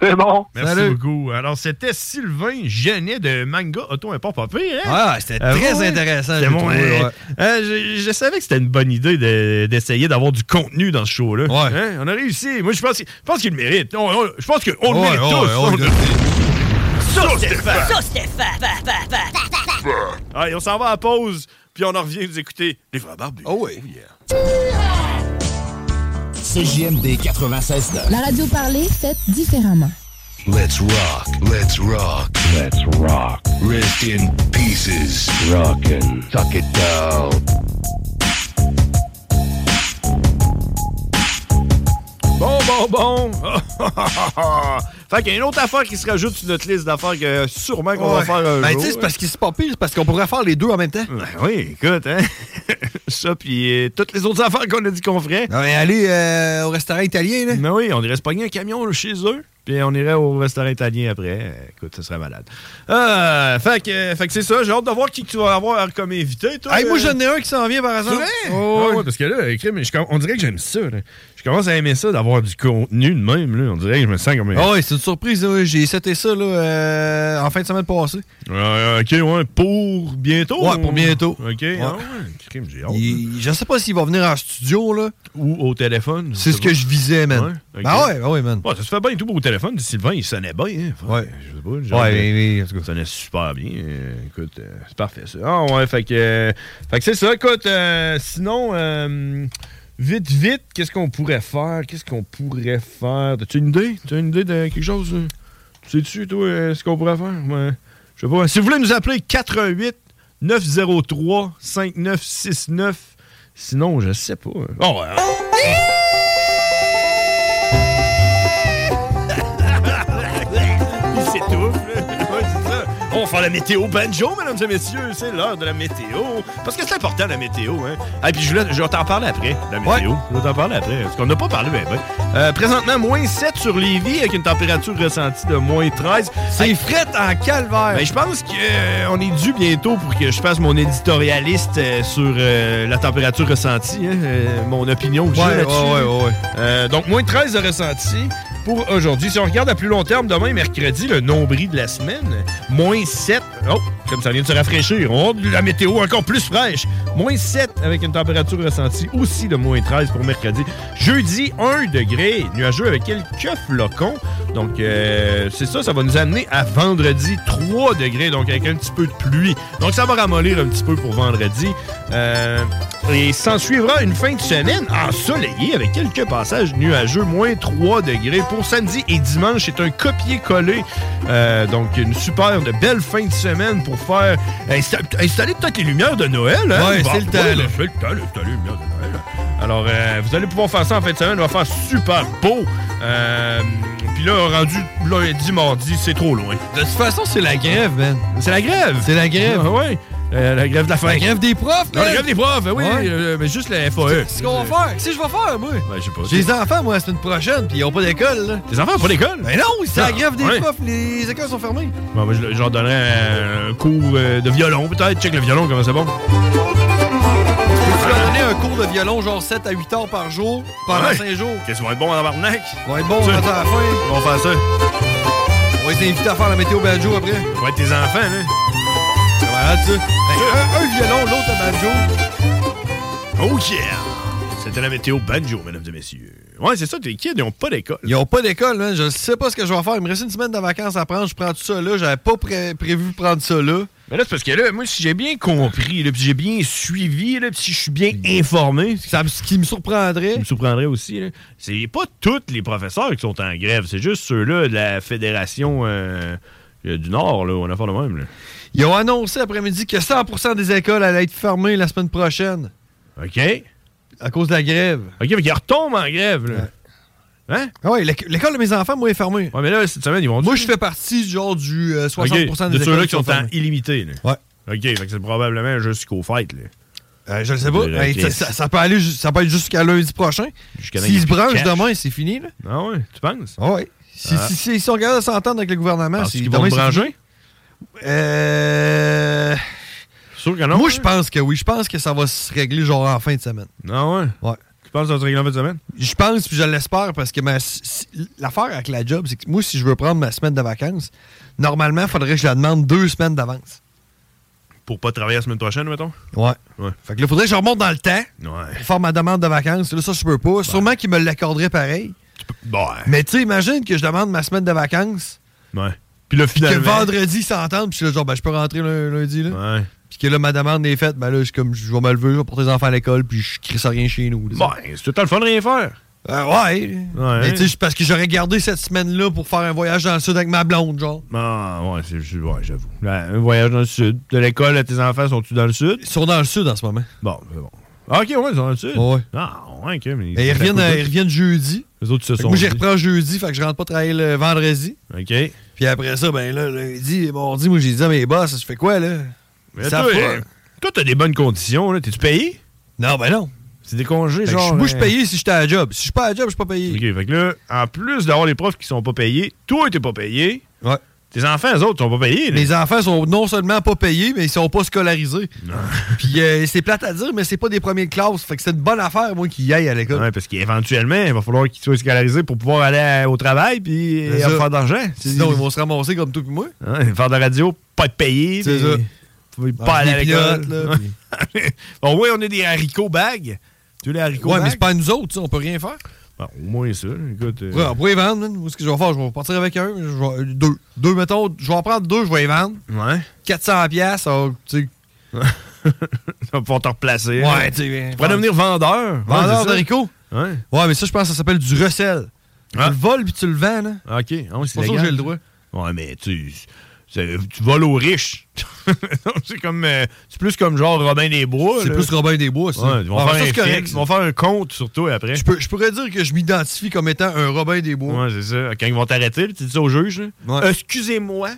C'est bon.
Merci
Salut.
beaucoup. Alors, c'était Sylvain Genet de Manga Auto Import Papier. hein?
Ah, c'était très intéressant,
C'est
j'ai
bon,
trouvé,
euh,
ouais.
euh, je, je savais que c'était une bonne idée de- d'essayer d'avoir du contenu dans ce show-là. Hein? On a réussi. Moi, je pense, que- je pense qu'il le mérite. On- on- je pense qu'on le
Ouais,
mérite
ouais,
tous.
ouais,
On
on
le-
le-
Sauce Stéphane.
Ça, Stéphane!
Allez, on s'en va à la pause, puis on en revient vous écouter les frères barbus.
Ah
Oh oui.
CJMD 96
La radio parlée, faite différemment.
Let's rock, let's rock, let's rock. Rest in pieces. Rockin', tuck it down.
Bon, bon, bon. (laughs) fait qu'il y a une autre affaire qui se rajoute sur notre liste d'affaires que euh, sûrement qu'on va
Ouais.
faire un
Ben,
jour. Ben
tu sais, c'est parce qu'il se pas pire, c'est parce qu'on pourrait faire les deux en même temps.
oui, écoute, hein. (laughs) Ça, puis euh, toutes les autres affaires qu'on a dit qu'on ferait.
Non, mais aller euh, au restaurant italien, là.
Ben oui, on irait se pogner un camion là, chez eux, puis on irait au restaurant italien après. Euh, Écoute, ça serait malade. Euh, fait que, euh, fait que c'est ça, j'ai hâte de voir qui que tu vas avoir comme invité, toi.
Hey, moi,
euh.
j'en ai un qui s'en vient, par
C'est
exemple.
vrai? Ah ouais, parce que là, écrit, mais je com- on dirait que j'aime ça. là. Je commence à aimer ça d'avoir du contenu de même. Là. On dirait que je me sens comme un.
Ah ouais, c'est une surprise. là. J'ai sauté ça là, euh, en fin de semaine passée.
Euh, ok, ouais, pour bientôt.
Ouais, pour bientôt.
Ok,
Ouais.
ah ouais, crime, j'ai hâte. hein.
Il- je sais pas s'il va venir en studio là.
Ou au téléphone.
C'est ce que je visais, man.
Ouais, ok.
Ah ouais, ah ouais, man.
Ouais, ça se fait bien et tout pour au téléphone. Dis, Sylvain, il sonnait bien. hein. Enfin,
Ouais.
Je sais pas.
Ouais,
mais, il sonnait super bien. Euh, écoute, euh, c'est parfait ça. Ah ouais, fait que, euh, fait que c'est ça. Écoute, euh, sinon, euh, vite, vite, qu'est-ce qu'on pourrait faire? Qu'est-ce qu'on pourrait faire? T'as-tu une idée? T'as une idée de quelque chose? euh? Tu sais-tu, toi, euh, ce qu'on pourrait faire? Ouais. Je sais pas. Si vous voulez nous appeler, 88 903 5969. Sinon, je sais pas. Oh, ouais. Il s'étouffe, là. (laughs) Ouais, c'est ça. On va faire la météo banjo, mesdames et messieurs. C'est l'heure de la météo. Parce que c'est important, la météo. Hein? Ah, puis je, voulais- je vais t'en parler après, la météo. Je vais t'en parler après. Parce qu'on n'a pas parlé, ben, ben. Euh, présentement, moins 7 sur Lévis, avec une température ressentie de moins 13. C'est fret en calvaire. je pense qu'on est dû bientôt pour que je fasse mon éditorialiste euh, sur euh, la température ressentie. hein, euh, mon opinion que j'ai
Ouais,
là-dessus.
ouais, ouais, ouais.
Euh, donc, moins 13 de ressenti pour aujourd'hui. Si on regarde à plus long terme, demain, mercredi, le nombril de la semaine, moins 7. Oh, comme ça vient de se rafraîchir. On a de la météo encore plus fraîche. Moins 7 avec une température ressentie aussi de moins 13 pour mercredi. Jeudi, 1 degré, nuageux avec quelques flocons. Donc, euh, c'est ça, ça va nous amener à vendredi, 3 degrés, donc avec un petit peu de pluie. Donc, ça va ramollir un petit peu pour vendredi. Euh, et s'en suivra une fin de semaine ensoleillée avec quelques passages nuageux, moins 3 degrés. Pour samedi et dimanche, c'est un copier-coller. Euh, donc, une super, de belle fin de semaine pour faire insta- installer peut-être les lumières de Noël. hein?
Ouais,
Bah,
c'est le temps,
ouais,
là.
c'est le temps, là, c'est les lumières de Noël. Alors, euh, vous allez pouvoir faire ça en fin de semaine. Il va faire super beau. Euh, Puis là, rendu lundi, mardi, c'est trop loin.
De toute façon, c'est la grève, man.
C'est la grève.
C'est la grève.
Ah ouais. Euh, la grève de la faim.
La grève des profs,
Non,
man.
la grève des profs, oui,
Ouais.
euh, mais juste la FAE.
C'est ce qu'on va faire. Qu'est-ce que je vais faire, moi?
Ben, je sais pas.
J'ai des enfants, moi, la semaine prochaine, puis ils ont pas d'école, là.
Tes enfants ont pas d'école?
Ben non, c'est
Ah,
la grève des
ouais.
profs, les écoles sont fermées.
Bon, moi, je, je leur donnerais euh, un cours euh, de violon, peut-être. Check le violon, comment c'est bon.
Tu vas donner un cours de violon, genre 7 à 8 heures par jour, pendant
Ouais.
5 jours.
Qu'est-ce qu'ils vont être bons en barnac?
Ils vont être bons, on
Ça.
va à la
Ils
fin.
vont faire ça.
On va les inviter à faire la météo banjo après.
Ça va être tes enfants, là.
C'est malade, ça. Ben, un, un violon, l'autre à banjo.
Oh yeah! C'était la météo banjo, mesdames et messieurs. Ouais, c'est ça, tes kids, ils ont pas d'école.
Ils ont pas d'école, man. Je sais pas ce que je vais faire. Il me reste une semaine de vacances à prendre. Je prends tout ça là. J'avais pas pré- prévu de prendre ça là.
Mais là, c'est parce que là, moi, si j'ai bien compris, là, puis j'ai bien suivi, là, puis si je suis bien informé, ça, ce qui me surprendrait. me surprendrait aussi, là, c'est pas tous les professeurs qui sont en grève, c'est juste ceux-là de la Fédération euh, euh, du Nord, là, on a fait le même. Là.
Ils ont annoncé après-midi que 100 des écoles allaient être fermées la semaine prochaine.
OK.
À cause de la grève.
OK, mais ils retombent en grève, là. Hein?
Ah ouais, l'éc- l'école de mes enfants, moi, est fermée.
Ouais, mais là, cette semaine, ils vont
Moi, je fais partie du genre du euh, 60
OK,
des
de
écoles
ceux-là qui sont en
fermées.
illimité. là. OK, fait que c'est probablement jusqu'aux fêtes. Là. Euh,
Je le sais pas. Hey, ça, ça- ça peut aller, ju- ça peut être jusqu'à lundi prochain.
Jusqu'à lundi
S'ils se
plus
branchent
cash.
demain, c'est fini. Là.
Ah ouais, tu penses?
Ah ouais. Si,
Ah.
si, si- ils sont capables de s'entendre avec le gouvernement,
Penses-tu
c'est
qu'ils vont
demain,
se
c'est
brancher?
fini. Euh...
hein?
Moi, je pense que oui. Je pense que ça va se régler genre en fin de semaine.
Non, Ah ouais?
Ouais.
Tu penses que ça va se régler en fin de semaine?
Je pense, puis je l'espère, parce que ma- si- si- l'affaire avec la job, c'est que moi, si je veux prendre ma semaine de vacances, normalement, il faudrait que je la demande deux semaines d'avance.
Pour pas travailler la semaine prochaine, mettons?
Ouais.
Ouais.
Fait que là, faudrait que je remonte dans le temps
Ouais.
pour faire ma demande de vacances. Là, ça, je peux pas. Sûrement qu'ils me l'accorderait pareil. Mais tu sais, imagine que je demande ma semaine de vacances,
Ouais. Puis là,
puis que
finalement.
vendredi, ils s'entendent, puis je suis là, genre, ben, je peux rentrer le- lundi, là.
Ouais.
Puis que là, ma demande est faite, ben là, je suis comme, je vais me lever, je vais porter les enfants à l'école, puis je crisse rien chez nous. là.
Ben, c'est tout le temps le fun de rien faire.
Euh, ouais. Mais tu sais, parce que j'aurais gardé cette semaine-là pour faire un voyage dans le sud avec ma blonde, genre.
Ah, ouais, c'est juste- ouais, j'avoue. Là, un voyage dans le sud. De l'école à tes enfants, sont-tu dans le sud?
Ils sont dans le sud en ce moment.
Bon, c'est bon. Ah, ok, ouais, ils sont dans le sud.
Ouais.
Ah, ouais, ok, mais.
Et ils reviennent, euh, ils reviennent jeudi.
Les autres, ils se
Fait que
sont.
moi, j'y
dit.
reprends jeudi, fait que je rentre pas travailler le vendredi.
Ok.
Puis après ça, ben là, lundi et mardi, moi, j'ai dit à mes boss, je fais quoi, là?
Mais toi, euh, toi, t'as des bonnes conditions, là. T'es-tu payé?
Non, ben non.
C'est des congés,
Fait que
genre.
je- moi, je suis
euh,
payé si j'étais à la job. Si je suis pas à la job, je suis pas payé.
OK, fait que là, en plus d'avoir les profs qui sont pas payés, toi, t'es pas payé.
Ouais.
Tes enfants, eux autres, sont pas payés. là.
Les enfants sont non seulement pas payés, mais ils sont pas scolarisés. (laughs) Puis euh, c'est plate à dire, mais c'est pas des premières classes. Fait que c'est une bonne affaire, moi, qu'ils y aillent à l'école.
Ouais, parce qu'éventuellement, il va falloir qu'ils soient scolarisés pour pouvoir aller à- au travail puis
C'est
euh,
ça.
faire d'argent.
Sinon, ils vont se ramasser comme toi et moi.
Hein, faire de la radio, pas être payé.
C'est
puis-
ça.
puis
Dans
Pas aller à
les
l'école.
pilotes, là,
(laughs) Ouais. bon, oui, on a des haricots bagues. Tu veux les haricots
Ouais, mais
bagues?
c'est pas à nous autres, tu sais, on peut rien faire.
Bon, Bah, au moins ça. Écoute, euh,
Ouais, on pourrait les vendre, man. Moi, ce que je vais faire, je vais partir avec un, je vais- euh, deux. Deux, mettons, je vais en prendre deux, je vais les vendre.
(laughs) Ouais.
400 pièces, oh, tu sais.
ça va pouvoir te replacer.
Ouais, tu sais,
Tu pourrais devenir vendeur. Ouais, c'est
Vendeur
ça.
d'haricots?
Ouais.
Ouais, mais ça, je pense que ça s'appelle du recel. Tu le voles puis tu le vends, là.
Ah, OK. Ah, oui, c'est
Pas sûr que
légal.
j'ai le droit.
Ouais, mais tu, c'est- tu voles aux riches. (laughs) c'est comme euh, c'est plus comme genre Robin des Bois.
C'est
là.
plus Robin des Bois, ça.
Ouais, ils vont
Ah,
faire
ça,
un
c'est correct,
film, ils vont faire un compte sur toi après.
Je, peux- je pourrais dire que je m'identifie comme étant un Robin des Bois.
Ouais, c'est ça. Quand ils vont t'arrêter, là, tu dis ça au juge. là. Euh, Excusez-moi.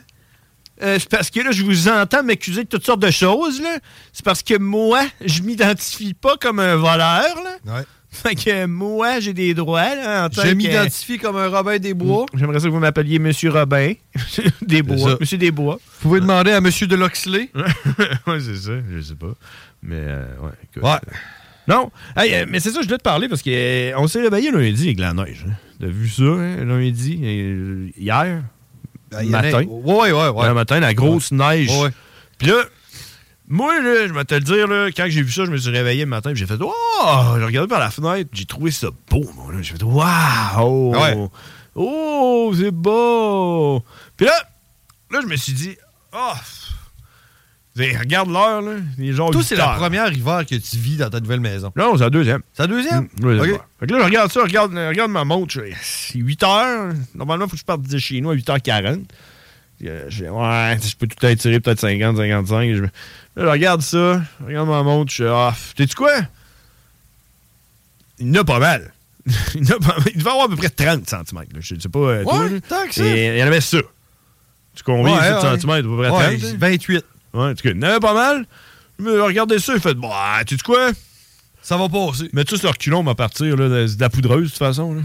Euh, c'est parce que là, je vous entends m'accuser de toutes sortes de choses. là. C'est parce que moi, je m'identifie pas comme un voleur. Là.
Ouais.
Fait que moi, j'ai des droits. Là, en tant
Je
que-
m'identifie comme un Robin des Bois.
J'aimerais ça que vous m'appeliez Monsieur Robin. Mm. (laughs) Desbois.
ça.
Monsieur Desbois.
Vous pouvez demander à Monsieur de Loxley.
(laughs) ouais, c'est ça, je sais pas. Mais, euh, ouais, écoute. euh, Non, Hey, euh, mais c'est ça, je voulais te parler parce qu'on s'est réveillé lundi avec la neige. hein. T'as vu ça, hein, lundi, euh, hier,
Ah, il y en a-
matin.
Ouais, ouais, ouais. ouais.
Le matin, la grosse neige. Puis là, moi, là, je vais te le dire, là, quand j'ai vu ça, je me suis réveillé le matin, puis j'ai fait Oh! J'ai regardé par la fenêtre, j'ai trouvé ça beau, moi. là. J'ai fait Waouh!
Ouais.
Oh, c'est beau! Puis là, là, je me suis dit Oh! Hey, Regarde l'heure, là. Il est genre
Toi, c'est
8
la
heures.
première hiver que tu vis dans ta nouvelle maison.
Non, c'est la deuxième.
C'est la deuxième?
Mm, oui,
Ok.
c'est bon. Fait que là, je regarde ça, regarde, regarde ma montre. je- C'est 8 heures. Normalement, il faut que je parte de chez nous à 8h40. Euh, j'ai- ouais, je peux tout étirer, peut-être 50, 55. et je me- Là, je regarde ça, je regarde ma montre. Je ah, t'es-tu quoi? Il n'a pas mal. (laughs) il, n'a pas mal. Il devait avoir à peu près 30 cm. là. Je sais pas. euh, toi, là.
tant que ça.
Et il y en avait ça. Tu combien,
Ouais,
7
ouais.
cm, à peu près
Ouais,
30?
28.
Ouais, en tout cas, il y en avait pas mal. Mais regardez ça, il fait Bah, tu sais quoi?
Ça va passer.
Mais tu sais, le reculon à partir là, de, de la poudreuse, de toute façon. Là.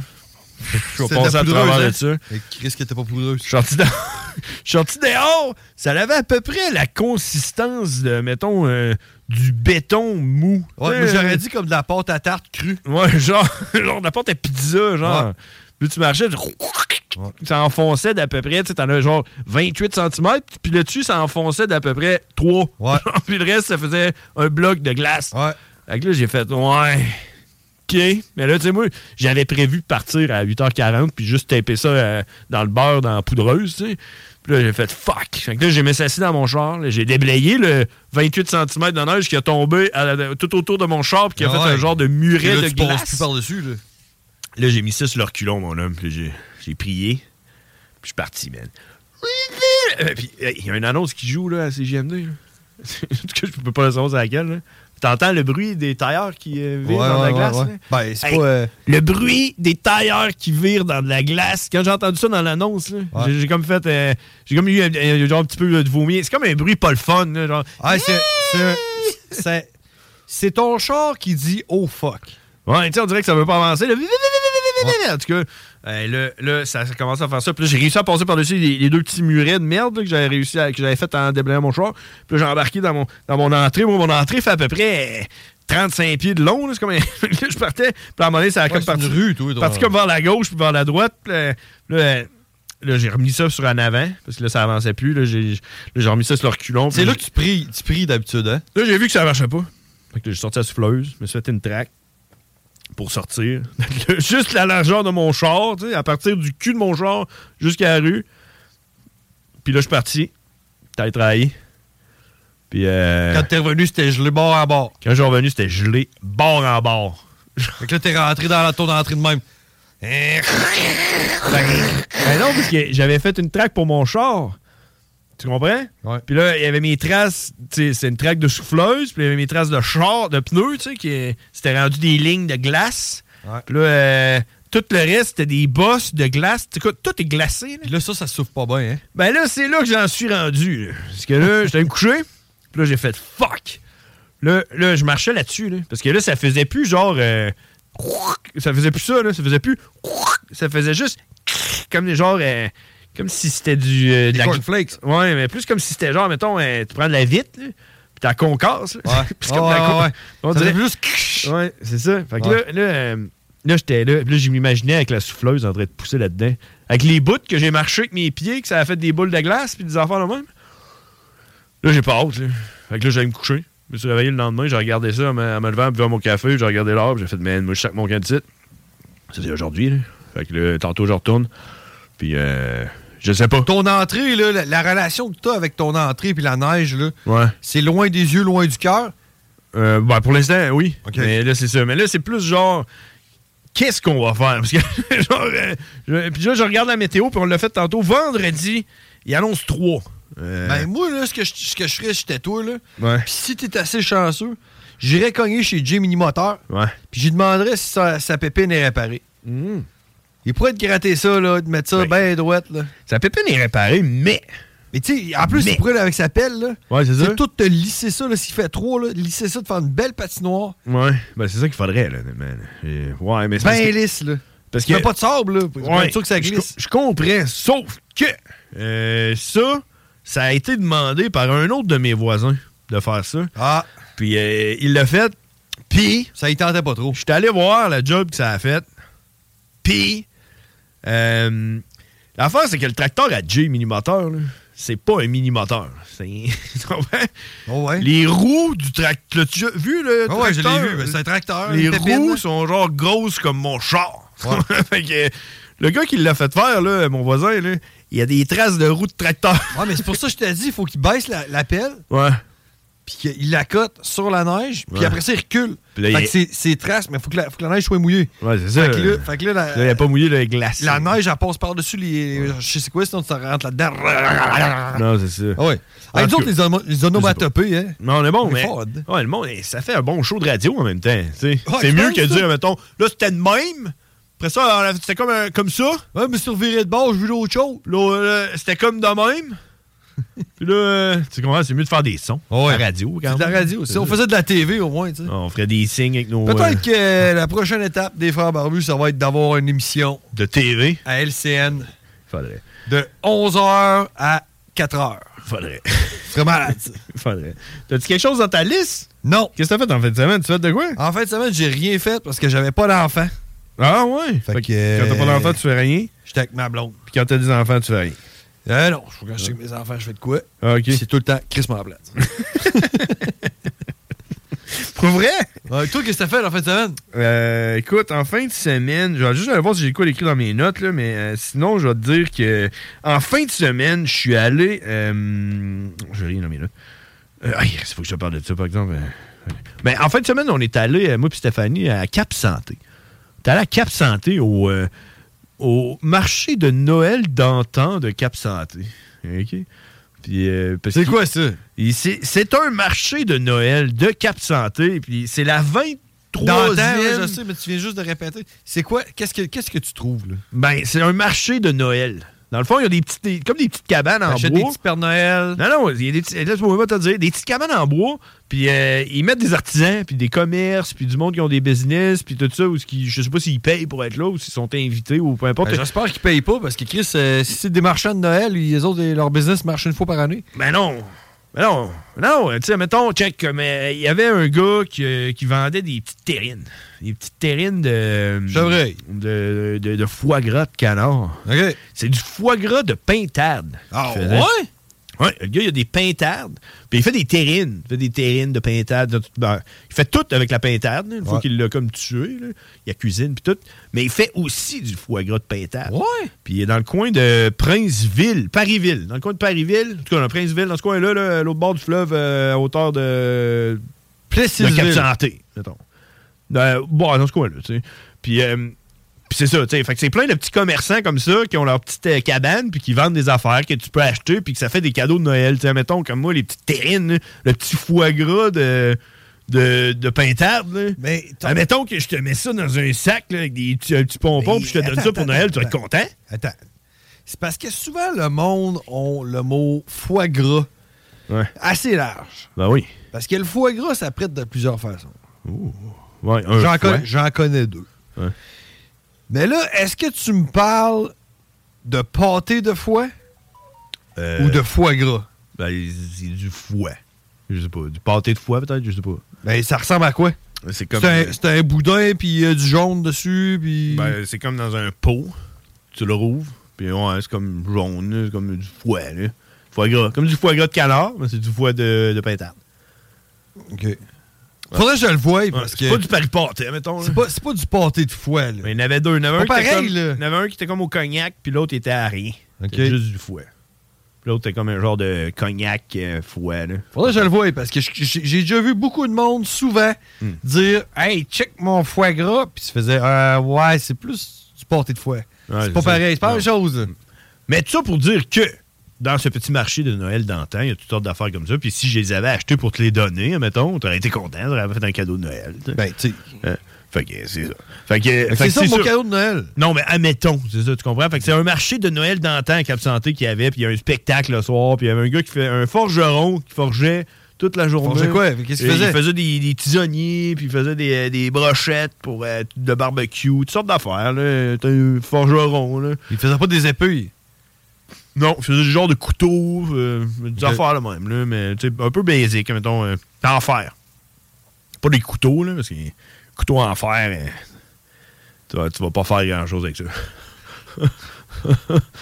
Je vais
C'était de la
passer à
poudreuse,
travers
hein?
de ça.
Et Chris, qui était pas poudreuse.
Je suis sorti dans- (laughs) je suis sorti dehors, ça avait à peu près la consistance de, mettons, euh, du béton mou.
Ouais, moi,
Tu sais,
j'aurais dit comme de la pâte à tarte crue.
Ouais, (laughs) genre, genre de la porte à pizza, genre. Puis tu marchais, tu- ça enfonçait d'à peu près, tu sais, t'en as genre 28 cm, puis le dessus, ça enfonçait d'à peu près 3. (laughs) puis le reste, ça faisait un bloc de glace. Fait que là, j'ai fait, ouais. OK. Mais là, tu sais, moi, j'avais prévu de partir à 8h40 puis juste taper ça euh, dans le beurre, dans la poudreuse, tu sais. Puis là, j'ai fait fuck. Fait que là, j'ai mis ça assis dans mon char. là, j'ai déblayé le 28 cm de neige qui a tombé à la- tout autour de mon char puis qui a
Ah
fait
ouais.
un genre de
Et
muret
là,
de
tu passes
glace.
plus par-dessus, là.
Là, j'ai mis ça sur le reculon, mon homme. Puis j'ai, j'ai prié. Puis je suis parti, man. Euh, Puis euh, il y a une annonce qui joue là, à CGMD. là. (laughs) en tout cas, je peux pas le savoir c'est laquelle. là. T'entends le bruit des tailleurs qui euh, virent
Ouais,
dans
ouais,
la glace.
ouais,
là?
ouais. Ben, c'est
Hey,
pas, euh,
Le bruit des tailleurs qui virent dans de la glace. Quand j'ai entendu ça dans l'annonce, là, j'ai, j'ai comme fait. euh, j'ai comme eu un, un- genre un petit peu de vomi. C'est comme un bruit pas le fun. là, genre,
c'est, c'est- c'est ton char qui dit oh fuck.
Ouais, tu sais, on dirait que ça veut pas avancer. là. (laughs) En tout cas, euh, là, là, ça, ça commence à faire ça. Puis là, j'ai réussi à passer par-dessus les, les deux petits murets de merde là, que j'avais réussi à- que j'avais fait en déblayant mon char. Puis là, j'ai embarqué dans mon, dans mon entrée. Moi, mon entrée fait à peu près euh, 35 pieds de long. là. C'est comme un- (laughs) là, je partais. Puis à un moment donné, ça a comme
c'est une
parti,
rue, toi, toi.
parti comme vers la gauche puis vers la droite. Puis là, là, là, j'ai remis ça sur un avant parce que là, ça avançait plus. Là, j'ai là, j'ai remis ça sur le reculon.
C'est
Puis
là que tu pries, tu pries d'habitude, hein?
Là, j'ai vu que ça marchait pas. Fait que là, j'ai sorti la souffleuse, je me suis fait une traque pour sortir. (laughs) Le- Juste la largeur de mon char, tu sais, à partir du cul de mon char jusqu'à la rue. Puis là, je suis parti. T'as trahi. Puis. Euh...
Quand t'es revenu, c'était gelé bord en bord.
Quand je suis revenu, c'était gelé bord en bord.
Fait que là, t'es rentré dans la tour d'entrée de même.
Ben non, parce que j'avais fait une traque pour mon char. Tu comprends? Puis là, il y avait mes traces, tu sais, c'est une traque de souffleuse, puis il y avait mes traces de char, de pneus, tu sais, qui euh, c'était rendu des lignes de glace. Puis là, euh, tout le reste, c'était des bosses de glace. Tu sais quoi, tout est glacé. Là.
là, ça, ça souffle pas bien, hein?
Ben là, c'est là que j'en suis rendu. là. Parce que là, j'étais allé me coucher, puis là, j'ai fait fuck. Là, là, je marchais là-dessus, là, parce que là, ça faisait plus genre. euh, ça faisait plus ça, là, ça faisait plus. Ça faisait juste. Comme des genre. euh, comme si c'était du. euh, de la cornflakes. Ouais, mais plus comme si c'était genre, mettons, euh, tu prends de la vitre, là, puis t'as la concasse. là. (laughs) Puis c'est
Ouais,
comme la con-
ouais, ouais.
On
Ça
dirait.
fait
Ouais, c'est ça. Fait que
Ouais.
là, là, euh, là, j'étais là. Puis là, je m'imaginais avec la souffleuse en train de pousser là-dedans. Avec les bouts que j'ai marché avec mes pieds, que ça a fait des boules de glace puis des enfants là même. Là, j'ai pas hâte. Là. Fait que là, j'allais me coucher. Je me suis réveillé le lendemain, j'ai regardé ça en me en me levant, en buvant mon café, j'ai regardé l'heure, puis j'ai fait, man, moi, je sac mon candidat. C'était aujourd'hui, là. Fait que là, tantôt, je retourne. Puis, euh, je sais pas.
Ton entrée, là, la, la relation que t'as avec ton entrée puis la neige, là,
Ouais.
c'est loin des yeux, loin du cœur.
Euh, ben, pour l'instant, oui. Mais là, c'est ça. Mais là, c'est plus genre. Qu'est-ce qu'on va faire? Parce que, (laughs) genre, euh, je- puis là, je regarde la météo, puis on l'a fait tantôt. Vendredi, il annonce 3.
Ben, moi, là, ce que je, ce que je ferais, si j'étais toi, là,
Ouais.
pis si t'es assez chanceux, j'irais cogner chez Jimmy Moteur,
Ouais. Hmm.
puis j'y demanderais si sa, sa pépine est réparée. Il pourrait te gratter ça, là, de mettre ça bien droite, là.
Sa pépine est réparée, mais...
Mais tu sais, en plus, il pourrait, là, avec sa pelle, là...
Ouais, c'est ça.
tout te lisser ça, là, s'il fait trop, là, lisser ça, de faire une belle patinoire.
Ouais, ben, c'est ça qu'il faudrait, là. man. Et- ouais, mais c'est parce
Ben
que-
lisse, là.
Parce
Tu
que-
fais pas de sable, là. pour- pour
Ouais,
être sûr que ça
je
glisse.
co- Je, comprends, sauf que euh, ça, ça a été demandé par un autre de mes voisins de faire ça.
Ah.
Puis euh, il l'a fait. Puis.
Ça y tentait pas trop.
Je suis allé voir le job que ça a fait. Puis. euh, L'affaire, c'est que le tracteur à J minimoteur, là, c'est pas un minimoteur. C'est. (laughs) tu comprends?
Oh,
Les roues du tracteur. Tu as vu le
Ah ouais, je l'ai
Euh, tracteur?
vu, ben, c'est un tracteur,
Les
une pépine.
roues sont genre grosses comme mon char. (laughs) Fait que, le gars qui l'a fait faire, là, mon voisin, là, il a des traces de roues de tracteur.
(laughs) Ouais, mais c'est pour ça que je t'ai dit, il faut qu'il baisse la, la pelle,
Ouais.
puis qu'il la cote sur la neige, puis
Ouais.
après ça, il recule.
Puis là,
fait
il-
que c'est- c'est trace, mais il faut, que la- faut que la neige soit mouillée.
Ouais, c'est ça.
Fait que là, fait que là, la-
Là, il a pas mouillé le glace.
La neige, elle passe par-dessus les. Je sais c'est quoi, sinon tu rentres là-dedans.
Non, c'est ça.
Ah Ouais.
En
Hey, nous
tout
autres,
cas,
les, ono- les onomatopées, hein.
Non, on est bon,
On est hein.
mais.
fort,
Ouais, le monde, eh, ça fait un bon show de radio en même temps. tu sais. c'est
tu
mieux
penses,
que de
ça?
dire, mettons, là, c'était de même. Après ça, on a- c'était comme, un- comme ça.
Ouais, mais sur viré de bord, je vu l'autre chose. euh,
c'était comme de (laughs) même. Puis là, euh, (laughs) tu comprends, c'est mieux de faire des sons. La radio, quand
C'est de la
même.
radio. Si on faisait de la TV, au moins, tu sais.
On ferait des signes avec nos. euh,
Peut-être que euh, la prochaine étape des Frères Barbus, ça va être d'avoir une émission
de TV
à LCN
faudrait.
de 11h à 4h.
Faudrait.
Vraiment malade, ça.
(laughs) Faudrait. T'as-tu quelque chose dans ta liste?
Non.
Qu'est-ce que t'as fait en fin de semaine? Tu fais de quoi?
En fin de semaine, j'ai rien fait parce que j'avais pas d'enfant.
Ah ouais? Fait
que, euh,
Quand t'as pas d'enfant, tu fais rien.
J'étais avec ma blonde.
Puis quand t'as des enfants, tu fais rien.
Eh non, je quand je suis avec mes enfants, je fais de quoi?
Ah, ok.
C'est tout le temps Chris Mablat.
(laughs) Pour vrai?
toi, qu'est-ce que t'as fait en fin de semaine?
Euh, écoute, en fin de semaine, je vais juste aller voir si j'ai quoi écrit dans mes notes, là, mais euh, sinon, je vais te dire que en fin de semaine, je suis allé. euh, je vais rien dans mes notes. Euh, aïe, il faut que je te parle de ça, par exemple. Euh, Mais en fin de semaine, on est allé, euh, moi et Stéphanie, à Cap Santé. On est allé à Cap Santé au, euh, au marché de Noël d'antan de Cap Santé. OK? Puis, euh, parce
C'est
qu'il-
quoi ça?
il- C'est c'est un marché de Noël de Cap Santé. Puis c'est la 23e.
Dans le temps, ouais, je sais, mais tu viens juste de répéter. C'est quoi? Qu'est-ce que, qu'est-ce que tu trouves, là?
Ben, c'est un marché de Noël. Dans le fond, il y a des petites, des- comme des petites cabanes en bois.
T'achètes des petits
Père Noël. Non, non, il y a des petits, laisse-moi pas te dire, des petites cabanes en bois, puis euh, ils mettent des artisans, puis des commerces, puis du monde qui ont des business, puis tout ça, ou ce qui, je sais pas s'ils payent pour être là, ou s'ils sont invités, ou peu importe.
Ben, (laughs) J'espère qu'ils payent pas, parce que Chris, euh, si c'est des marchands de Noël, les autres, leur business marche une fois par année.
Mais Ben non. Mais non. Non, tu sais, mettons, check, mais il y avait un gars qui, euh, qui vendait des petites terrines. Des petites terrines de. De, de, de foie gras de canard. C'est du foie gras de pintade. Ah
ouais?
Ouais, le gars, il a des pintardes, puis il fait des terrines. Il fait des terrines de pintade. de tout- ben, il fait tout avec la pintarde, là, une fois
Ouais.
qu'il l'a comme tué. là. Il la cuisine, puis tout. Mais il fait aussi du foie gras de pintade.
Ouais.
Puis il est dans le coin de Princeville, Parisville. Dans le coin de Parisville, en tout cas, dans Princeville, dans ce coin-là, là, à l'autre bord du fleuve, euh, à hauteur de.
Plessisville.
De Cap Santé, mettons. Euh, bon, dans ce coin-là, tu sais. Puis. euh, puis c'est ça, tu sais. Fait que c'est plein de petits commerçants comme ça qui ont leur petite euh, cabane, puis qui vendent des affaires que tu peux acheter, puis que ça fait des cadeaux de Noël. Tu sais, mettons, comme moi, les petites terrines, là, le petit foie gras de. De, de pintarde. Mais mettons que je te mets ça dans un sac là, avec des petits, un petit pompon, puis je te donne ça pour Noël, tu vas être content.
Attends. C'est parce que souvent, le monde ont le mot foie gras assez large.
Ben oui.
Parce que le foie gras, ça prête de plusieurs façons.
Ouais, un
J'en
foie.
connais, j'en connais deux.
Ouais.
Mais là, est-ce que tu me parles de pâté de foie?
Euh,
Ou de foie gras?
Ben, c'est du foie. Je sais pas. Du pâté de foie, peut-être, je sais pas.
Ben, ça ressemble à quoi?
C'est
C'est
comme.
un- c'est un, boudin, puis euh, du jaune dessus, puis...
Ben, c'est comme dans un pot. Tu le rouvres. Puis ouais, c'est comme jaune, là, c'est comme du foie, là. Foie gras. Comme du foie gras de canard, mais c'est du foie de, de pintade.
OK. Faudrait que je le voie, parce
c'est
que...
pas du pari-pâté, mettons.
C'est pas, c'est pas du pâté de foie, là.
Mais il y en avait deux. Il y en avait, un
Pas
qui était
pareil,
comme-
là.
il y en avait un qui était comme au cognac, puis l'autre était à rien. C'était juste du foie. Puis l'autre était comme un genre de cognac euh, foie, là.
Faudrait que je le voie, parce que je- j'ai j'ai déjà vu beaucoup de monde, souvent,
Hmm.
dire « Hey, check mon foie gras », puis se faisait Euh, ouais, c'est plus du pâté de foie
Ouais,
C'est pas
ça.
pareil, c'est pas la même
Non.
chose.
Mais tout ça pour dire que dans ce petit marché de Noël d'antan, il y a toutes sortes d'affaires comme ça. Puis si je les avais achetées pour te les donner, mettons, t'aurais été content, t'aurais fait un cadeau de Noël. Euh,
Ben, tu
Fait que c'est ça. Fait que, fait que
C'est ça, mon
sûr.
cadeau de Noël.
Non, mais admettons, c'est ça, tu comprends? Fait que c'est un marché de Noël d'antan à Cap Santé qu'il y avait, puis il y a un spectacle le soir, puis il y avait un gars qui fait un forgeron qui forgeait toute la journée.
Forgeait quoi? Qu'est-ce qu'il
Et
faisait?
Il faisait des, des tisonniers, puis il faisait des, euh, des brochettes pour euh, de barbecue, toutes sortes d'affaires, là. T'as un forgeron, là.
Il faisait pas des épées?
Non, il faisait du genre de couteau, euh, des
Ok.
affaires, là, même, là, mais tu sais, un peu basic, mettons, euh, en fer. Pas des couteaux, là, parce que couteau en fer, euh, tu, vas, tu vas pas faire grand-chose avec ça. (laughs)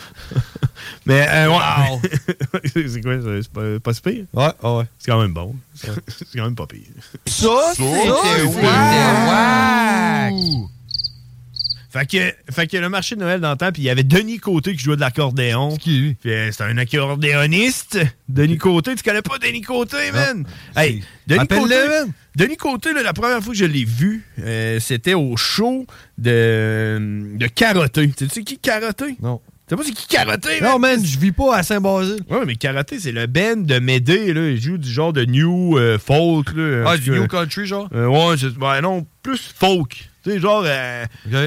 mais, euh, ouais. (laughs) c'est c'est quoi, ça? c'est pas, pas si pire?
Ouais, ouais.
C'est quand même bon. (laughs) c'est quand même pas pire.
Ça,
c'était
wack!
Fait que, fait que le marché de Noël d'antan, puis il y avait Denis Côté qui jouait de l'accordéon.
Qui,
Puis euh, c'était un accordéoniste. Denis Côté, tu connais pas Denis Côté, man? Hey, Denis
Appelle-le,
Côté,
man.
Denis Côté, là, la première fois que je l'ai vu, euh, c'était au show de, de Caroté. Tu sais qui Caroté?
Non.
Tu sais pas c'est qui Caroté, man?
Non, man, je vis pas à Saint-Basile.
Ouais, mais Karaté, c'est le band de Médée, là. Il joue du genre de new euh, folk, là.
Ah,
Un
du
petit peu-
New Country, genre?
Euh, ouais, c'est- ouais, non, plus folk. Tu sais, genre, euh,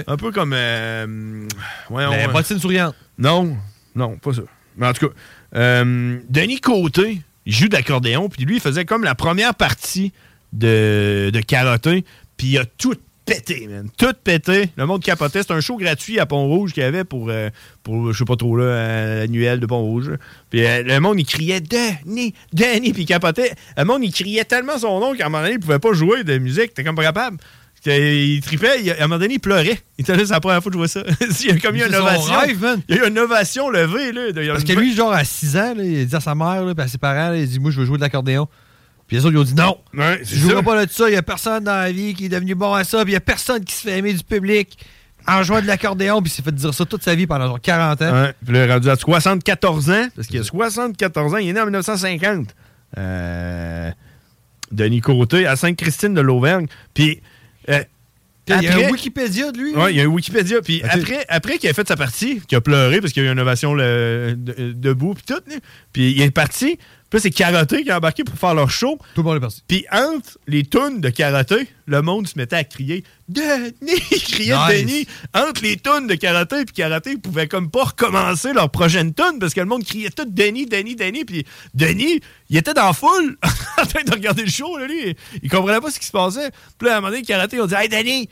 un peu comme... Euh, voyons,
Mais
euh,
bottine souriante.
non, non, pas ça. Mais en tout cas, euh, Denis Côté, il joue d'accordéon, puis lui, il faisait comme la première partie de, de Carotin, puis il a tout pété, man. Tout pété. Le monde capotait. C'était un show gratuit à Pont-Rouge qu'il y avait pour, euh, pour je sais pas trop, là, euh, annuel de Pont-Rouge. là. Puis euh, le monde, il criait Denis, Denis, puis il capotait. Le monde, il criait tellement son nom qu'à un moment donné, il pouvait pas jouer de musique. T'es comme pas capable. C'était- Il tripait, il- à un moment donné, il pleurait. Il était là, c'est la première fois que je vois ça. (laughs) il y a comme eu
C'est
une
son
ovation.
rêve, man.
Il y a eu une ovation levée, là. Il y a
Parce
une-
que lui, genre, à 6 ans, là, il a dit à sa mère, là, puis à ses parents, là, il dit Moi, je veux jouer de l'accordéon. Puis les autres, ils ont dit non. tu
c'est
joueras
ça.
pas là-dessus, il y a personne dans la vie qui est devenu bon à ça, puis il y a personne qui se fait aimer du public en jouant de l'accordéon, puis il s'est fait dire ça toute sa vie pendant genre 40 ans.
Ouais. Puis là, il est rendu à 74 ans, parce qu'il a 74 ans, il est né en 1950. Euh, Denis Côté, à Sainte-Christine de l'Auvergne. Puis. euh,
Il y a
après-
un Wikipédia de lui.
Ouais, il y a un Wikipédia. Puis après, après qu'il a fait sa partie, qu'il a pleuré parce qu'il y a eu une ovation le- de- debout, puis tout, là. puis il est parti. Puis là, c'est Karaté qui a embarqué pour faire leur show.
Tout le monde est parti.
Puis entre les tunes de Karaté, le monde se mettait à crier Denis (laughs) Il criait
Nice.
Denis Entre les tunes de Karaté, puis Karaté, ils pouvaient comme pas recommencer leur prochaine tune parce que le monde criait tout Denis, Denis, Denis. Puis Denis, il était dans la foule (laughs) en train de regarder le show, là, lui. Il comprenait pas ce qui se passait. Puis là, à un moment donné, Karaté, on dit Hey Denis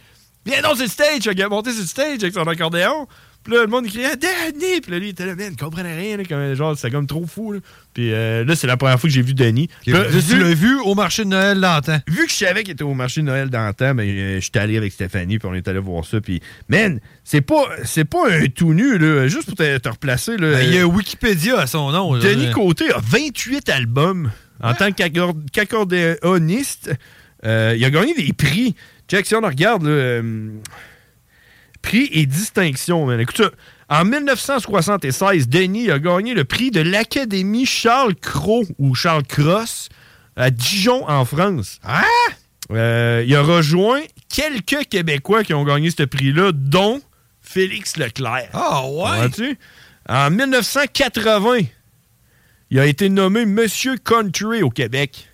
Viens donc sur le stage, il a monté sur le stage avec son accordéon. Puis là, le monde il criait Denis! Puis là, lui, il était là, man, il comprenait rien, là, comme, genre, c'était comme trop fou. Là. Puis euh, là, c'est la première fois que j'ai vu Denis. Puis là,
Tu l'as vu au marché de Noël l'antan.
Vu que je savais qu'il était au marché de Noël d'antan, ben, euh, j'étais allé avec Stéphanie, puis on est allé voir ça. Puis, man, c'est pas, c'est pas un tout nu, là. Juste pour te, te replacer, là.
Ben, Il y a Wikipédia à son nom. là.
Denis Côté a 28 albums en tant qu'accor- qu'accordéoniste. Euh, il a gagné des prix. Check, si on regarde, là, euh, prix et distinction. man. Écoute ça. En 1976, Denis a gagné le prix de l'Académie Charles Cros ou Charles Cross à Dijon, en France.
Hein?
Ah! il a rejoint quelques Québécois qui ont gagné ce prix-là, dont Félix Leclerc.
Ah ouais?
Comprends-tu? En 1980, il a été nommé Monsieur Country au Québec.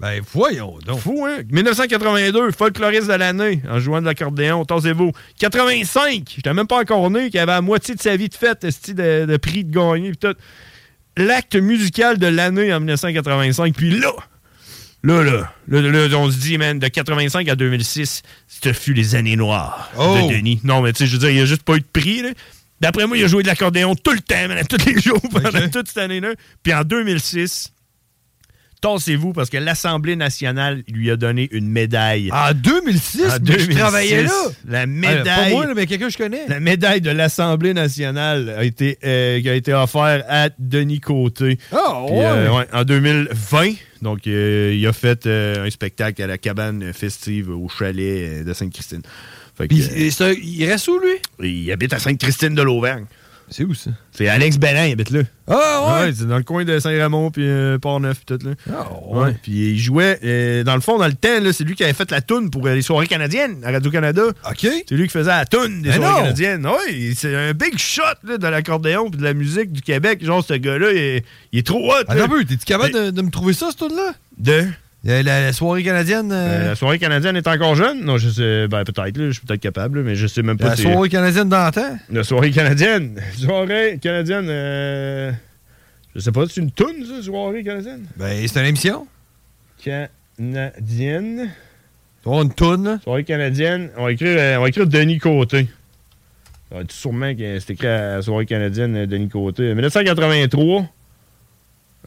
Ben voyons donc.
Fou, hein? 1982, folkloriste de l'année, en jouant de l'accordéon, tassez-vous. 85, j'étais même pas encore né, qui avait la moitié de sa vie de fête, esti, de, de prix de gagner, pis tout. L'acte musical de l'année en 1985, puis là, là, là, là, là, on se dit, man, de 85 à 2006, ce fut les années noires
Oh!
de Denis. Non, mais tu sais, je veux dire, il a juste pas eu de prix, là. D'après moi, il a joué de l'accordéon tout le temps, man, à tous les jours, pendant toute cette année-là. Puis en 2006, tassez-vous parce que l'Assemblée nationale lui a donné une médaille.
En 2006,
En
mais je
2006,
travaillais là.
La
Ah, Pas
médaille.
moi, là, mais quelqu'un que je connais.
La médaille de l'Assemblée nationale a été, euh, qui a été offerte à Denis Côté.
Ah,
Puis,
ouais.
euh, ouais, en 2020, donc euh, il a fait euh, un spectacle à la cabane festive au chalet euh, de Sainte-Christine. Fait que,
Puis,
euh,
euh, c'est un- il reste où, lui?
il habite à Sainte-Christine de l'Auvergne.
C'est où ça?
C'est Alex Bellin, il habite là.
Ah, ouais?
c'est dans le coin de Saint-Ramon puis euh, Port-Neuf puis tout là.
Ah, ouais.
Puis il jouait euh, dans le fond dans le temps là, c'est lui qui avait fait la toune pour euh, les soirées canadiennes à Radio Canada.
OK.
C'est lui qui faisait la toune des
Mais
soirées
non!
canadiennes. Oui, c'est un big shot là, de l'accordéon puis de la musique du Québec. Genre ce gars-là, il, est- il est trop hot.
Attends
là.
un peu, t'es-tu capable
Mais-
de, de me trouver ça, ce tour-là?
de
La, la soirée canadienne. euh,
Euh, la soirée canadienne est encore jeune Non, je sais ben peut-être là, je suis peut-être capable là, mais je sais même pas
la
si-
soirée canadienne d'antan?
La soirée canadienne. Soirée canadienne. euh, Je sais pas, c'est une toune, ça, soirée canadienne?
Ben, c'est une émission.
Canadienne.
Oh, une toune.
Soirée canadienne. On va écrire, euh, on va écrire Denis Côté. Ça va être sûrement que c'est écrit à la soirée canadienne euh, Denis Côté. 1983.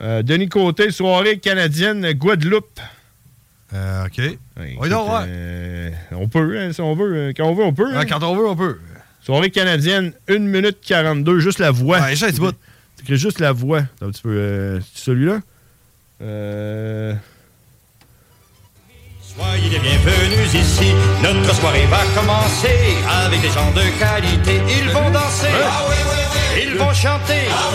Euh, Denis Côté, soirée canadienne euh, Guadeloupe.
Euh, OK. Oui,
écoute,
donc, ouais.
euh, on peut, hein, si on veut. euh, Quand on veut, on peut.
Ah,
hein.
quand on veut, on peut.
Soirée canadienne, 1 minute 42, juste la voix.
Ouais, j'ai un petit bout.
T'écris juste la voix. Attends Un petit peu, euh, c'est celui-là? Euh...
Soyez les bienvenus ici, notre soirée va commencer avec des gens de qualité. Ils vont danser, Ah ils vont chanter.
Ah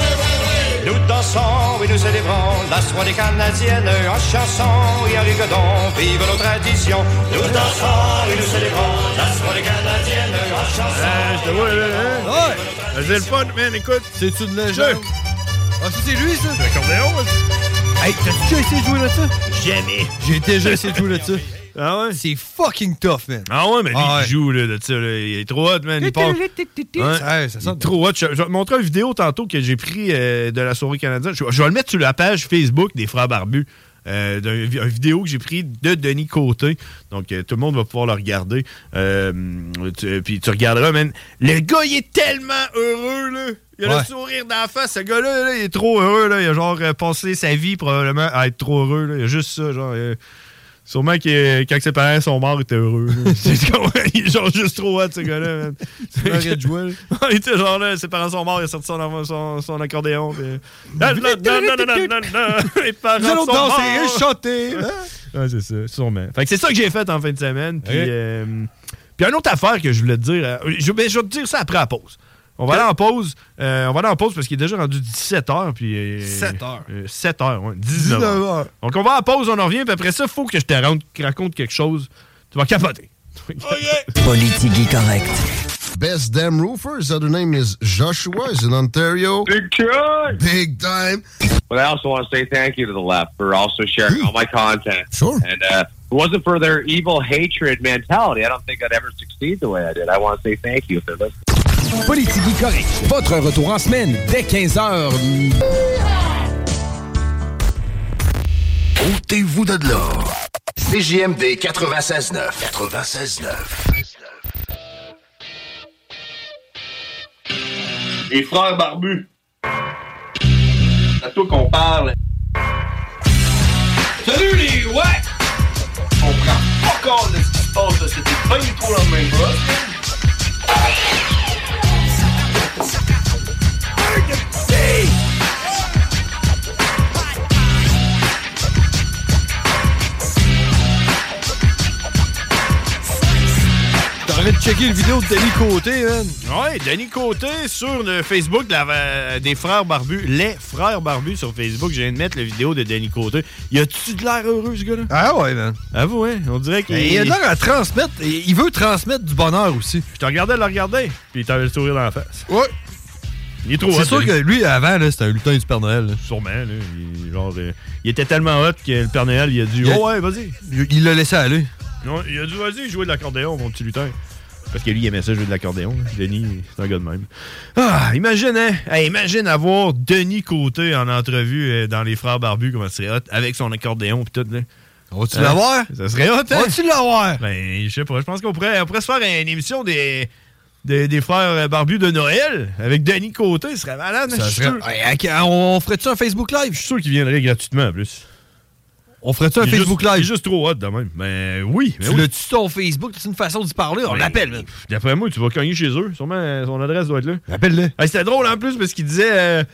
Nous dansons et nous célébrons la soirée canadienne en chanson et en rigodon. Vive nos traditions. Nous dansons et nous célébrons la soirée canadienne en chanson.
C'est ouais. le fun, man, écoute.
C'est-tu de légende? Ah, ça, c'est lui, ça? Hey, t'as-tu déjà essayé de jouer là-dessus?
Jamais.
J'ai déjà essayé de jouer là-dessus.
Ah ouais?
C'est fucking tough, man.
Ah ouais, (laughs) mais lui,
Ah ouais.
il joue là, de ça. là. Il est trop hot, man. Il part.
Ouais, ça
Il est
sonne.
trop hot. Je, je vais te montrer une vidéo tantôt que j'ai pris euh, de la soirée canadienne. Je, je vais le mettre sur la page Facebook des Frères Barbus. Euh, d'un- Une vidéo que j'ai pris de Denis Côté. Donc, euh, tout le monde va pouvoir le regarder. Euh, tu- puis tu regarderas, man. Le gars, il est tellement heureux, là. Il a
Ouais.
le sourire d'en face. Ce gars-là, là, il est trop heureux, là. Il a genre euh, passé sa vie probablement à être trop heureux, là. Il y a juste ça, genre. euh, Sûrement que quand ses parents sont morts, il était heureux.
(laughs)
là. (laughs) C'est comme- Ah il est genre juste trop hot, ce gars-là. man.
C'est une arrêt de
(laughs)
jouer, là.
il était genre là, ses parents sont morts, il a sorti son, son, son accordéon. Puis... Non, non, non, non, non, non, non, les parents
Nous allons
sont
danser
morts.
et chanter.
Ouais, c'est ça, sûrement. Fait que c'est ça que j'ai fait en fin de semaine. Puis,
Ok.
euh, puis une autre affaire que je voulais te dire, euh, je, ben, je vais te dire ça après la pause. On va aller en pause. euh, on va aller en pause parce qu'il est déjà rendu 17h. Puis,
7h.
Euh, 7h, ouais, 19h. Donc on va en pause, on en revient. Puis après ça, faut que je te rende- raconte quelque chose. Tu vas capoter.
Politique correct.
Best damn roofers. Other name is Joshua. Is in Ontario. Big time. Big time.
But I also want to say thank you to the left for also sharing all my content.
Sure.
And uh, if it wasn't for their evil hatred mentality, I don't think I'd ever succeed the way I did. I want to say thank you if they're listening.
Politique correct. Votre retour en semaine dès 15h.
Ôtez-vous de l'or. CJMD 96.9. 96.9.
Les frères barbus. C'est à toi qu'on parle. Salut les ouais! On prend pas compte de ce qui se passe, là. c'était pas du tout dans le même bras.
T'aurais de checker une vidéo de Danny Côté,
hein?
man. Ouais, Danny Côté sur le Facebook de la- euh, des frères barbus, les frères barbus sur Facebook. Je viens de mettre la vidéo de Danny Côté. Y a-tu de l'air heureux, ce gars-là? Ah ouais, man. Ah ouais, hein? on dirait qu'il.
Mais Ben, il a de l'air à transmettre. et Il veut transmettre du bonheur aussi.
Je te regardais, le regarder, puis t'avais le sourire dans la face.
Ouais.
Il est trop hot,
C'est sûr
Danny.
que lui, avant, là, c'était un lutin du Père Noël. là.
Sûrement, là. Il, genre, euh, il était tellement hot que le Père Noël, il a dit
Il a-
Oh ouais, vas-y.
Il il l'a laissé aller.
Non, il a dit Vas-y, jouer de l'accordéon, mon petit lutin. Parce que lui, il aimait ça jouer de l'accordéon. là. Denis, c'est un gars de même. Ah, imagine, hein? Hey, imagine avoir Denis Côté en entrevue euh, dans Les Frères Barbus, comment ce serait hot, avec son accordéon pis tout, là. On
va-tu l'avoir?
Ça serait hot, hein?
On va-tu l'avoir?
Ben, je sais pas. Je pense qu'on pourrait, on pourrait se faire une émission des, des, des Frères euh, Barbus de Noël avec Denis Côté. Ce serait malade, hein?
Ça
Je suis
serait-
sûr.
Hey, ok, on on ferait-tu un Facebook Live?
Je suis sûr qu'il viendrait gratuitement en plus.
On ferait-tu un
Il est
Facebook
juste-
Live?
Il est juste trop hot de même. Mais oui. Mais
Tu
oui.
l'as-tu sur ton Facebook? C'est une façon d'y parler? On
Ouais.
l'appelle, man.
D'après moi, tu vas cogner chez eux. Sûrement, euh, son adresse doit être là. Appelle-le. c'était drôle en plus parce qu'il disait, euh,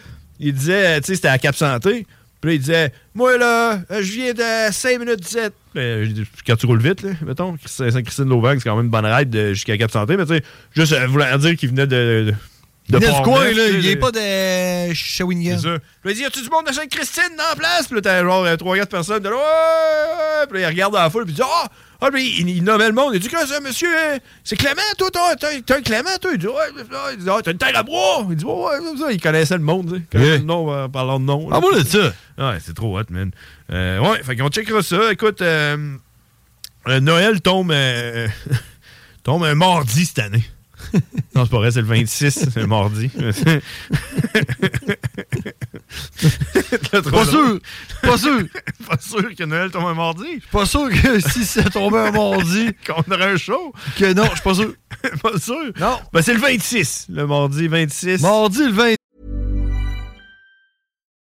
il disait, euh, tu sais, c'était à Cap Santé. Puis là, il disait, moi là, euh, je viens de 5 minutes 17. Mais, ben, je dis, quand tu roules vite, là, mettons, Saint-Christine Lauvagne, c'est quand même une bonne ride de- jusqu'à Cap Santé. Mais tu sais, juste euh, vouloir dire qu'il venait de. de,
Il est du coin,
Portneuf,
là.
tu sais,
Il est
de-
pas de Shawinigan.
C'est ça. Puis il dit, y a-tu du monde de Sainte-Christine dans la place? Puis là, t'as genre 3-4 personnes. De là, ouais! ouais. Puis là, il regarde dans la foule. Puis il dit, ah! Ah, puis il, il nommait le monde. Il dit, que ça, monsieur? hein? C'est Clément, toi? T'as, t'as- t'as un Clément, toi? Il dit, ouais. Il dit, ah, t'as une terre à bois? Il dit, ouais, ouais, comme ça. Il connaissait le monde, tu sais. Connaissait le nom, euh, parlant de nom. là.
Ah, moi, là, ça.
Ouais, c'est trop hot, man. Euh, ouais, fait qu'on checkera ça. Écoute, euh, euh, Noël tombe, euh, (laughs) tombe un mardi
(laughs)
cette année. non, c'est pas vrai, c'est le 26, c'est un mardi. (laughs)
Pas sûr. Pas sûr.
(laughs) pas sûr que Noël tombe un mardi.
Pas sûr que si ça tombait un mardi.
(laughs) Qu'on aurait un show.
Que non, je suis pas sûr.
(laughs) pas sûr.
Non.
Ben, c'est le 26, le mardi 26.
Mardi le 20.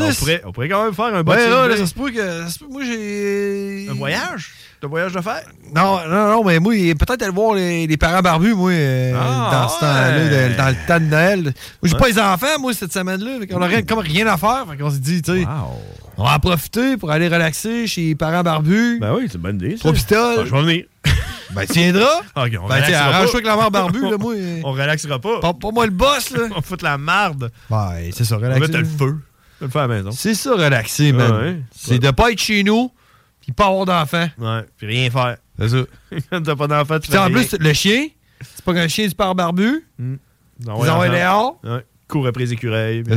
On pourrait, on pourrait quand même faire (laughs) un bon
Ouais, là,
segway.
là, ça se peut que. ça se peut- Moi, j'ai.
Un voyage? T'as un voyage de faire?
Non, non, non, mais moi, peut-être aller voir les, les parents barbus, moi, euh,
Ah,
dans ce temps-là,
ouais.
de- dans le temps de Noël. Moi, j'ai
Ouais.
pas les enfants, moi, cette semaine-là. On aurait comme rien à faire. Fait qu'on s'est dit, tu sais, on va en profiter pour aller relaxer chez les parents barbus.
Ben oui, c'est une bonne idée. ça.
Trois pistoles.
Ben, je vais venir.
(laughs) Ben, tu viendras.
Ok, (laughs) on
ben,
relaxera
tiens,
pas.
arrange-toi avec la mère
(laughs)
barbue, là, moi. euh,
On relaxera pas.
Pas, pas moi le boss, là.
(laughs) on fout la marde.
Ben, c'est ça, relaxer.
On met le feu. On va le faire à la maison.
C'est ça, relaxer, man.
Ouais.
C'est de pas être chez nous, puis pas avoir d'enfants.
Ouais, puis rien faire.
C'est ça.
Quand (laughs) t'as pas d'enfant, tu
Puis en
fais rien.
plus, le chien, c'est pas qu'un chien du père barbu.
Non,
ils envoient dehors.
Ouais. Cours après les écureuils. puis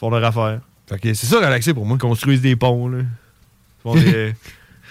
Font leur affaire.
c'est ça, relaxer pour moi.
Construisent des ponts, là.
(laughs)
Font des,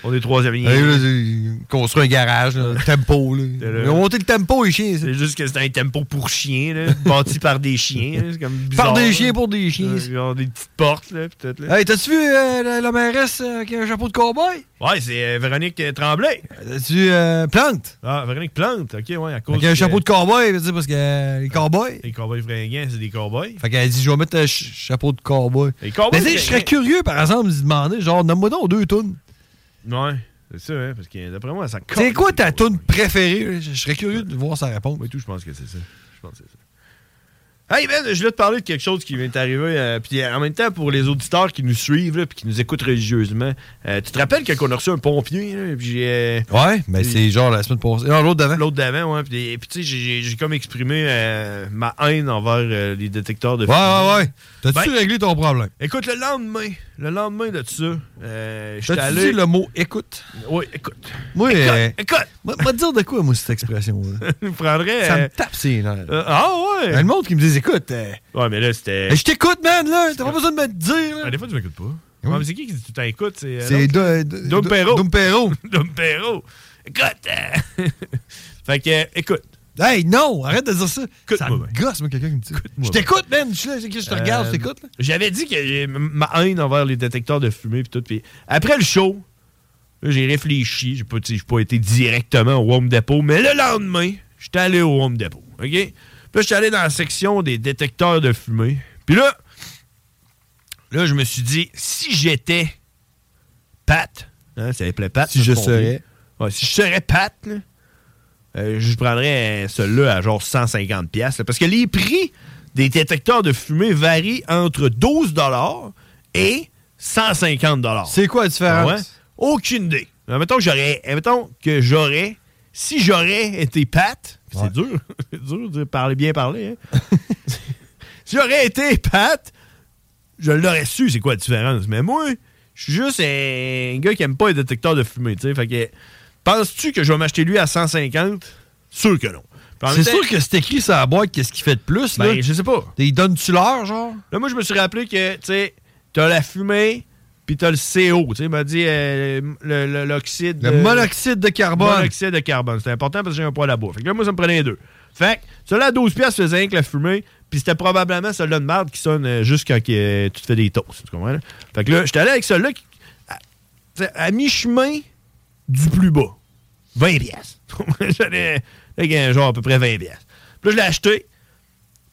font des trois avenues.
Hey, là, c'est- construit un garage, là, tempo. Là. Ils ont monté le tempo, les chiens.
C'est juste que c'est un tempo pour chiens, là, bâti par des chiens. là. C'est comme bizarre.
Par des
là.
chiens pour des chiens.
Euh, Ils ont des petites portes, là, peut-être. là.
Hey, t'as-tu vu euh, la, la mairesse euh, avec un chapeau de cowboy?
Ouais, c'est euh, Véronique euh, Tremblay.
T'as-tu euh, Plante?
Ah, Véronique Plante, ok, ouais, à cause.
Avec un
que-
chapeau de cowboy, tu sais, parce que euh, les cowboys.
Les cowboys fringants, c'est des cowboys.
Fait qu'elle dit, je vais mettre un ch- chapeau de cowboy.
cowboys,
Mais tu sais, je
c'est-
serais curieux, par exemple, de lui demander, genre, nomme-moi donc deux tunes.
Ouais, c'est ça, hein, parce que d'après moi, ça colle.
C'est quoi ta tune préférée? Je je serais curieux de voir sa réponse.
tout, je pense que c'est ça. Je pense que c'est ça. Hey Ben, je voulais te parler de quelque chose qui m'est arrivé. euh, puis euh, en même temps, pour les auditeurs qui nous suivent là, puis qui nous écoutent religieusement, euh, tu te rappelles quand on a reçu un pompier? là, puis j'ai, euh,
Ouais, mais
puis-
c'est genre la semaine passée. Non, l'autre d'avant.
L'autre d'avant, ouais. Puis, puis tu sais, j'ai- j'ai- j'ai comme exprimé euh, ma haine envers euh, les détecteurs de
Ouais, ouais, ouais. T'as-tu
Ben,
réglé ton problème?
Écoute, le lendemain, le lendemain de ça, euh, j'étais
T'as-tu
allé...
dit le mot écoute?
Oui, écoute.
Moi,
Écoute,
euh,
écoute!
Moi, moi, te dire de quoi, moi, cette
(laughs)
expression-là?
Je prendrais...
Ça
euh,
me tape ses nerfs.
euh, ah ouais! Euh,
Il y a le monde qui me dit, écoute, euh,
Ouais, mais là, c'était...
je t'écoute, man, là, t'as pas besoin de me le dire. là.
Ah, des fois, tu m'écoutes pas.
Oui.
Ouais, mais c'est qui qui dit tout le temps écoute? C'est euh,
C'est
l'autre?
Do- Do-
Dom
Do-
Perrault.
Dom
(laughs)
Perrault.
Dom Perrault. Écoute! euh, fait que, euh, écoute.
Hey, non, arrête de dire ça. Ça
Écoute-moi
me gosse, moi, quelqu'un qui me dit. Je t'écoute, man, je suis là, je te regarde, je
Euh,
t'écoute. là.
J'avais dit que j'ai m- ma haine envers les détecteurs de fumée puis tout. Puis après le show, là, j'ai réfléchi. J'ai pas, tu sais, j'ai pas été directement au Home Depot, mais le lendemain, j'étais allé au Home Depot. OK? Puis là, j'étais allé dans la section des détecteurs de fumée. Puis là, là, je me suis dit, si j'étais Pat, hein, ça s'appelait Pat.
Si
le
je
pompier.
serais.
Ouais, si je serais Pat, là, euh, je prendrais euh, celui-là à genre 150 pièces Parce que les prix des détecteurs de fumée varient entre 12 et 150
C'est quoi la différence?
Ouais. Aucune idée. Mais Mettons que j'aurais, mettons que j'aurais, si j'aurais été Pat, c'est dur, (laughs) c'est dur de parler bien parler. hein. si j'aurais été Pat, je l'aurais su, c'est quoi la différence. Mais moi, je suis juste un gars qui aime pas les détecteurs de fumée, tu sais. Fait que, penses-tu que je vais m'acheter lui à 150? Sûr que non. Puis en même
C'est
temps-
sûr que c'est écrit sur la boîte qu'est-ce qu'il fait de plus,
Ben,
là.
je sais pas.
Ils donnent-tu l'heure, genre?
Là, moi, je me suis rappelé que, tu sais, t'as la fumée, puis t'as le CO. Tu sais, il m'a dit euh, le- le- l'oxyde.
Le monoxyde de carbone.
Monoxyde de carbone. C'était important parce que j'ai un poids à la bouffe. Fait que là, moi, ça me prenait les deux. Fait que celui-là, à 12 piastres, faisait rien que la fumée, puis c'était probablement celui-là de merde qui sonne euh, juste quand euh, tu te fais des toasts. Tu comprends? là? Fait que là, j'étais allé avec celui-là qui- à, tu sais, à mi-chemin du plus bas. 20 piastres. (laughs) J'allais avec un genre à peu près 20 piastres. Puis là, je l'ai acheté.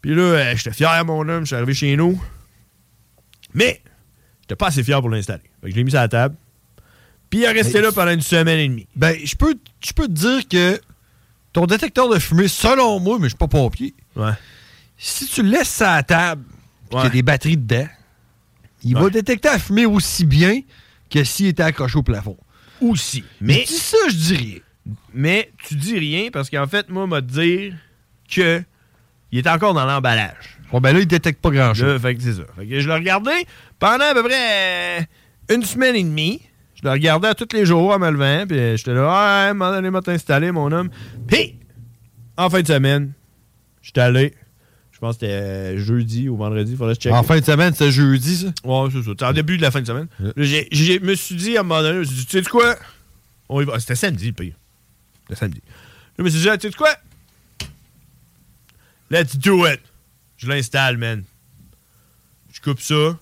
Puis là, euh, j'étais fier, mon homme. Je suis arrivé chez nous. Mais, j'étais pas assez fier pour l'installer. Fait que je l'ai mis sur la table. Puis il a resté là pendant une semaine et demie.
Ben, je peux, je peux te dire que ton détecteur de fumée, selon moi, mais je suis pas pompier,
ouais.
si tu le laisses ça à la table, puis qu'il y a des batteries dedans, il va détecter la fumée aussi bien que s'il était accroché au plafond.
Aussi. Mais.
Dis ça, je dis rien.
Mais tu dis rien parce qu'en fait, moi, m'a dire que il était encore dans l'emballage.
Bon, ben là, il détecte pas
Là,
grand-chose.
fait que c'est ça. Fait que je le regardais pendant à peu près euh, une semaine et demie. Je le regardais à tous les jours en me levant. Puis euh, j'étais là, ah, m'en aller m'a installé, mon homme. Puis, en fin de semaine, j'étais allé. Je pense que c'était euh, jeudi ou vendredi. Faudrait que je check.
En fin de semaine, c'est jeudi, ça?
Ouais, c'est ça. C'est en début de la fin de semaine. J'ai- Je me suis dit à un moment donné, je me suis dit, tu sais quoi? On y va. C'était samedi, le pire. C'était samedi. Je me suis dit, ah, tu sais quoi? Let's do it! Je l'installe, man. Je coupe ça. Euh,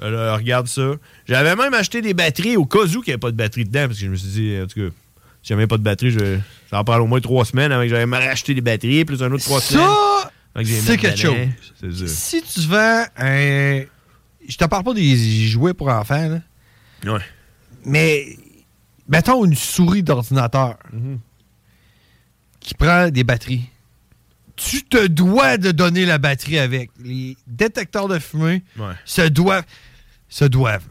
Là, regarde ça. J'avais même acheté des batteries au cas où qu'il n'y avait pas de batterie dedans, parce que je me suis dit, en tout cas, si jamais pas de batterie, je, ça en prendre au moins trois semaines avant que j'aille me racheter des batteries, plus un autre trois semaines.
Ça,
Fait que j'ai
c'est
mis
quelque
dedans.
chose.
C'est ça.
Si tu vends un je te parle pas des jouets pour enfants, là.
Ouais.
Mais mettons une souris d'ordinateur qui prend des batteries. Tu te dois de donner la batterie avec. Les détecteurs de fumée
Ouais.
se doivent. Se doivent.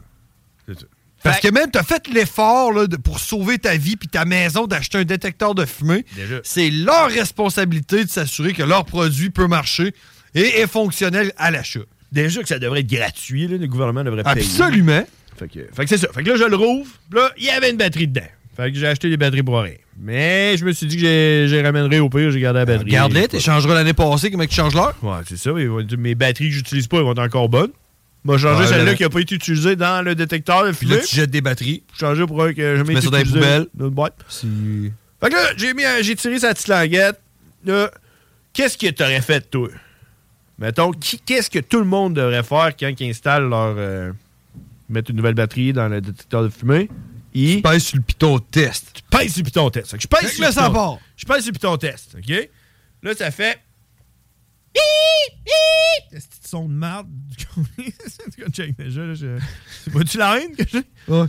C'est ça.
Parce que même, t'as fait l'effort là, de- pour sauver ta vie puis ta maison d'acheter un détecteur de fumée.
Déjà.
C'est leur responsabilité de s'assurer que leur produit peut marcher et est fonctionnel à l'achat.
Déjà que ça devrait être gratuit, là, le gouvernement devrait payer.
Absolument.
Fait que, fait que c'est ça. Fait que là, je le rouvre. puis Là, il y avait une batterie dedans. Fait que j'ai acheté des batteries pour rien. Mais je me suis dit que j'ai- j'ai ramènerai au pire, j'ai gardé la batterie.
Garde-les, tu changeras l'année passée, comment tu changes l'heure?
Ouais, c'est ça. ils vont dire, Mes batteries que j'utilise pas, elles vont être encore bonnes. Moi, changer
Ouais,
celle-là
là,
qui a pas été utilisée dans le détecteur de
Puis là,
filet.
tu jettes des batteries.
Changer pour un que je
mets ça dans les poubelles.
Dans une boîte. Fait que là, j'ai mis un- j'ai tiré sa petite languette. Là, qu'est-ce que t'aurais fait, toi? Mettons, qui- qu'est-ce que tout le monde devrait faire quand ils installent leur. euh, mettre une nouvelle batterie dans le détecteur de fumée? Tu
pèses sur le piton test.
Tu pèses sur le piton test. Fait que je pèse
Fait que
sur
là,
le
ça
piton-
part.
Je pèse sur le piton test, OK? Là, ça fait.
Est-ce que tu son de
(laughs)
marde? C'est quoi, check déjà? là, je- C'est pas-tu la haine que j'ai?
Ouais.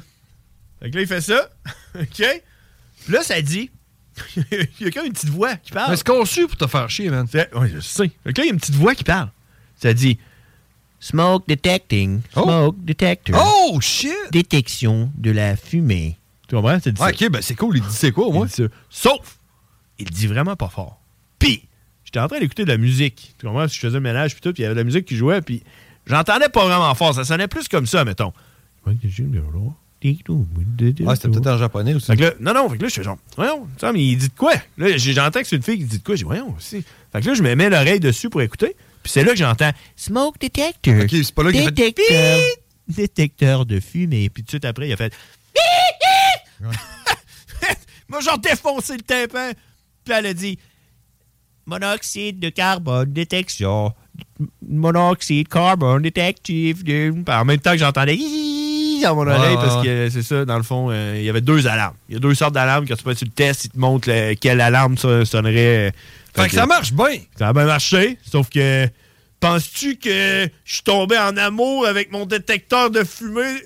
Fait que là, il fait ça. (laughs) OK? Puis là, ça dit. (laughs) il y a comme une petite voix qui parle.
Mais c'est conçu pour te faire chier, man.
Oui, Ah. je sais. Fait que là, il y a une petite voix qui parle. Ça dit Smoke detecting. Smoke detector.
Oh, shit!
Détection de la fumée. Tu comprends? C'est dit
Ouais,
ça.
ok, ben c'est cool, il dit c'est quoi, au moins?
Sauf, il dit vraiment pas fort. Puis, j'étais en train d'écouter de la musique. Tu comprends? Parce que Je faisais le ménage, puis tout, puis il y avait de la musique qui jouait, puis j'entendais pas vraiment fort. Ça sonnait plus comme ça, mettons.
Ah, c'était peut-être en japonais aussi.
Fait que là, non, non, fait que là, je suis genre, voyons, tu sais, mais il dit de quoi? Là, j'ai- j'entends que c'est une fille qui dit de quoi? J'ai dit, voyons aussi. Fait que là, je me mets l'oreille dessus pour écouter, puis c'est là que j'entends Smoke Detector.
Ok, c'est pas là qu'il a fait-
Détecteur. Détecteur de fumée. Puis tout de suite après, il a fait (laughs) Moi, j'en défoncé le tympan. Puis elle a dit Monoxyde de carbone détection. Monoxyde carbone détective. En même temps que j'entendais Hiiii dans mon
Ouais,
oreille
ouais,
parce
ouais.
que c'est ça, dans le fond, euh, il y avait deux alarmes. Il y a deux sortes d'alarmes. Quand tu passes sur le test, il te montre le- quelle alarme son- sonnerait.
Fait que ça marche bien.
Ça a bien marché. Sauf que penses-tu que je suis tombé en amour avec mon détecteur de fumée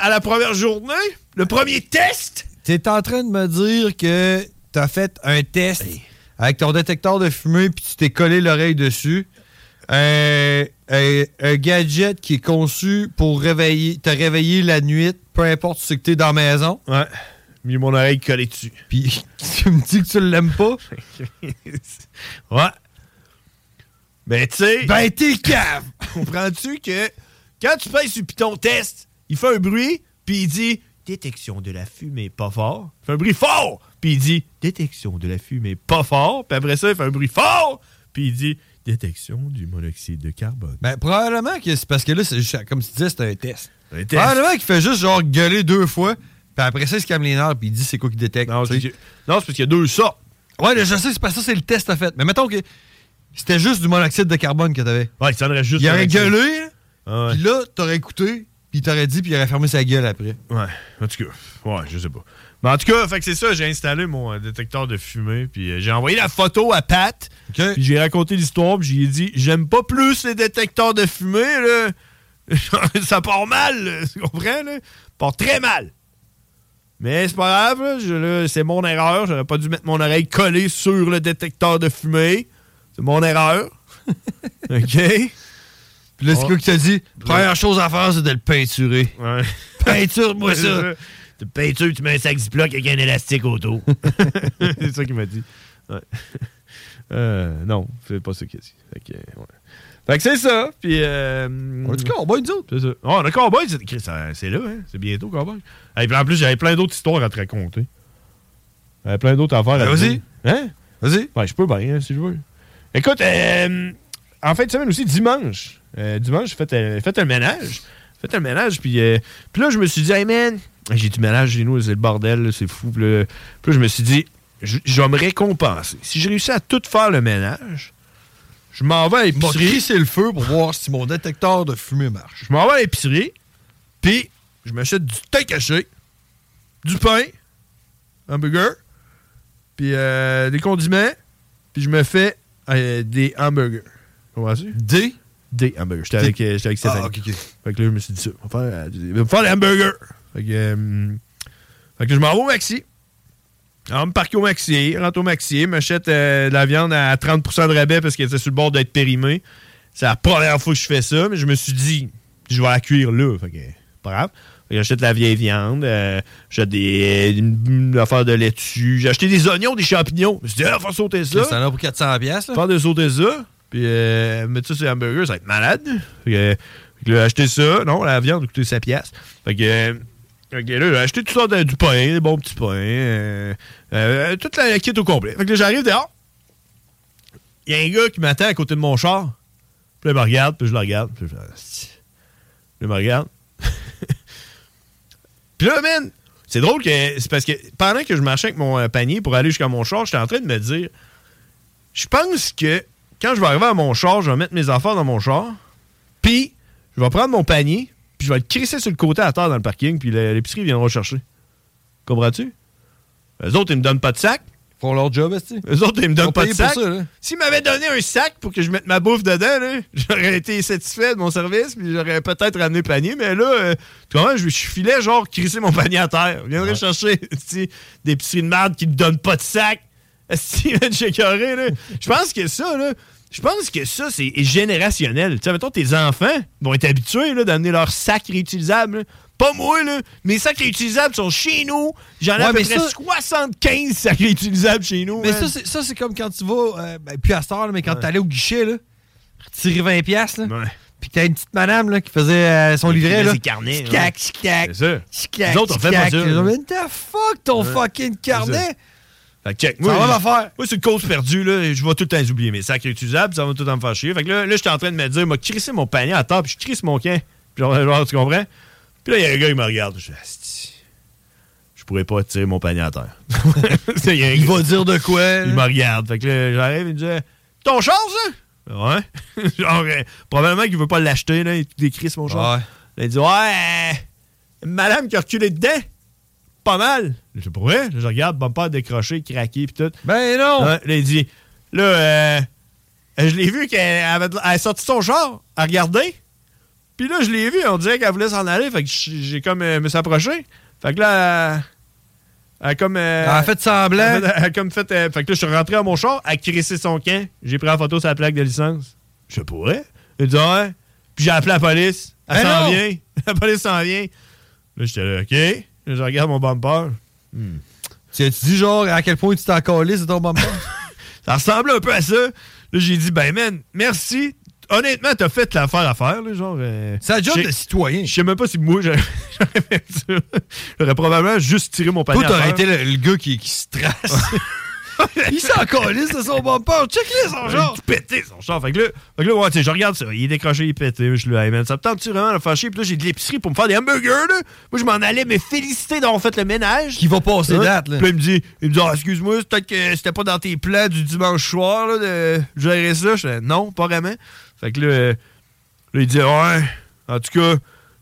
à la première journée? Le premier test?
T'es en train de me dire que t'as fait un test avec ton détecteur de fumée puis tu t'es collé l'oreille dessus. Un, un- un gadget qui est conçu pour réveiller, te réveiller la nuit, peu importe ce que t'es dans la maison.
Ouais. Mis mon oreille collée dessus.
Puis (laughs) tu me dis que tu l'aimes pas.
(laughs) ouais. Ben, tu sais.
Ben, t'es cave!
(laughs) Comprends-tu que quand tu payes sur Python Test, il fait un bruit, puis il dit détection de la fumée pas fort. Il fait un bruit fort, puis il dit détection de la fumée pas fort. Puis après ça, il fait un bruit fort, puis il dit détection du monoxyde de carbone.
Ben, probablement que c'est parce que là, c'est juste- comme tu disais, c'est un test.
Un test.
Probablement qu'il fait juste genre gueuler deux fois, puis après ça, il se calme les nerfs, puis il dit c'est quoi qu'il détecte. Non,
c'est parce qu'il y a deux sortes.
Ouais, là, je sais, c'est parce que ça, c'est le test à fait. Mais mettons que c'était juste du monoxyde de carbone que t'avais.
Ouais, il sonnerait juste.
Il aurait
monoxyde.
gueulé, là,
Ah ouais.
puis là, t'aurais écouté, puis t'aurais dit, puis il aurait fermé sa gueule après.
Ouais, en tout cas, ouais, Ben, je sais pas. Mais en tout cas, fait que c'est ça, j'ai installé mon euh, détecteur de fumée, puis euh, j'ai envoyé la photo à Pat, puis j'ai raconté l'histoire, puis j'ai dit, j'aime pas plus les détecteurs de fumée, là. (laughs) ça part mal, là, tu comprends, là? Ça part très mal. Mais c'est pas grave, là, je- là, c'est mon erreur, j'aurais pas dû mettre mon oreille collée sur le détecteur de fumée. C'est mon erreur. OK?
Puis là, c'est
Ouais.
quoi que t'as dit? Première chose à faire, c'est de le peinturer.
(laughs) Ouais.
Peinture-moi ça.
Tu peintures, tu mets un sac Ziploc avec un élastique autour. (laughs) c'est ça qu'il m'a dit. Ouais. (laughs) Euh, non, c'est pas ça qu'il a dit. Fait que, ouais. Fait que c'est ça. Puis, euh, on a du
cowboy, nous autres.
C'est ça. Ah, on a cowboy, c'est, Chris, euh, c'est là, hein? c'est bientôt cowboy. Et puis en plus, j'avais plein d'autres histoires à te raconter. J'avais plein d'autres affaires à
Ben,
te
vas-y.
dire. Hein?
Vas-y.
Ben, je peux bien, hein, si je veux. Écoute, euh, en fin de semaine aussi, dimanche. euh, dimanche, j'ai fait, euh, fait un ménage. J'ai Fait un ménage, puis, euh, puis là, je me suis dit, hey man, j'ai du ménage chez nous, c'est le bordel, là, c'est fou. Puis là, puis là, je me suis dit, je, je vais me récompenser. Si j'ai réussi à tout faire le ménage, je m'en vais à
Bon,
l'épicerie.
crisser le feu pour voir si mon détecteur de fumée marche.
Je m'en vais à l'épicerie, puis je m'achète du thé caché, du pain, un burger, puis euh, des condiments, puis je me fais euh, des hamburgers. Comment ça?
Des
des hamburgers. J'étais avec, euh, j'étais avec Stéphanie.
Ah, ok, ok.
Fait que là, je me suis dit ça. On va faire, euh, je dis, on va faire des hamburgers. Fait que, euh, fait que je m'en vais au Maxi. Alors, me parquer au Maxi, rentre au Maxi, m'achète euh, de la viande à 30% de rabais parce qu'elle était sur le bord d'être périmée. C'est la première fois que je fais ça, mais je me suis dit, je vais la cuire là. Fait que, pas grave. Fait que J'achète de la vieille viande, euh, j'achète des, une, une affaire de laitue, j'ai acheté des oignons, des champignons. Je me suis dit, ah, faut sauter ça.
Ça en a pour 400 piastres. là.
Faire de sauter ça, puis euh, mettre ça sur les hamburgers, ça va être malade. Fait que, euh, fait que là, acheter ça, non, la viande a coûté 7 piastres. Fait que, euh, fait que là, j'ai acheté tout ça de- du pain, des bons petits pains, euh, euh, toute la, la kit au complet. Fait que là, j'arrive dehors, il y a un gars qui m'attend à côté de mon char, puis là, il me regarde, puis je le regarde, puis je fais, Asti. Là, il me regarde. (laughs) Puis là, man, c'est drôle que c'est parce que pendant que je marchais avec mon euh, panier pour aller jusqu'à mon char, j'étais en train de me dire je pense que quand je vais arriver à mon char, je vais mettre mes affaires dans mon char, puis je vais prendre mon panier, puis je vais le crisser sur le côté à terre dans le parking, puis le- l'épicerie viendra le chercher. Comprends-tu? Eux autres, ils me donnent pas de sac. Ils font leur job, est Eux autres, ils me
Ils
donnent
sont
pas de
payés pour
sac.
ça, là.
S'ils m'avaient donné un sac pour que je mette ma bouffe dedans, là, (laughs) j'aurais été satisfait de mon service, puis j'aurais peut-être ramené le panier, mais là, euh, tu comprends, je, je filais genre crisser mon panier à terre. Je viendrais chercher (laughs) esti, des épiceries de merde qui ne donnent pas de sac. (laughs) Si, j'ai carré, là. Je pense que ça, là. Je pense que ça, c'est générationnel. Tu sais, mettons, tes enfants vont être habitués là, d'amener leurs sacs réutilisables. là. Pas moi, là. Mes sacs réutilisables sont chez nous. J'en ai
Ouais,
à peu
mais
près
ça-
75 sacs réutilisables chez nous.
Mais
man.
ça, c'est- ça, c'est comme quand tu vas, euh, ben, puis à cette heure, là, mais quand t'allais au guichet, là, retirer 20 piastres, là, puis que t'as une petite madame là, qui faisait euh, son
Qui
livret,
met
là.
ses carnets,
Chicac,
ouais.
chicac,
C'est ça.
chicac,
Nous autres, on fait
chicac.
pas ça,
Ils ont
là.
dit, the fuck ton
Ouais.
fucking carnet?
Fait que check.
Ça va l'affaire.
Moi, c'est une cause perdue, là. Je vais tout le temps les oublier mes sacs réutilisables, ça va tout le temps me faire chier. Fait que là, là j'étais en train de me dire, m'a crissé mon panier à terre, puis je crisse mon camp. Puis genre, genre, tu comprends? Puis là, il y a un gars qui me regarde. Je fais, (laughs) Asti, je pourrais pas tirer mon panier à terre. il va dire de quoi? Il me regarde. Fait que là, j'arrive, il me dit, ton char, ça? Ouais. (laughs) genre, euh, probablement qu'il veut pas l'acheter, là. Il décrit mon char. Là, il dit, ouais, euh, madame qui a reculé dedans pas mal. Je pourrais. Je regarde, bumper décroché, craqué, puis tout. Ben non! Là, il dit, là, euh, je l'ai vu qu'elle avait, elle a sorti son char, à regarder. Puis là, je l'ai vu, on dirait qu'elle voulait s'en aller. Fait que j'ai j'ai comme euh, me suis approché. Fait que là, elle- elle a comme. euh,
Elle a fait semblant.
Elle a, fait- elle a comme fait. euh, fait que là, je suis rentré à mon char, elle a crissé son camp. J'ai pris la photo sur la plaque de licence. Je pourrais. Il dit, ouais. Puis j'ai appelé la police.
Ben
Elle s'en
non!
vient. (laughs) La police s'en vient. Là, j'étais là, OK. Là, je regarde mon bumper.
Hmm. Tu as-tu dit, genre, à quel point tu t'en calais de ton bumper?
(laughs) Ça ressemblait un peu à ça. Là, j'ai dit, ben, man, merci. Honnêtement, t'as fait l'affaire à faire, là, genre. euh,
C'est la job de
citoyen. Je sais même pas si moi, (laughs) j'aurais j'aurais fait ça. J'aurais probablement juste tiré mon panier.
Toi, t'aurais été le,
(laughs) le gars qui, se trace.
Il s'en calisse de son bumper. Check-le, son genre.
Il est pété, son char. Fait que là, fait que là ouais, tu sais, je regarde ça. Il est décroché, il est pété. Je suis là, hey, man, ça me tente-tu vraiment de le faire chier? Puis là, j'ai de l'épicerie pour me faire des hamburgers, là. Moi, je m'en allais me féliciter d'avoir fait le ménage.
Qui va passer
Ouais.
date, là.
Puis il me dit, il me dit Ah, excuse-moi, c'est peut-être que c'était pas dans tes plans du dimanche soir là, de gérer ça. Je fais, non, pas vraiment. Fait que là, euh, là, il dit ouais. En tout cas, là,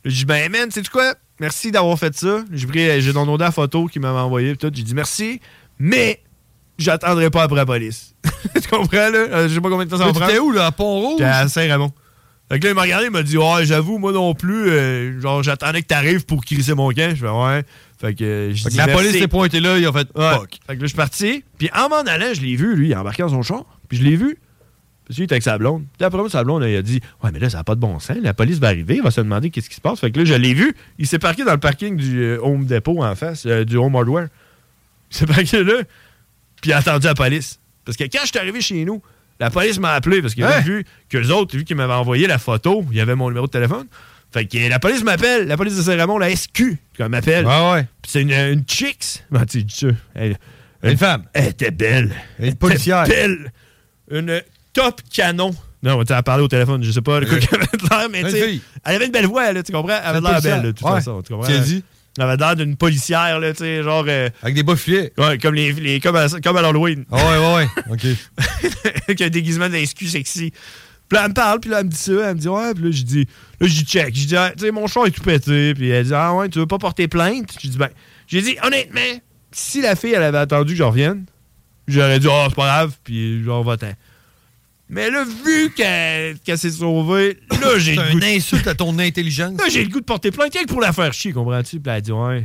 je dis ben man, sais tu quoi Merci d'avoir fait ça. J'ai pris, euh, j'ai demandé la photo qu'il m'avait envoyée pis tout. J'ai dit merci, mais j'attendrai pas après la police. (laughs) tu comprends là Euh, Je sais pas combien de temps ça va
Mais
prendre.
t'étais où, là, à Pont-Rouge?
J'étais à Saint-Ramon. Fait que là, il m'a regardé, il m'a dit Ouais, j'avoue, moi non plus, euh, genre, j'attendais que t'arrives pour crisser mon camp. Je fais Ouais. Fait que, euh, je
Fait que
dis
la
merci.
police s'est pointée là, ils ont fait
Ouais.
fuck.
Fait que là, je suis parti. Puis en m'en allant, je l'ai vu, lui, il a embarqué dans son char. Puis je l'ai vu. Puis il était avec sa blonde. Puis après moi, sa blonde, elle, il a dit Ouais, mais là, ça n'a pas de bon sens. La police va arriver, elle va se demander qu'est-ce qui se passe. Fait que là, je l'ai vu. Il s'est parqué dans le parking du euh, Home Depot en face, euh, du Home Hardware. Il s'est parqué là. Puis il a attendu la police. Parce que quand je suis arrivé chez nous, la police m'a appelé parce qu'ils avaient
Hein?
vu que les autres, vu qu'ils m'avaient envoyé la photo, il y avait mon numéro de téléphone. Fait que euh, la police m'appelle, la police de Saint-Ramon, la SQ, comme m'appelle.
Ouais, Ben, ouais.
Puis c'est une, une chicks. Ah, tu dis ça. Elle-
Une femme.
Elle était belle. Elle était
policière.
belle. Une top canon. (laughs) Non, tu as parlé au téléphone, je sais pas de quoi qu'elle avait de l'air, mais
Une
tu sais,
fille.
elle avait une belle voix, là, tu comprends? Elle avait
Une
de l'air
Euh, policière.
belle, là, de toute
Ouais.
façon. Tu comprends?
Tu as
(laughs)
dit?
Elle avait l'air d'une policière, là, tu sais, genre. Avec des bas filets. Ouais, comme, les, les- comme, à, comme à l'Halloween.
Ah
(laughs)
ouais, ouais, ouais. OK.
avec un déguisement d'excuse sexy. Puis là, elle me parle, puis là, elle me dit ça, elle me dit ouais, puis là, je dis, là, je dis check. Je dis, Ah, tu sais, mon char est tout pété, puis elle dit, ah ouais, tu veux pas porter plainte? Je dis, ben, j'ai dit, honnêtement, si la fille, elle avait attendu que je revienne, j'aurais dit, ah, c'est pas grave, puis genre, va-t'en. Mais là, vu qu'elle qu'elle s'est sauvée, là,
C'est
j'ai le
un
goût. (laughs) insulte à ton intelligence. Là, j'ai le goût de porter plainte Quelque pour la faire chier, comprends-tu? Puis elle dit, ouais. Là,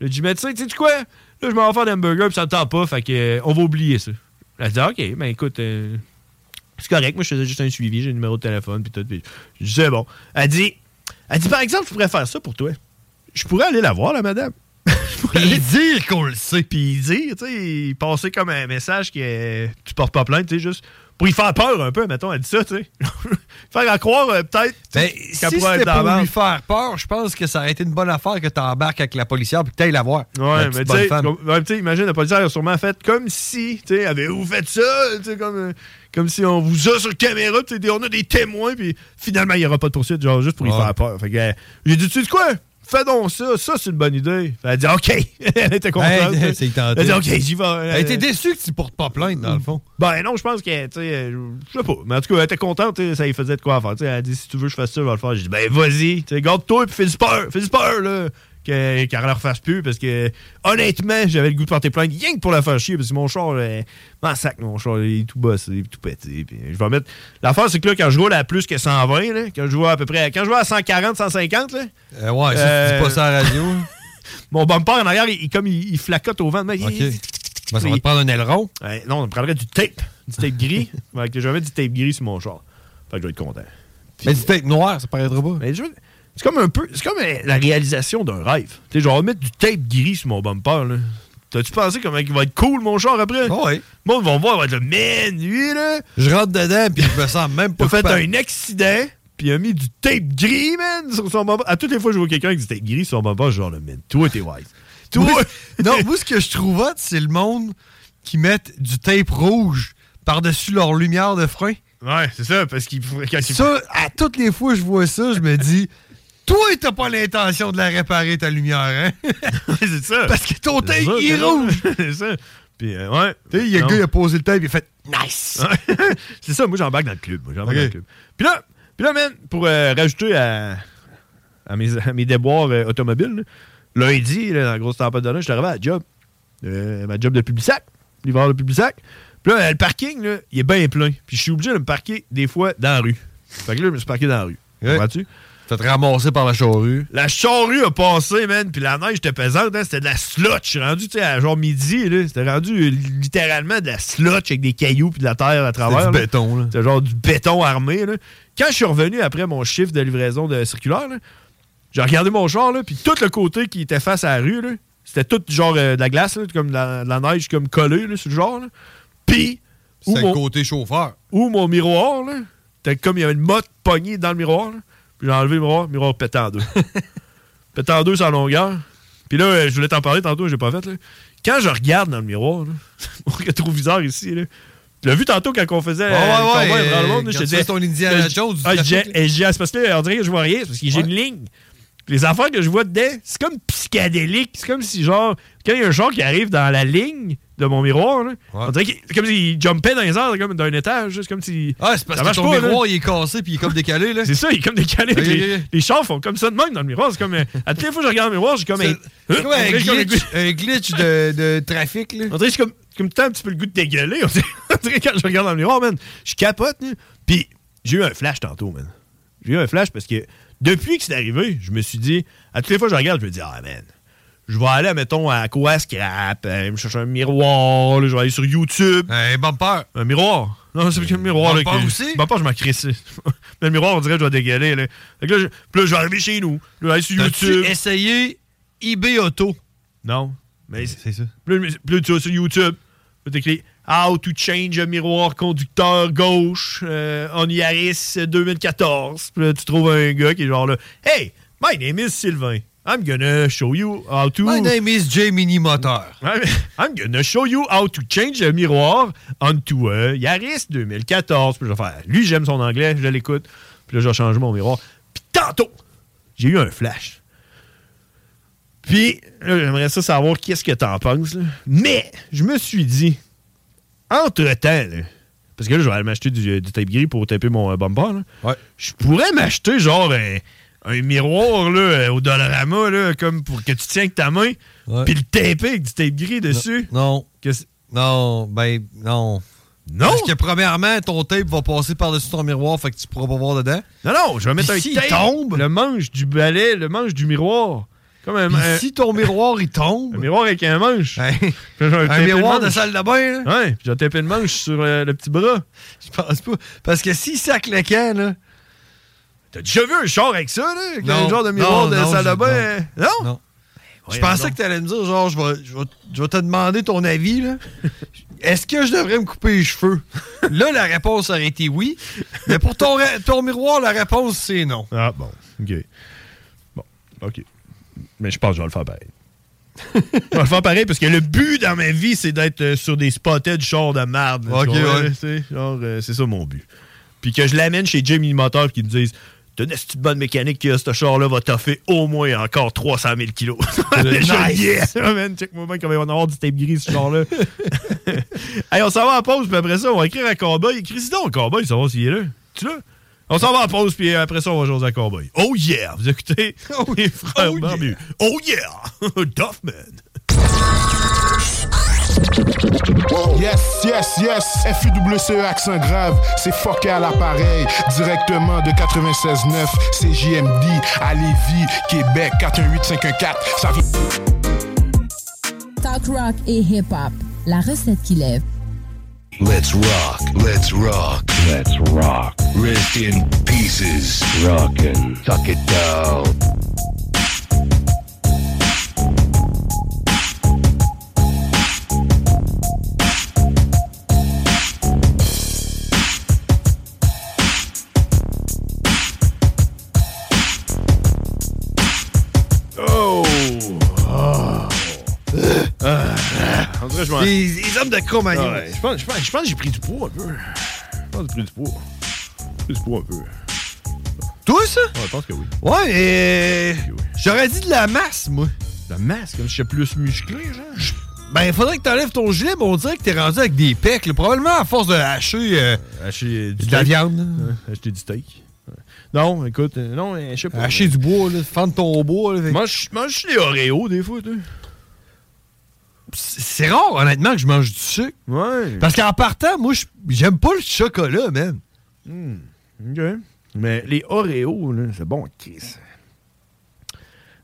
j'ai dit, mais tu sais, tu sais quoi? Là, je m'en vais faire d'hamburger, puis ça me tente pas, fait que, euh, on va oublier ça. Elle dit, ok, ben écoute, euh, c'est correct, moi, je faisais juste un suivi, j'ai le numéro de téléphone, puis tout. Puis je dis, c'est bon. Elle dit, elle dit, par exemple, je pourrais faire ça pour toi. Je pourrais aller la voir, la madame. (laughs) Puis dire qu'on le sait. Puis dire, tu sais, passer comme un message que euh, tu portes pas plainte, tu sais, juste pour y faire peur un peu, mettons, elle dit ça, tu sais. (laughs) faire à croire, euh, peut-être, tu sais,
Ben, Si
qu'elle pourrait
c'était
être dans
pour
la
lui
merde.
faire peur, je pense que ça aurait été une bonne affaire que t'embarques avec la policière puis que t'ailles la voir. La
Ouais,
petite
mais tu
bonne
sais,
femme.
com- ouais, tu sais, imagine, la policière a sûrement fait comme si, tu sais, avez-vous fait ça? Tu sais, comme, euh, comme si on vous a sur caméra, tu sais, des- on a des témoins, puis finalement, il n'y aura pas de poursuite, genre, juste pour y faire peur. Fait que, euh, j'ai dit, tu sais quoi? Fais donc ça, ça, c'est une bonne idée. Fait, elle a dit, OK. (laughs) elle était contente.
Hey, Ben, (laughs) c'est tenté.
Elle dit, OK, j'y vais.
Elle était
déçue que tu portes pas plainte, dans le fond. Ben non, je pense que, tu sais, euh, je sais pas. Mais en tout cas, elle était contente, tu sais, ça y faisait de quoi faire. Tu sais, elle a dit, si tu veux, je fasse ça, je vais le faire. J'ai dit, ben vas-y, tu sais, garde-toi, puis fais du peur, fais du peur, là. que- Qu'elle ne refasse plus, parce que honnêtement, j'avais le goût de porter plainte, rien que pour la faire chier, parce que mon char, euh, mon sac, mon char, il est tout bossé, il est tout pété. Puis euh, je vais mettre. L'affaire, c'est que là, quand je roule à plus que 120, là, quand je roule à peu près. Quand je roule à 140, 150, là.
Euh, ouais, ça, tu dis pas ça à la radio. hein.
(laughs) Mon bumper en arrière, il, il- comme il, il flacote au vent. de même.
Ben,
euh,
ça va te prendre un aileron.
Ouais, non, on prendrait du tape. Du tape (laughs) gris. Fait que je vais mettre du tape gris sur mon char. Fait que je vais être content. mais du tape noir, ça paraîtra pas. c'est comme un peu. C'est comme euh, la réalisation d'un rêve. Tu sais, je vais mettre du tape gris sur mon bumper, là. T'as-tu pensé comment il va être cool, mon char, après? Oui. Bon, ils vont voir, ils vont être là, man, lui, là. Oh, Je rentre dedans, puis je me sens même pas. Il a fait
coupable.
un accident, puis il a mis du tape gris, man, sur son bumper. À toutes les fois que je vois quelqu'un avec du tape gris sur son bumper, je suis genre, là, man, toi, t'es wise.
Moi, non, moi, ce que je trouve hot, c'est le monde qui met du tape rouge par-dessus leur lumière de frein.
Ouais, c'est ça, parce qu'il
Ça, à toutes les fois que je vois ça, je me dis, toi, t'as pas l'intention de la réparer, ta lumière, hein?
(laughs) c'est ça.
Parce que ton tape,
C'est ça,
il est
c'est
rouge.
ça. (laughs) c'est ça. Puis, euh, ouais.
Tu sais, il y a le
Non.
gars, il a posé le tape, il a fait, nice.
(laughs) c'est ça, moi j'embarque dans le club. Moi, j'embarque dans le club. Puis là, puis là man, pour euh, rajouter à, à mes, à mes déboires euh, automobiles, là, lundi, là, dans la grosse tempête de neige, je suis arrivé à la job. Euh, ma job de Publisac, l'hiver de Publisac. Puis là, euh, le parking, là, il est bien plein. Puis je suis obligé de me parquer des fois dans la rue. Fait que là, je me suis parqué dans la rue. Comprends-tu?
T'as te ramassé par la charrue.
La charrue a passé, man, puis la neige était pesante, hein, c'était de la slotch. Je suis rendu, tu sais, à genre midi, là, c'était rendu euh, littéralement de la slotch avec des cailloux puis de la terre à travers.
du
là.
béton, là.
C'était genre du béton armé, là. Quand je suis revenu après mon chiffre de livraison de circulaire, là, j'ai regardé mon char, là, puis tout le côté qui était face à la rue, là, c'était tout genre euh, de la glace, là, comme de la, de la neige comme collée, là, sur le genre, là. Puis...
C'était le
côté chauffeur. Ou mon miroir, là, c'était comme il y avait une motte pognée dans le miroir, là. Puis j'ai enlevé le miroir, le miroir pété
(laughs)
en deux. pété en deux sans longueur. Puis là, euh, je voulais t'en parler tantôt, j'ai pas fait, là. Quand je regarde dans le miroir, là, (laughs) mon rétroviseur ici, là, tu l'as vu tantôt quand on faisait
Ouais, ouais,
euh, le
ouais,
convoi
euh,
dans le monde,
quand
je
tu
te
fais
disais-
ton Indiana
là, je-
Jones du
Ah, je
trafic,
disais- et je disais, c'est parce que là, on dirait que je vois rien, c'est parce que j'ai une ligne. Les affaires que je vois dedans, c'est comme psychédélique. C'est comme si, genre, quand il y a un char qui arrive dans la ligne de mon miroir, là, on dirait qu'il- c'est comme s'il jumpait dans les airs, comme d'un étage. là, C'est comme si.
Ah, c'est parce
Ça
que
marche
ton
pas,
miroir,
là.
il est cassé, puis il est comme décalé, là.
C'est ça, il est comme décalé.
Ok,
les,
ok.
les chars font comme ça de même dans le miroir. C'est comme. euh, à toutes les fois que je regarde le miroir, j'ai comme. un-
C'est comme un
on dirait que j'ai
glitch, un glitch de, de trafic, là.
On dirait que j'ai comme, comme tout le temps un petit peu le goût de dégueuler. On dirait, on dirait quand je regarde dans le miroir, man, je capote. là. Puis j'ai eu un flash tantôt, man. J'ai eu un flash parce que depuis que c'est arrivé, je me suis dit, à toutes les fois que je regarde, je me dis, ah man, je vais aller, mettons, à quoi scrap, euh, me chercher un miroir, là, je vais aller sur YouTube. Un bumper. Un miroir. Non, c'est parce qu'un miroir. là,
Euh, Bumper
que-
aussi?
Bumper, je m'en crissais. (laughs) Mais le miroir, on dirait que je vais dégueuler. Là. Fait que là, je, puis là, je vais arriver chez nous. Je vais aller sur
T'as-tu
YouTube. essayé eBay Auto? Non. Mais c'est ça. Plus, tu vas sur YouTube, là, t'écris How to change a miroir conducteur gauche euh, en Yaris 2014. Puis là, tu trouves un gars qui est genre là Hey, my name is Sylvain. I'm gonna show you how to.
My name
is J Mini Moteur. (laughs) I'm gonna show you how to change a miroir onto a Yaris 2014. Puis je vais faire Lui, j'aime son anglais, je l'écoute. Puis là, je vais changer mon miroir. Puis tantôt, j'ai eu un flash. Puis, là, j'aimerais ça savoir qu'est-ce que t'en penses. là. Mais, je me suis dit, entre-temps, là, parce que là, je vais aller m'acheter du, euh, du tape gris pour taper mon euh, bumper. là. Je pourrais m'acheter, genre, un, un miroir là, euh, au Dollarama, là, comme pour que tu tiens avec ta main, puis le taper avec du tape gris dessus.
Non.
Que c'est-
Non, ben, non.
Non!
Parce que premièrement, ton tape va passer par-dessus ton miroir, fait que tu pourras pas voir dedans.
Non, non, je vais mettre
Puis
un
s'il
tape,
tombe?
le manche du balai, le manche du miroir. Comme un,
Puis si
ton miroir, il tombe? Un miroir avec un manche.
(laughs) Un miroir de salle de bain, là.
Ouais, puis je vais taper le manche sur euh, le petit bras.
Je pense pas. Parce que s'il sac le camp, là...
T'as déjà vu un char avec ça, là? Avec
Non.
un genre de miroir
Non,
de
non,
salle de
je-
bain? euh, Non?
Non. Je
voyons
pensais
donc.
que t'allais me dire, genre, je vais, je vais- je vais te demander ton avis,
(laughs)
là. Est-ce que je devrais me couper les cheveux? Là, la réponse aurait été oui. Mais pour ton, ra- ton miroir, la réponse, c'est non.
Ah, bon. OK. Bon, OK. Mais je pense que je vais le faire pareil. je vais le faire pareil parce que le but dans ma vie, c'est d'être euh, sur des spotted chars de marde. là, tu
Ok,
comprends,
ouais.
là, tu sais? Genre, euh, c'est ça mon but. Puis que je l'amène chez Jimmy Motor qui me dise T'as une petite bonne mécanique que ce char-là va toffer au moins encore 300 000 kilos. (laughs) Le genre,
Nice.
(laughs) Yeah! Ah, man, check-moi bien comment il va en avoir du tape gris, ce (laughs) genre-là. hey, on s'en va en pause, puis après ça, on va écrire à Cowboy. Écris-y donc, Cowboy, savoir s'il est là. Tu là? On s'en va en pause, puis euh, après ça, on va jouer à Cowboy. Oh yeah! Vous écoutez? les (laughs) frères barbus. Oh yeah! (laughs) Duffman!
Yes, yes, yes, FUWCE accent grave, c'est fucké à l'appareil, directement de 96.9, CJMD, à Lévis, Québec, 418-514, ça vient...
Talk rock et hip-hop. La recette qui lève.
Let's rock. Let's rock. Let's rock. Rest in pieces. Rockin'. Tuck it down.
Oh! En tout cas, je m'en- Ah
Les, les hommes de Cro-Magnon.
Ouais, je pense, je pense- je pense que j'ai pris du poids un peu. Je pense que j'ai pris du poids. J'ai pris du poids un peu.
Toi, ça?
Ouais, je pense que oui.
Ouais, et... J'aurais dit de la masse, moi.
La masse, comme si j'étais plus musclé, genre.
Ben, faudrait que t'enlèves ton gilet, mais on dirait que t'es rendu avec des pecs, là. Probablement à force de hacher... euh,
Acheter du
de la
steak.
viande, là.
Ouais, Acheter du steak. Ouais. Non, écoute, euh, non, euh, je sais pas.
Hacher du bois, là. Fendre ton bois, là.
Mange, mange des Oreos, des fois, toi.
C'est rare, honnêtement, que je mange du sucre.
Ouais.
Parce qu'en partant, moi, je- j'aime pas le chocolat, même.
Hmm, OK. Mais les Oreos, là, c'est bon, Chris.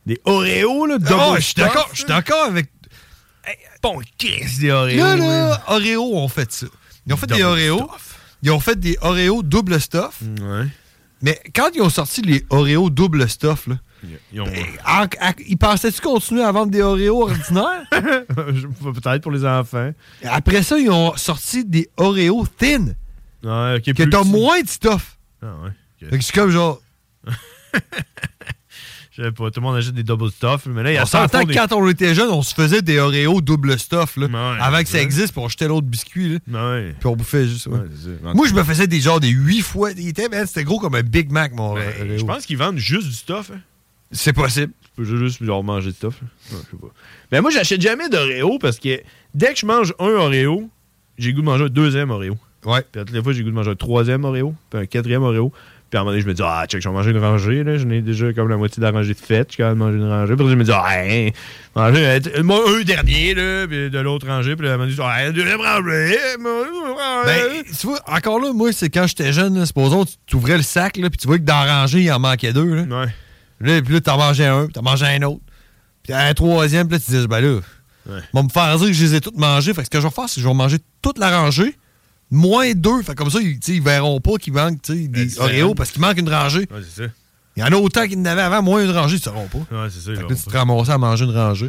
Des Oreos, là, double
Ah, je suis
stuff,
d'accord, je suis d'accord avec.
bon, Chris, des Oreos.
Là,
man.
là, Oreo ont fait ça. Ils ont fait des
Double
Oreos. Ils ont fait des Oreos double stuff. Mais quand ils ont sorti les Oreos double stuff, là,
Ils ont-
en- à- ils pensaient-tu continuer à vendre des Oreos
(laughs)
ordinaires?
Peut-être pour les enfants.
Après ça, ils ont sorti des Oreos thin.
Ouais, ok,
que
plus
t'as
petit.
moins de stuff.
Ah, ouais. ok.
Fait que c'est comme
(laughs)
genre.
Je sais pas, tout le monde achète des double stuff, mais là, il y a
On
ça
s'entend que quand on était jeune, on se faisait des Oreos double stuff, là, avant que ça
ouais.
existe, puis on jetait l'autre biscuit,
là,
puis on bouffait juste. ouais.
c'est ça.
Moi, je me faisais des genres des 8 fois. Il était, man, c'était gros comme un Big Mac, mon Oreo.
Ben, Je pense qu'ils vendent juste du stuff. hein.
C'est possible.
Tu peux juste genre manger du stuff. là. Ouais, je sais pas. Mais moi, j'achète jamais d'Oreo parce que dès que je mange un Oreo, j'ai le goût de manger un deuxième Oreo.
Ouais.
Puis à toutes les fois, j'ai le goût de manger un troisième Oreo, puis un quatrième Oreo. Puis à un moment donné, je me dis, ah, check, je vais manger une rangée. Là. J'en ai déjà comme la moitié de la rangée de fête. Je suis capable de manger une rangée. Puis je me dis, ah, hein, manger un, t- moi, un dernier, là, puis de l'autre rangée. Puis là, à un moment donné, je dis, ah, une deuxième rangée. moi, moi,
Ben, tu vois, encore là, moi, c'est quand j'étais jeune, là, supposons, tu t'ouvrais le sac, là, puis tu vois que dans la rangée, il en manquait deux. Là.
Ouais.
Là, puis là, t'en mangeais un, puis t'en mangeais un autre. Puis un troisième, puis là, tu disais, ben là, ils vont me faire dire que je les ai toutes mangées. Fait que ce que je vais faire, c'est que je vais manger toute la rangée, moins deux. Fait que comme ça, ils, tu sais, ils verront pas qu'il manque tu sais, des
différente.
Oreos parce qu'il manque une rangée.
Ouais, c'est ça.
Il y en a autant qu'il y en avait avant, moins une rangée, ils sauront pas.
Ouais, c'est ça.
Fait que
genre.
là, tu te ramassais à manger une rangée.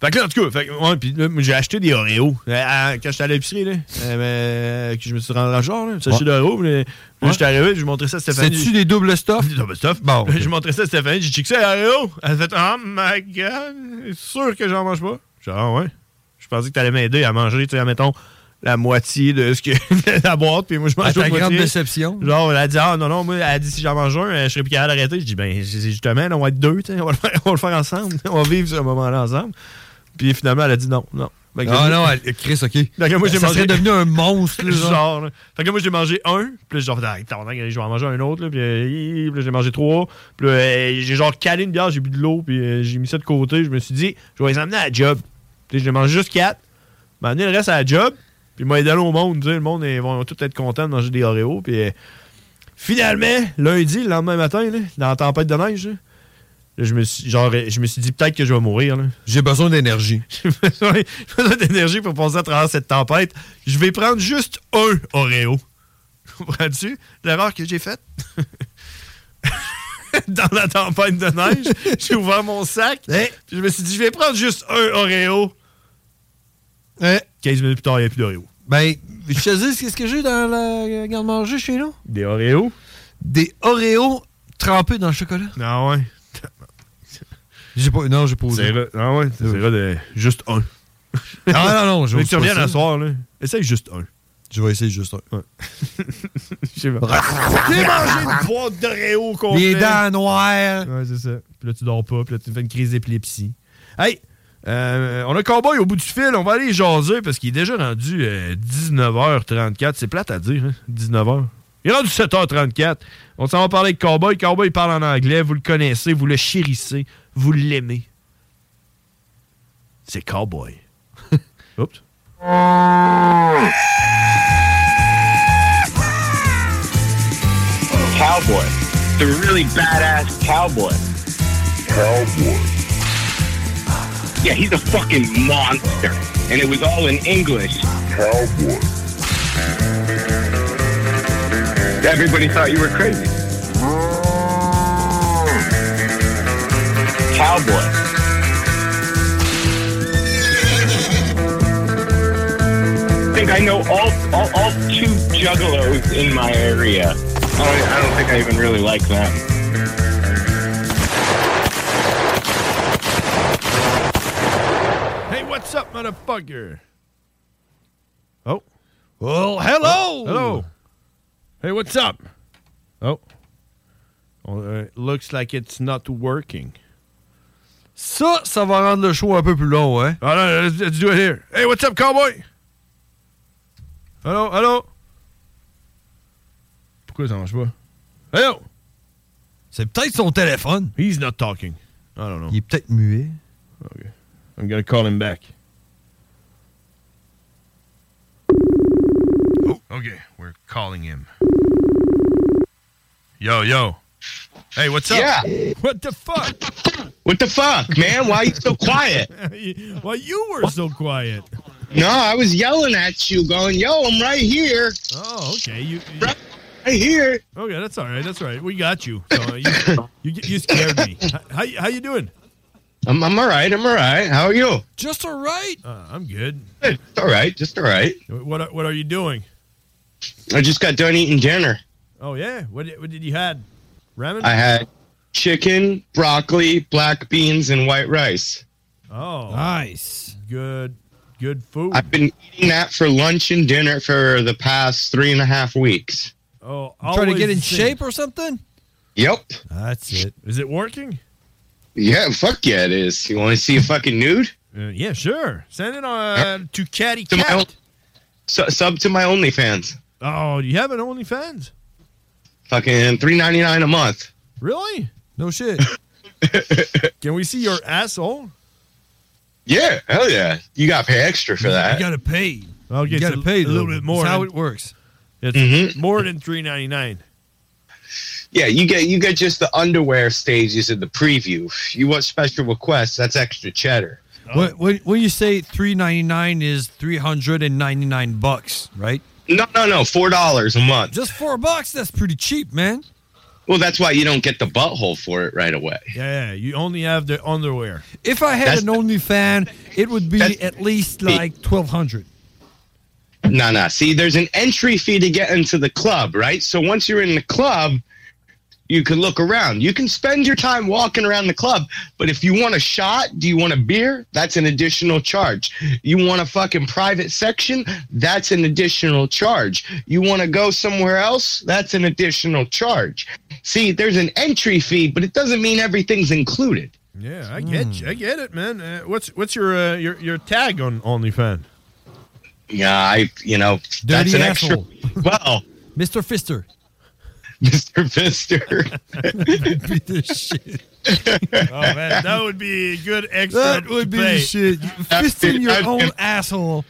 Fait que là, en tout cas, fait que- ouais, puis là, moi, j'ai acheté des Oreos. Euh, à- quand j'étais à l'épicerie, là, euh, ben, que je me suis rendu dans le genre, là, j'ai acheté des Oreos. mais là, j'étais arrivé, puis j'ai montré ça à Stéphanie.
C'est-tu des Ah, ben, doubles stuff? Des
double stuff. Bon. J'ai montré ça à Stéphanie, j'ai dit que c'est Oreo. Elle fait (laughs) Oh my god, c'est sûr que j'en mange pas. J'ai dit Ah ouais. Je pensais que t'allais m'aider à manger, tu sais, mettons la moitié de ce que (laughs) de la boîte, puis moi je mange
À ta
l'autre
grande
moitié.
déception.
Genre, elle a dit Ah non, non, moi, elle a dit si j'en mange un, euh, je serais plus capable d'arrêter. Je dis Ben, c'est justement, on va être deux, tu sais, on va le faire, (laughs) on va le faire ensemble, on va vivre ce moment-là ensemble. Puis finalement, elle a dit non, non. Fait que
Ah
j'ai-
non, elle- Chris, OK.
Fait que moi, j'ai
ça
mangé-
serait devenu un
(laughs)
monstre. là,
genre.
genre.
là. Fait que moi, j'ai mangé un, puis là, genre, Ah, tabarnak, je vais en manger un autre, là, puis euh, hi, hi, puis là, j'ai mangé trois, puis là, euh, j'ai genre calé une bière, j'ai bu de l'eau, puis euh, j'ai mis ça de côté, je me suis dit, je vais les emmener à la job. Puis j'ai mangé juste quatre, j'ai amené le reste à la job, Puis il m'a aidé au monde. tu sais, le monde, ils vont tous être contents de manger des Oreos. Puis euh, finalement, lundi, le lendemain matin, là, dans la tempête de neige, là, là, je, me suis, genre, euh, je me suis dit peut-être que je vais mourir. J'ai besoin d'énergie. (laughs) J'ai besoin, j'ai besoin d'énergie pour passer à travers cette tempête. Je vais prendre juste un Oreo. (laughs) Comprends-tu l'erreur que j'ai faite? (laughs) dans la tempête de neige.
(laughs)
J'ai ouvert mon sac.
Eh?
Puis je me suis dit, je vais prendre juste un Oreo.
Euh,
15 minutes plus tard, il n'y a plus d'Oreo.
Ben, je te dis, qu'est-ce que j'ai dans la garde-manger chez nous?
Des Oreos?
Des Oreos trempés dans le chocolat.
Non, Ah ouais.
J'ai pas, non, j'ai pas osé.
C'est vrai. Non, ouais, c'est vrai de juste un.
Ah, non,
(laughs)
non,
je
j'ose
Mais tu
pas
reviens
ça.
la soir, là. Essaye juste (laughs) un.
Je vais essayer juste un.
J'ai mangé une boîte d'Oreo complète.
Les dents noires.
Ouais, c'est ça. Puis là, tu dors pas. Puis là, tu fais une crise d'épilepsie. Hey! euh, on a Cowboy au bout du fil. On va aller jaser parce qu'il est déjà rendu euh, 19h34. C'est plate à dire, hein? 19h. Il est rendu 7h34. On s'en va parler avec Cowboy. Cowboy il parle en anglais. Vous le connaissez, vous le chérissez, vous l'aimez. C'est Cowboy. Oups.
Cowboy. The really badass cowboy. Cowboy. Yeah, he's a fucking monster. And it was all in English. Cowboy. Everybody thought you were crazy. Cowboy. I think I know all, all, all two juggalos in my area. I don't, I don't think I even really like them.
Hey, what's up, motherfucker? Oh.
Well, hello.
Hello. Hey, what's up? Oh. On- euh, looks like it's not working.
Ça, ça va rendre le show un peu plus long, hein?
Oh, no, let's, let's do it here. Hey, what's up, cowboy? Hello, hello. Pourquoi ça marche pas? Hello.
C'est peut-être son téléphone.
He's not talking. I don't know.
Il est peut-être muet.
Okay. I'm gonna call him back.
Oh.
Okay, we're calling him. Yo, yo. Hey, what's up?
Yeah.
What the fuck?
What the fuck, man? Why are you so
(laughs)
quiet?
Why you were so quiet?
No, I was yelling at you, going, "Yo, I'm right here,
Oh, okay. You, you
right here."
okay? That's all right. That's all right. We got you. So, uh, you, you you scared me. How how you doing?
I'm, I'm all right. I'm all right. How are you?
Just all right. Uh, I'm good.
It's all right. Just all right.
What are- what are you doing?
I just got done eating dinner.
Oh yeah. What did- what did you had? Ramen.
I had chicken, broccoli, black beans, and white rice.
Oh, nice. Good good food.
I've been eating that for lunch and dinner for the past three and a half weeks.
Oh,
Trying to
always
get in
the same.
shape or something?
Yep.
That's it. Is it working?
Yeah, fuck yeah, it is. You want to see a fucking nude?
Uh, yeah, sure. Send it uh, to Caddy
To my
Cat.
own- Su- sub to my OnlyFans.
Oh, do you have an OnlyFans?
Fucking three ninety nine a month.
Really?
(laughs)
No shit. Can we see your asshole?
Yeah, hell yeah. You got to pay extra for that.
gotta pay. Okay,
You gotta
so
pay,
a little
though.
bit more.
That's how
than-
it
works. It's
Mm-hmm.
more than three ninety nine.
Yeah, you get you get just the underwear stages of the preview. You want special requests? That's extra cheddar.
When, when, when you say 399 is 399 bucks, right?
No, no, no, four dollars a month.
Just four bucks, that's pretty cheap, man.
Well, that's why you don't get the butthole for it right away.
Yeah, yeah, you only have the underwear.
If I had
That's-
an OnlyFan, it would be at least like 1200
No, no. See, there's an entry fee to get into the club, right? So once you're in the club, you can look around. You can spend your time walking around the club, but if you want a shot, do you want a beer? That's an additional charge. You want a fucking private section? That's an additional charge. You want to go somewhere else? That's an additional charge. See, there's an entry fee, but it doesn't mean everything's included.
Yeah, I get you.
Hmm.
I get it, man. Uh, what's what's your uh, your your tag on OnlyFans?
Yeah, I, you know,
Dirty
that's an
asshole.
extra. (laughs) Well,
Mr.
(laughs)
Fister.
Mr.
(laughs)
Fister.
Oh man, that would be a good extra.
That would
to
be
pay. (laughs)
shit. Fisting your own asshole.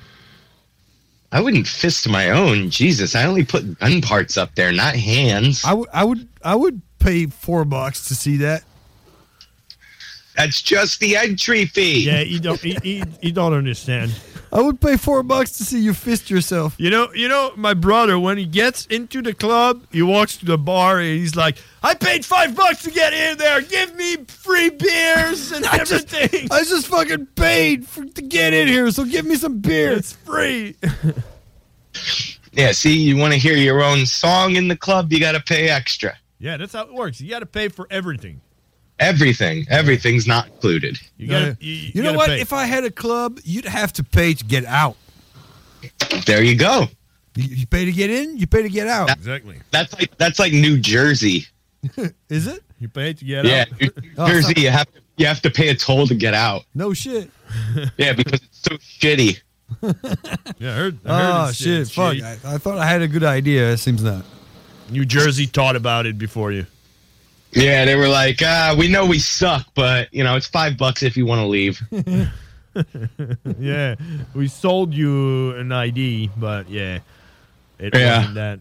I wouldn't fist my own. Jesus, I only put gun parts up there, not hands.
I would, I would, I would pay four bucks to see that.
That's just the entry fee.
Yeah,
you
don't-
he, he, he don't understand.
I would pay four bucks to see you fist yourself.
You know, you know, my brother, when he gets into the club, he walks to the bar and he's like, I paid five bucks to get in there. Give me free beers and everything.
(laughs) I just fucking paid for, to get in here, so give me some beer. It's
free.
Yeah, see, you want to hear your own song in the club, you got to pay extra.
Yeah, that's how it works. You got to pay for everything.
Everything, everything's not included.
You gotta,
Yeah.
you, you
You know
gotta
what?
pay.
If I had a club, you'd have to pay to get out.
There you go.
You, you pay to get in, you pay to get out.
Exactly.
That's like that's like New Jersey.
(laughs) Is it?
You pay to get
Yeah,
out. (laughs)
New
Oh,
Jersey,
sorry.
you have to, you have to pay a toll to get out.
No shit.
(laughs) Yeah, because it's so shitty.
Yeah, I heard. I heard
Oh
it's-
shit!
it's
Fuck!
shitty.
I, I thought I had a good idea. It seems not.
New Jersey taught about it before you.
Yeah, they were like, uh, we know we suck, but you know, it's five bucks if you want to leave.
(laughs) yeah, we sold you an ID, but yeah, it
Yeah.
wasn't that.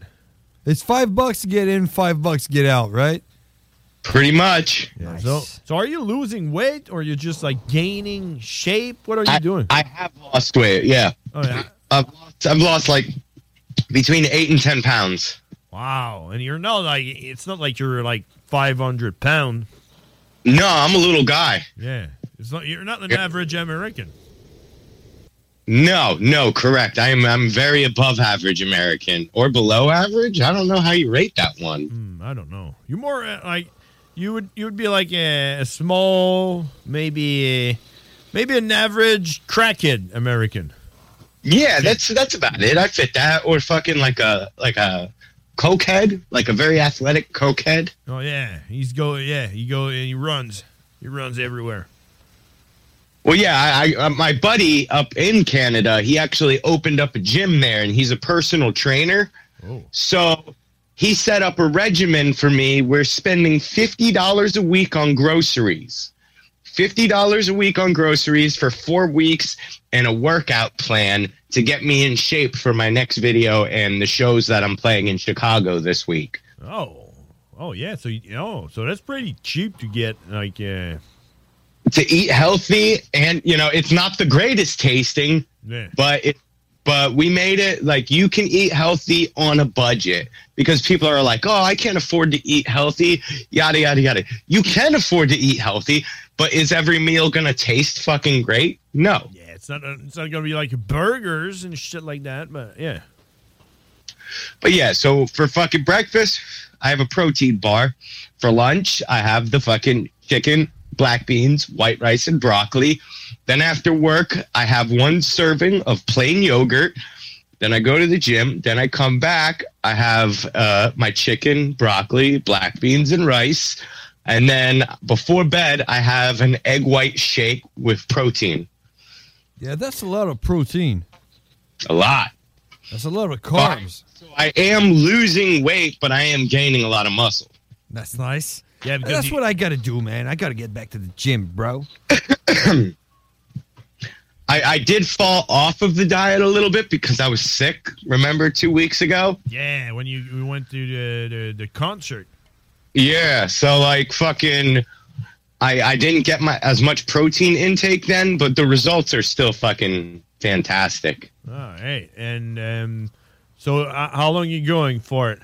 It's five bucks to get in, five bucks to get out, right?
Pretty much.
So, so are you losing weight or you're just like gaining shape? What are you doing?
I have Lost weight, yeah.
Oh yeah.
I've lost, I've lost like between eight and ten pounds.
Wow, and you're not like it's not like you're like 500 pound.
No, I'm a little guy.
Yeah, it's not. You're not an
Yeah.
average American.
No, no, correct. I am. I'm very above average American or below average. I don't know how you rate that one.
Hmm, I don't know. You're more uh, like you would you would be like a, a small, maybe a, maybe an average crackhead American.
Yeah, that's that's about it. I fit that, or fucking like a like a cokehead, like a very athletic cokehead.
Oh yeah, he's go. Yeah, he go and he runs. He runs everywhere.
Well, yeah, I, I uh, my buddy up in Canada, he actually opened up a gym there, and he's a personal trainer. So he set up a regimen for me. We're spending fifty dollars a week on groceries, fifty dollars a week on groceries for four weeks, and a workout plan to get me in shape for my next video and the shows that I'm playing in Chicago this week.
Oh, oh yeah. So you oh, so that's pretty cheap to get. Like uh,
To eat healthy, and you know, it's not the greatest tasting,
yeah.
but it but we made it like you can eat healthy on a budget because people are like oh i can't afford to eat healthy yada yada yada you can afford to eat healthy but is every meal gonna taste fucking great no
Yeah, it's not. It's not gonna be like burgers and shit like that. But yeah.
but yeah so for fucking breakfast i have a protein bar for lunch i have the fucking chicken black beans white rice and broccoli then after work i have one serving of plain yogurt Then I go to the gym. Then I come back. I have uh, my chicken, broccoli, black beans, and rice. And then before bed, I have an egg white shake with protein.
Yeah, that's a lot of protein.
A lot.
That's a lot of carbs.
So I am losing weight, but I am gaining a lot of muscle.
That's nice.
Yeah,
because
that's
you-
what I got to do, man. I got to get back to the gym, bro.
(clears throat) I, I did fall off of the diet a little bit because I was sick, remember, two weeks ago?
Yeah, when you we went to the the, the concert.
Yeah, so like fucking I I didn't get my as much protein intake then, but the results are still fucking fantastic.
All right, Ah, and um, so uh, how long you going for it?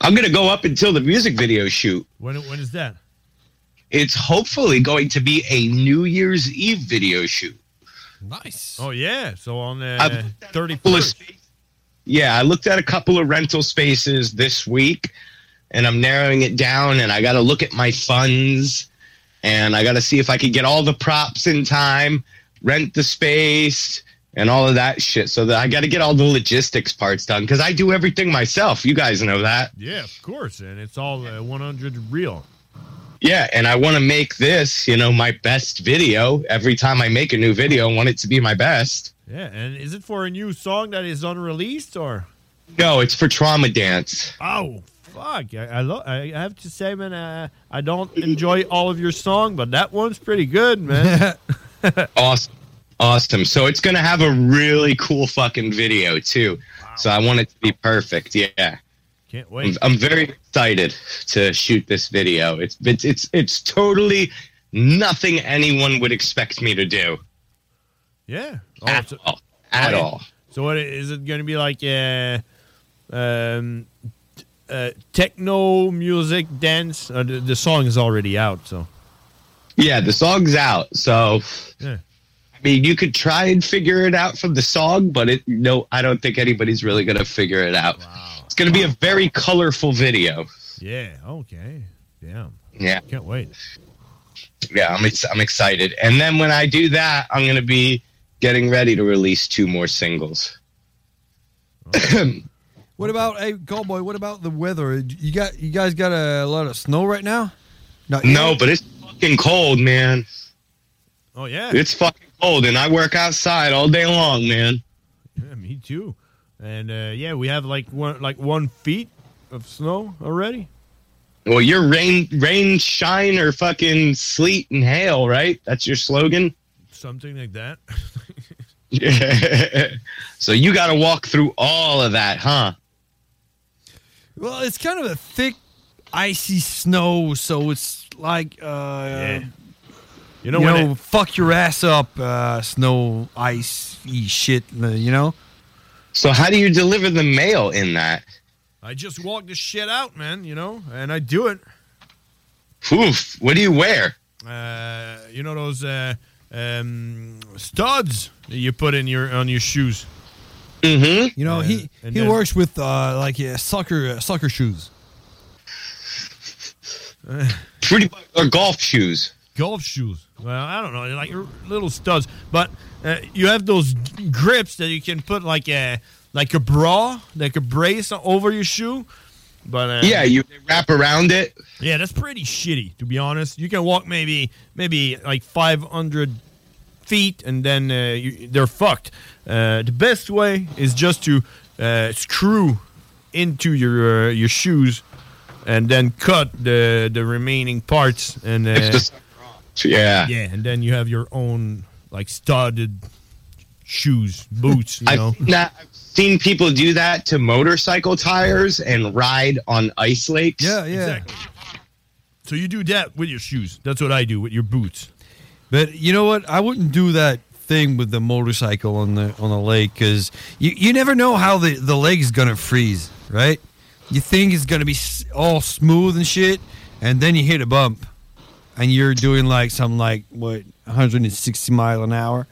I'm going to go up until the music video shoot.
When when is that?
It's hopefully going to be a New Year's Eve video shoot.
Nice. Oh yeah, so on
I've
the
looked
thirty
couple of
first.
Yeah, I looked at a couple of rental spaces this week and I'm narrowing it down and I got to look at my funds and I got to see if I could get all the props in time, rent the space and all of that shit so that I got to get all the logistics parts done cuz I do everything myself. You guys know that.
Yeah, of course, and it's all uh, one hundred real.
Yeah, and I want to make this, you know, my best video. Every time I make a new video, I want it to be my best.
Yeah, and is it for a new song that is unreleased or?
No, it's for trauma dance.
Oh fuck! I I, lo- I I have to say, man, uh, I
(laughs)
don't enjoy all of your song, but that one's pretty good, man.
awesome. Awesome. So it's going to have a really cool fucking video too. So I want it to be perfect. Yeah.
Can't
I'm, I'm very excited to shoot this video. It's it's it's, it's totally nothing anyone would expect me to do
Yeah. Oh,
at all. At
Yeah.
all.
So what is it going to be like? Uh, um, t- uh, techno music dance. Uh, the, the song is already out, so
Yeah, the song's out. So
yeah.
I mean, you could try and figure it out from the song, but it no, I don't think anybody's really going to figure it out. It's going to be a very colorful video.
Yeah. Okay. Damn.
Yeah.
Can't wait.
yeah, I'm ex- I'm excited. And then when I do that, I'm gonna be getting ready to release two more singles.
What about hey, cowboy? What about the weather? You got you guys got a lot of snow right now? Not
no, but it's fucking cold, man.
Oh yeah.
It's fucking cold, and I work outside all day long, man.
Yeah, me too. And uh, yeah, we have like one like one feet of snow already.
Well, you're rain, rain, shine, or fucking sleet and hail, right? That's your slogan. (laughs)
Something like that.
so you got to walk through all of that, huh?
Well, it's kind of a thick, icy snow, so it's (laughs) like uh,
you
know,
know when it-
fuck your ass up, uh, snow, ice, shit. uh, You know.
So how do you deliver the mail in that?
I just walk this shit out, man. You know, and I do it.
Oof! What do you wear?
Uh, you know those uh, um, studs that you put in your on your shoes.
Mm-hmm.
You know he
and
he
then-
works with uh, like yeah, soccer uh, soccer shoes.
Pretty or golf shoes.
Golf shoes. Well, I don't know, they're like little studs, but uh, you have those grips that you can put like a like a bra, like a brace over your shoe. But uh,
yeah, you wrap around it.
Yeah, that's pretty shitty to be honest. You can walk maybe maybe like 500 feet and then uh, you, they're fucked. Uh, the best way is just to uh, screw into your uh, your shoes and then cut the the remaining parts and uh,
It's just- yeah.
yeah, and then you have your own like studded shoes, boots, you
(laughs)
know.
I've, seen that, I've seen people do that to motorcycle tires and ride on ice lakes. Yeah,
yeah.
So you do that with your shoes. That's what I do with your boots.
But you know what? I wouldn't do that thing with the motorcycle on the on the lake because you, you never know how the the lake's gonna freeze, right? You think it's gonna be s- all smooth and shit, and then you hit a bump, and you're doing like some like what 160 mile an hour.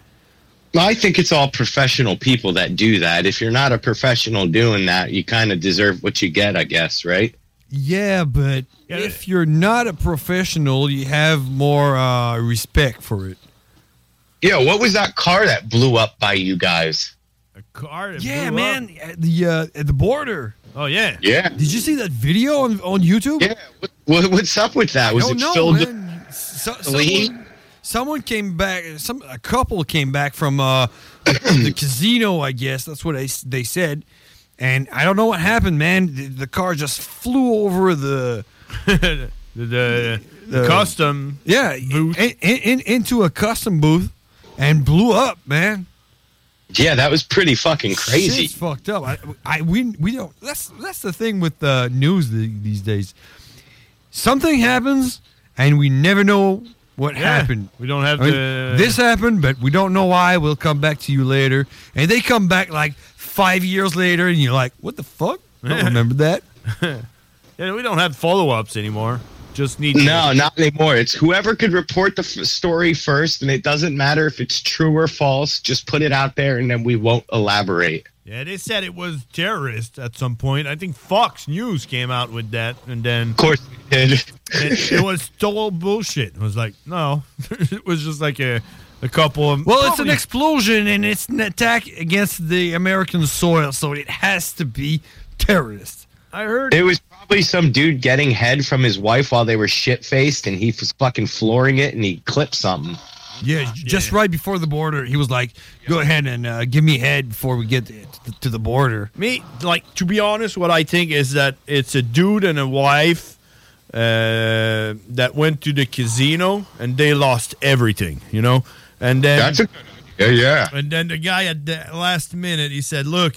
Well, I think it's all professional people that do that. If you're not a professional doing that, you kind of deserve what you get, I guess, right?
Yeah, but if you're not a professional, you have more uh, respect for it.
Yeah, what was that car that blew up by you guys?
Car that
Yeah,
blew
man,
up.
at the uh, at the border.
Oh yeah.
Yeah.
Did you see that video on on YouTube? Yeah.
What, what's up with that? Was
I
it
don't know,
filled?
man. So-
Lee?
someone, someone came back. Some a couple came back from uh, the, the casino. I guess that's what they s- they said. And I don't know what happened, man. The, the car just flew over the
(laughs) the, the, custom
yeah booth in, in, into a custom booth and blew up, man.
Yeah, that was pretty fucking crazy.
Shit's fucked up. I, I we we don't. That's that's the thing with the news the, these days. Something happens and we never know what
Yeah,
happened.
we don't have the-
this happened, but we don't know why. We'll come back to you later. And they come back like five years later, and you're like, "What the fuck? I don't remember that."
(laughs) Yeah, we don't have follow ups anymore. Just need
No, not anymore. It's whoever could report the f- story first, and it doesn't matter if it's true or false. Just put it out there, and then we won't elaborate.
Yeah, they said it was terrorist at some point. I think Fox News came out with that, and then of
course they
(laughs)
did.
it, it was total bullshit. It was like no, (laughs) it was just like a a couple of
Well, it's an
probably-
explosion and it's an attack against the American soil, so it has to be terrorist.
I heard
It was probably some dude getting head from his wife while they were shit faced, and he was fucking flooring it, and he clipped something.
Yeah, just right before the border, he was like, "Go ahead and uh, give me head before we get to, to the border."
Me, like to be honest, what I think is that it's a dude and a wife uh, that went to the casino and they lost everything, you know. And then
That's a good Yeah, yeah.
And then the guy at the last minute, he said, "Look,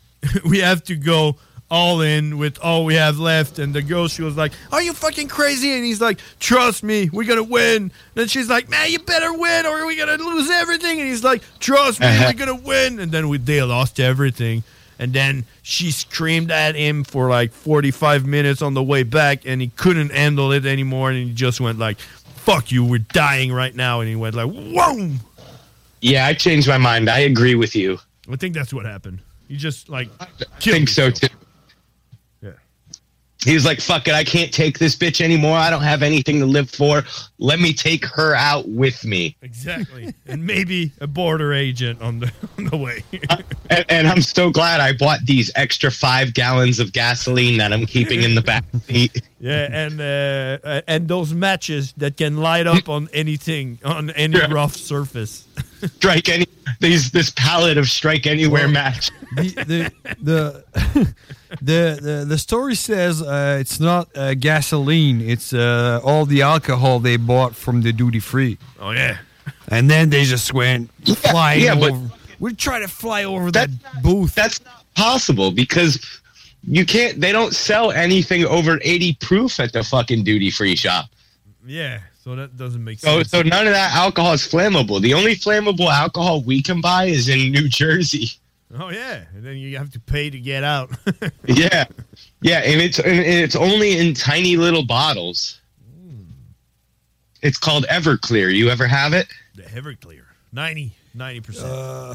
(laughs) we have to go all in with all we have left." And the girl, she was like, "Are you fucking crazy?" And he's like, "Trust me, we're gonna win." Then she's like, "Man, you better win, or we're gonna lose everything." And he's like, "Trust
(laughs)
me, we're gonna win." And then we they lost everything. And then she screamed at him for like 45 minutes on the way back, and he couldn't handle it anymore, and he just went like, "Fuck you, we're dying right now." And he went like, "Whoa!"
Yeah, I changed my mind. I agree with you.
I think that's what happened. You just (laughs) like
I think so too.
Yeah.
He's like, fuck it, I can't take this bitch anymore. I don't have anything to live for. Let me take her out with me.
exactly, and maybe a border agent on the (laughs) on the way.
And, and I'm so glad I bought these extra five gallons of gasoline that I'm keeping in the back seat. (laughs)
yeah, and uh, uh, and those matches that can light (laughs) up on anything on any rough surface. (laughs)
Strike any these this palette of strike anywhere match.
the the (laughs) the the, the story says uh, it's not uh, gasoline; it's uh, all the alcohol they bought from the duty free.
Oh yeah.
And then they just went flying
yeah, but-
over. we try to fly over
that booth. That's not possible because you can't. They don't sell anything over 80 proof at the fucking duty free shop.
Yeah, so that doesn't make
So,
sense.
so none of that alcohol is flammable. The only flammable alcohol we can buy is in New Jersey. (laughs)
Oh yeah, and then you have to pay to get out. (laughs)
yeah, yeah, and it's and it's only in tiny little bottles. It's called Everclear. You ever have it?
the Everclear, 90 percent.
Uh,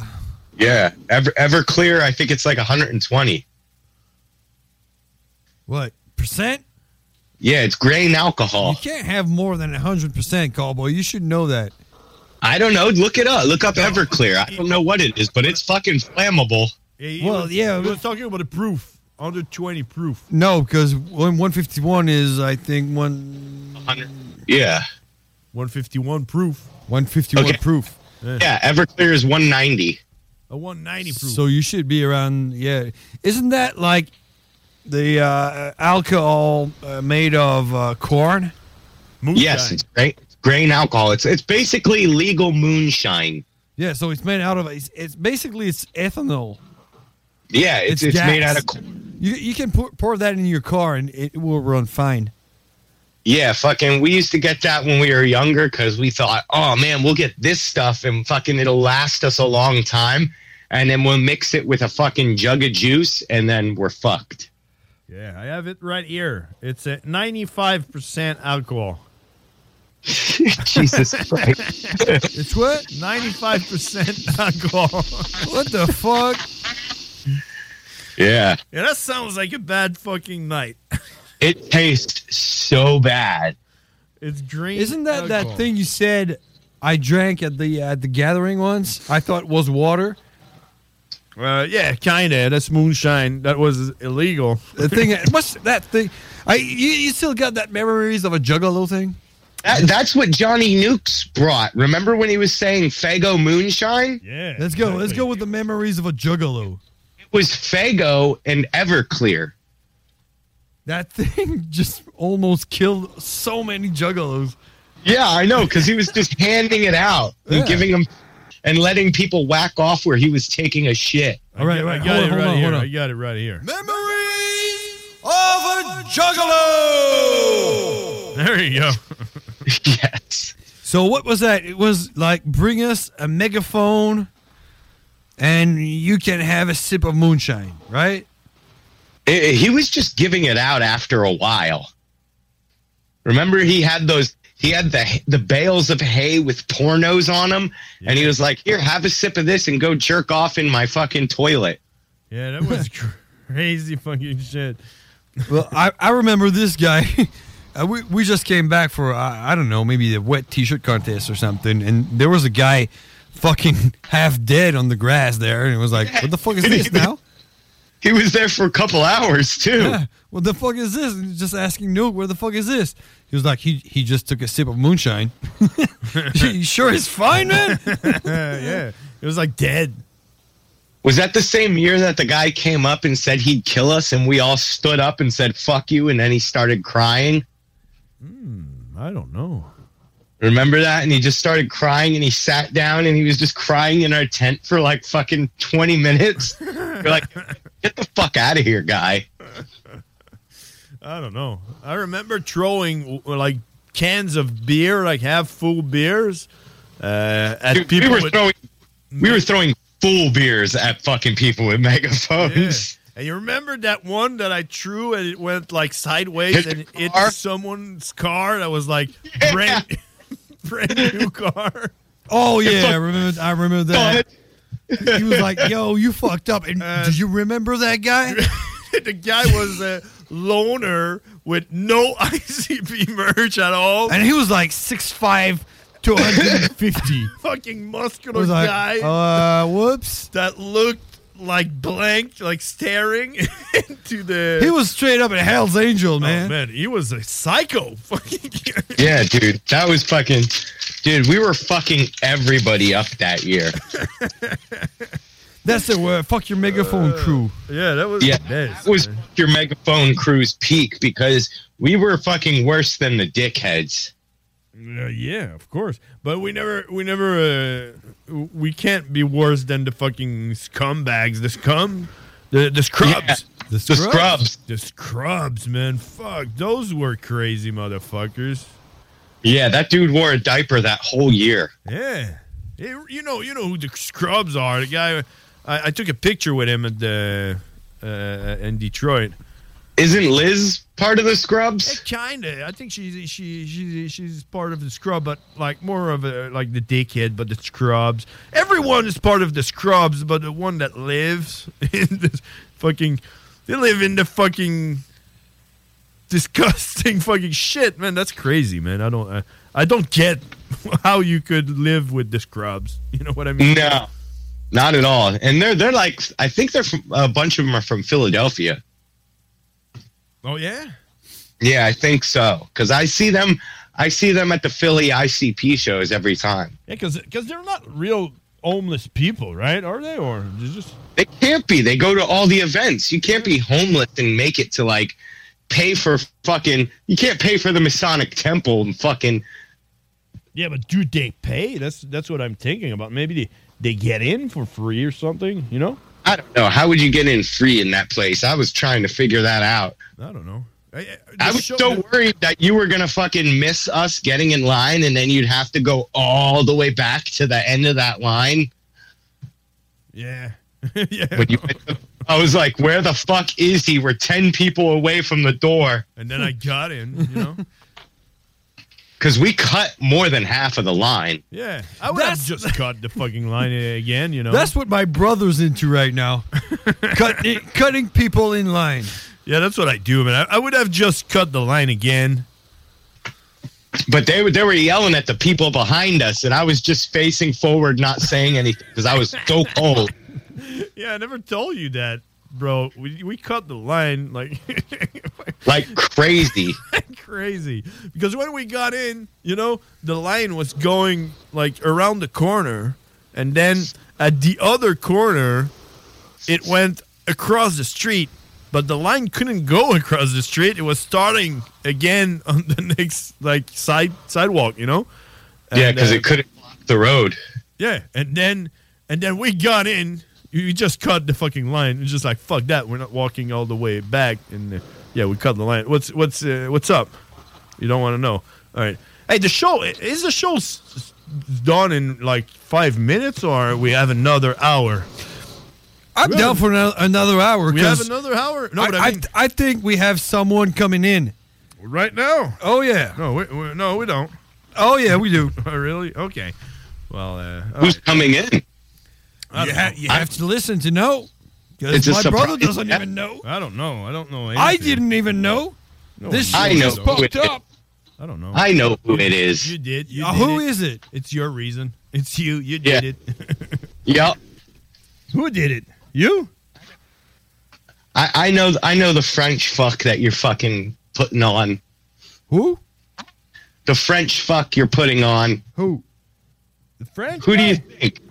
Yeah, Ever Everclear. I think it's like 120.
What percent?
Yeah, it's grain alcohol.
You can't have more than hundred percent, Cowboy. You should know that.
I don't know. Look it up. Look up Everclear. I don't know what it is, but it's fucking flammable.
well, yeah, we're talking about a proof under 20 proof.
No, because one one fifty one is I think one
Yeah.
151 proof.
one fifty one
Okay.
proof.
Yeah, Everclear is 190.
A 190 proof.
So you should be around. Yeah, isn't that like the uh, alcohol uh, made of uh, corn?
Yes, it's grain, it's grain alcohol. It's it's basically legal moonshine.
Yeah, so it's made out of it's, it's basically it's ethanol.
Yeah, it's it's, made
gas.
out of corn.
You you can pour, pour that in your car and it will run fine.
Yeah, fucking. We used to get that when we were younger because we thought, oh man, we'll get this stuff and fucking it'll last us a long time, and then we'll mix it with a fucking jug of juice and then we're fucked.
Yeah, I have it right here. It's at 95%
(laughs)
alcohol.
Jesus Christ.
(laughs) it's what? 95% alcohol.
what the fuck?
Yeah,
Yeah, that sounds like a bad fucking night.
it tastes so bad.
It's green.
Isn't that
alcohol.
that thing you said I drank at the at the gathering once? I thought was water.
Uh, yeah, kind of. That's moonshine. That was illegal.
The thing, what's that thing? I you, you still got that memories of a juggalo thing?
That, that's what Johnny Nukes brought. Remember when he was saying Fago moonshine?
Yeah.
Let's go. Let's go with the memories of a juggalo.
It was Fago and Everclear.
That (laughs) thing just almost killed so many juggalos.
Yeah, I know, because he was just (laughs) handing it out and
Yeah.
giving them and letting people whack off where he was taking a shit.
All right, I got it right here. I got it right here.
Of a juggalo.
There you go.
yes.
So what was that? It was like bring us a megaphone, and you can have a sip of moonshine, right?
It- it- he was just giving it out after a while. Remember, he had those. He had the the bales of hay with pornos on them, and he was like, "Here, have a sip of this and go jerk off in my fucking toilet."
Yeah, that was (laughs) crazy fucking shit.
well, I, I remember this guy. (laughs) Uh, we, we just came back for, I, I don't know, maybe the wet t shirt contest or something. And there was a guy fucking (laughs) half dead on the grass there. And it was like, what the
(laughs)
fuck is this now?
He was there for a couple hours, too.
What the fuck is this? And just asking Nuke, where the fuck is this? He was like, he, he just took a sip of moonshine. (laughs) you sure is fine, man?
(laughs) yeah. It was like dead.
Was that the same year that the guy came up and said he'd kill us, and we all stood up and said "fuck you," and then he started crying?
I don't know.
Remember that? And he just started crying and he sat down and he was just crying in our tent for like fucking 20 minutes. We're like, get the fuck out of here, guy.
I don't know. I remember throwing w- like cans of beer, like half full beers, uh, at
Dude, we
people.
were
with-
throwing we were throwing full beers at fucking people with megaphones.
and you remember that one that I threw and it went like sideways
Hit
and
the
hit
car?
someone's car that
(laughs)
was like (laughs) brand, brand new car. (laughs)
Oh yeah, I remember. I remember that. He was like, "Yo, you fucked up." And do you remember that guy?
Uh, (laughs) the guy was a loner with no (laughs) ICP merch at all.
And he was like 6'5", 250.
(laughs) fucking muscular
was like,
guy
uh, whoops.
that looked like blank, like staring (laughs) into the.
He was straight up in Hell's Angel,
man. Oh, man, he was a psycho. Fucking
yeah, dude. That was fucking dude, we were fucking everybody up that year.
That's the word. Fuck your megaphone
Uh,
crew.
Yeah, that was
yeah, that was your megaphone crew's peak because we were fucking worse than the dickheads.
Yeah, yeah, of course. But we never, we never, uh, we can't be worse than the fucking scumbags, the scum, the the scrubs,
Yeah, the scrubs. The scrubs.
the scrubs, man. Fuck, those were crazy motherfuckers.
Yeah, that dude wore a diaper that whole year.
Yeah, Hey, you know, you know who the scrubs are. The guy, I, I took a picture with him at the uh, in Detroit.
Isn't Liz part of the scrubs?
Kinda. I think she's she she she's part of the scrub, but like more of a like the dickhead, but the scrubs. Everyone is part of the scrubs, but the one that lives (laughs) in this fucking they live in the fucking disgusting (laughs) fucking shit, man. That's crazy, man. I don't I, I don't get (laughs) how you could live with the scrubs. (laughs) You know what I mean?
No, not at all. And they're they're like I think they're from, a bunch of them are from Philadelphia.
Oh yeah.
Yeah, I think so. Because I see them, I see them at the Philly ICP shows every time.
Yeah, because they're not real homeless people, right? Are they? Or they just
They can't be. They go to all the events. You can't be homeless and make it to like pay for fucking. You can't pay for the Masonic Temple and fucking.
Yeah, but do they pay? That's that's what I'm thinking about. Maybe they, they get in for free or something, you know?
I don't know. How would you get in free in that place? I was trying to figure that out.
I don't know. I,
I was so worried that you were gonna fucking miss us getting in line, and then you'd have to go all the way back to the end of that line.
Yeah. (laughs) yeah.
When you, went to- I was like, "Where the fuck is he? We're ten people away from the door."
And then I got in, you
(laughs)
know?
Because we cut more than half of the line.
Yeah. I would have just cut the fucking
(laughs)
line again, you know?
That's what my brother's into right
(laughs)
now. Cut, eh, cutting people in line.
yeah, that's what I do, man. I, I would have just cut the line again.
But they were they were yelling at the people behind us, and I was just facing forward, not saying anything because I was so cold.
Yeah, I never told you that, bro. We, we cut the line like (laughs)
like crazy.
crazy because when we got in, you know, the line was going like around the corner, and then at the other corner, it went across the street. But the line couldn't go (laughs) across the street; it was starting again (laughs) on the next like side sidewalk, you know.
(laughs) yeah,
And,
because
uh,
it couldn't block the road.
yeah, and then and then we got in. You you just cut the fucking line. It's just like fuck that. We're not walking all the way back. And uh, yeah, we cut the line. What's what's uh, what's up? You don't want to know. All right. Hey, the show i- is the show s- s- done in like five minutes, or we have another hour.
I'm down for ano- another hour.
We have
'cause
another hour. No,
I,
but I,
I,
mean,
I think we have someone coming in.
right now.
Oh yeah.
No, we, we, no, we don't.
Oh yeah, we
(laughs)
do.
really? Okay. Well, uh,
Who's coming in?
You, ha- you have to listen to know. 'Cause
It's a
my brother
surprise.
doesn't even know.
I don't know. I don't know.
I
anything.
didn't even know.
No
this
one
shit
knows.
just
I know who
popped
it is.
up.
I don't know.
I know who it is.
You did. You
Uh,
did
who
it.
is it?
It's your reason. It's you. You did
Yeah.
it. (laughs)
Yep.
Who did it? You?
I, I know I know the French fuck that you're fucking putting on.
Who?
The French fuck you're putting on.
Who?
The French? Uh,
Who do you think?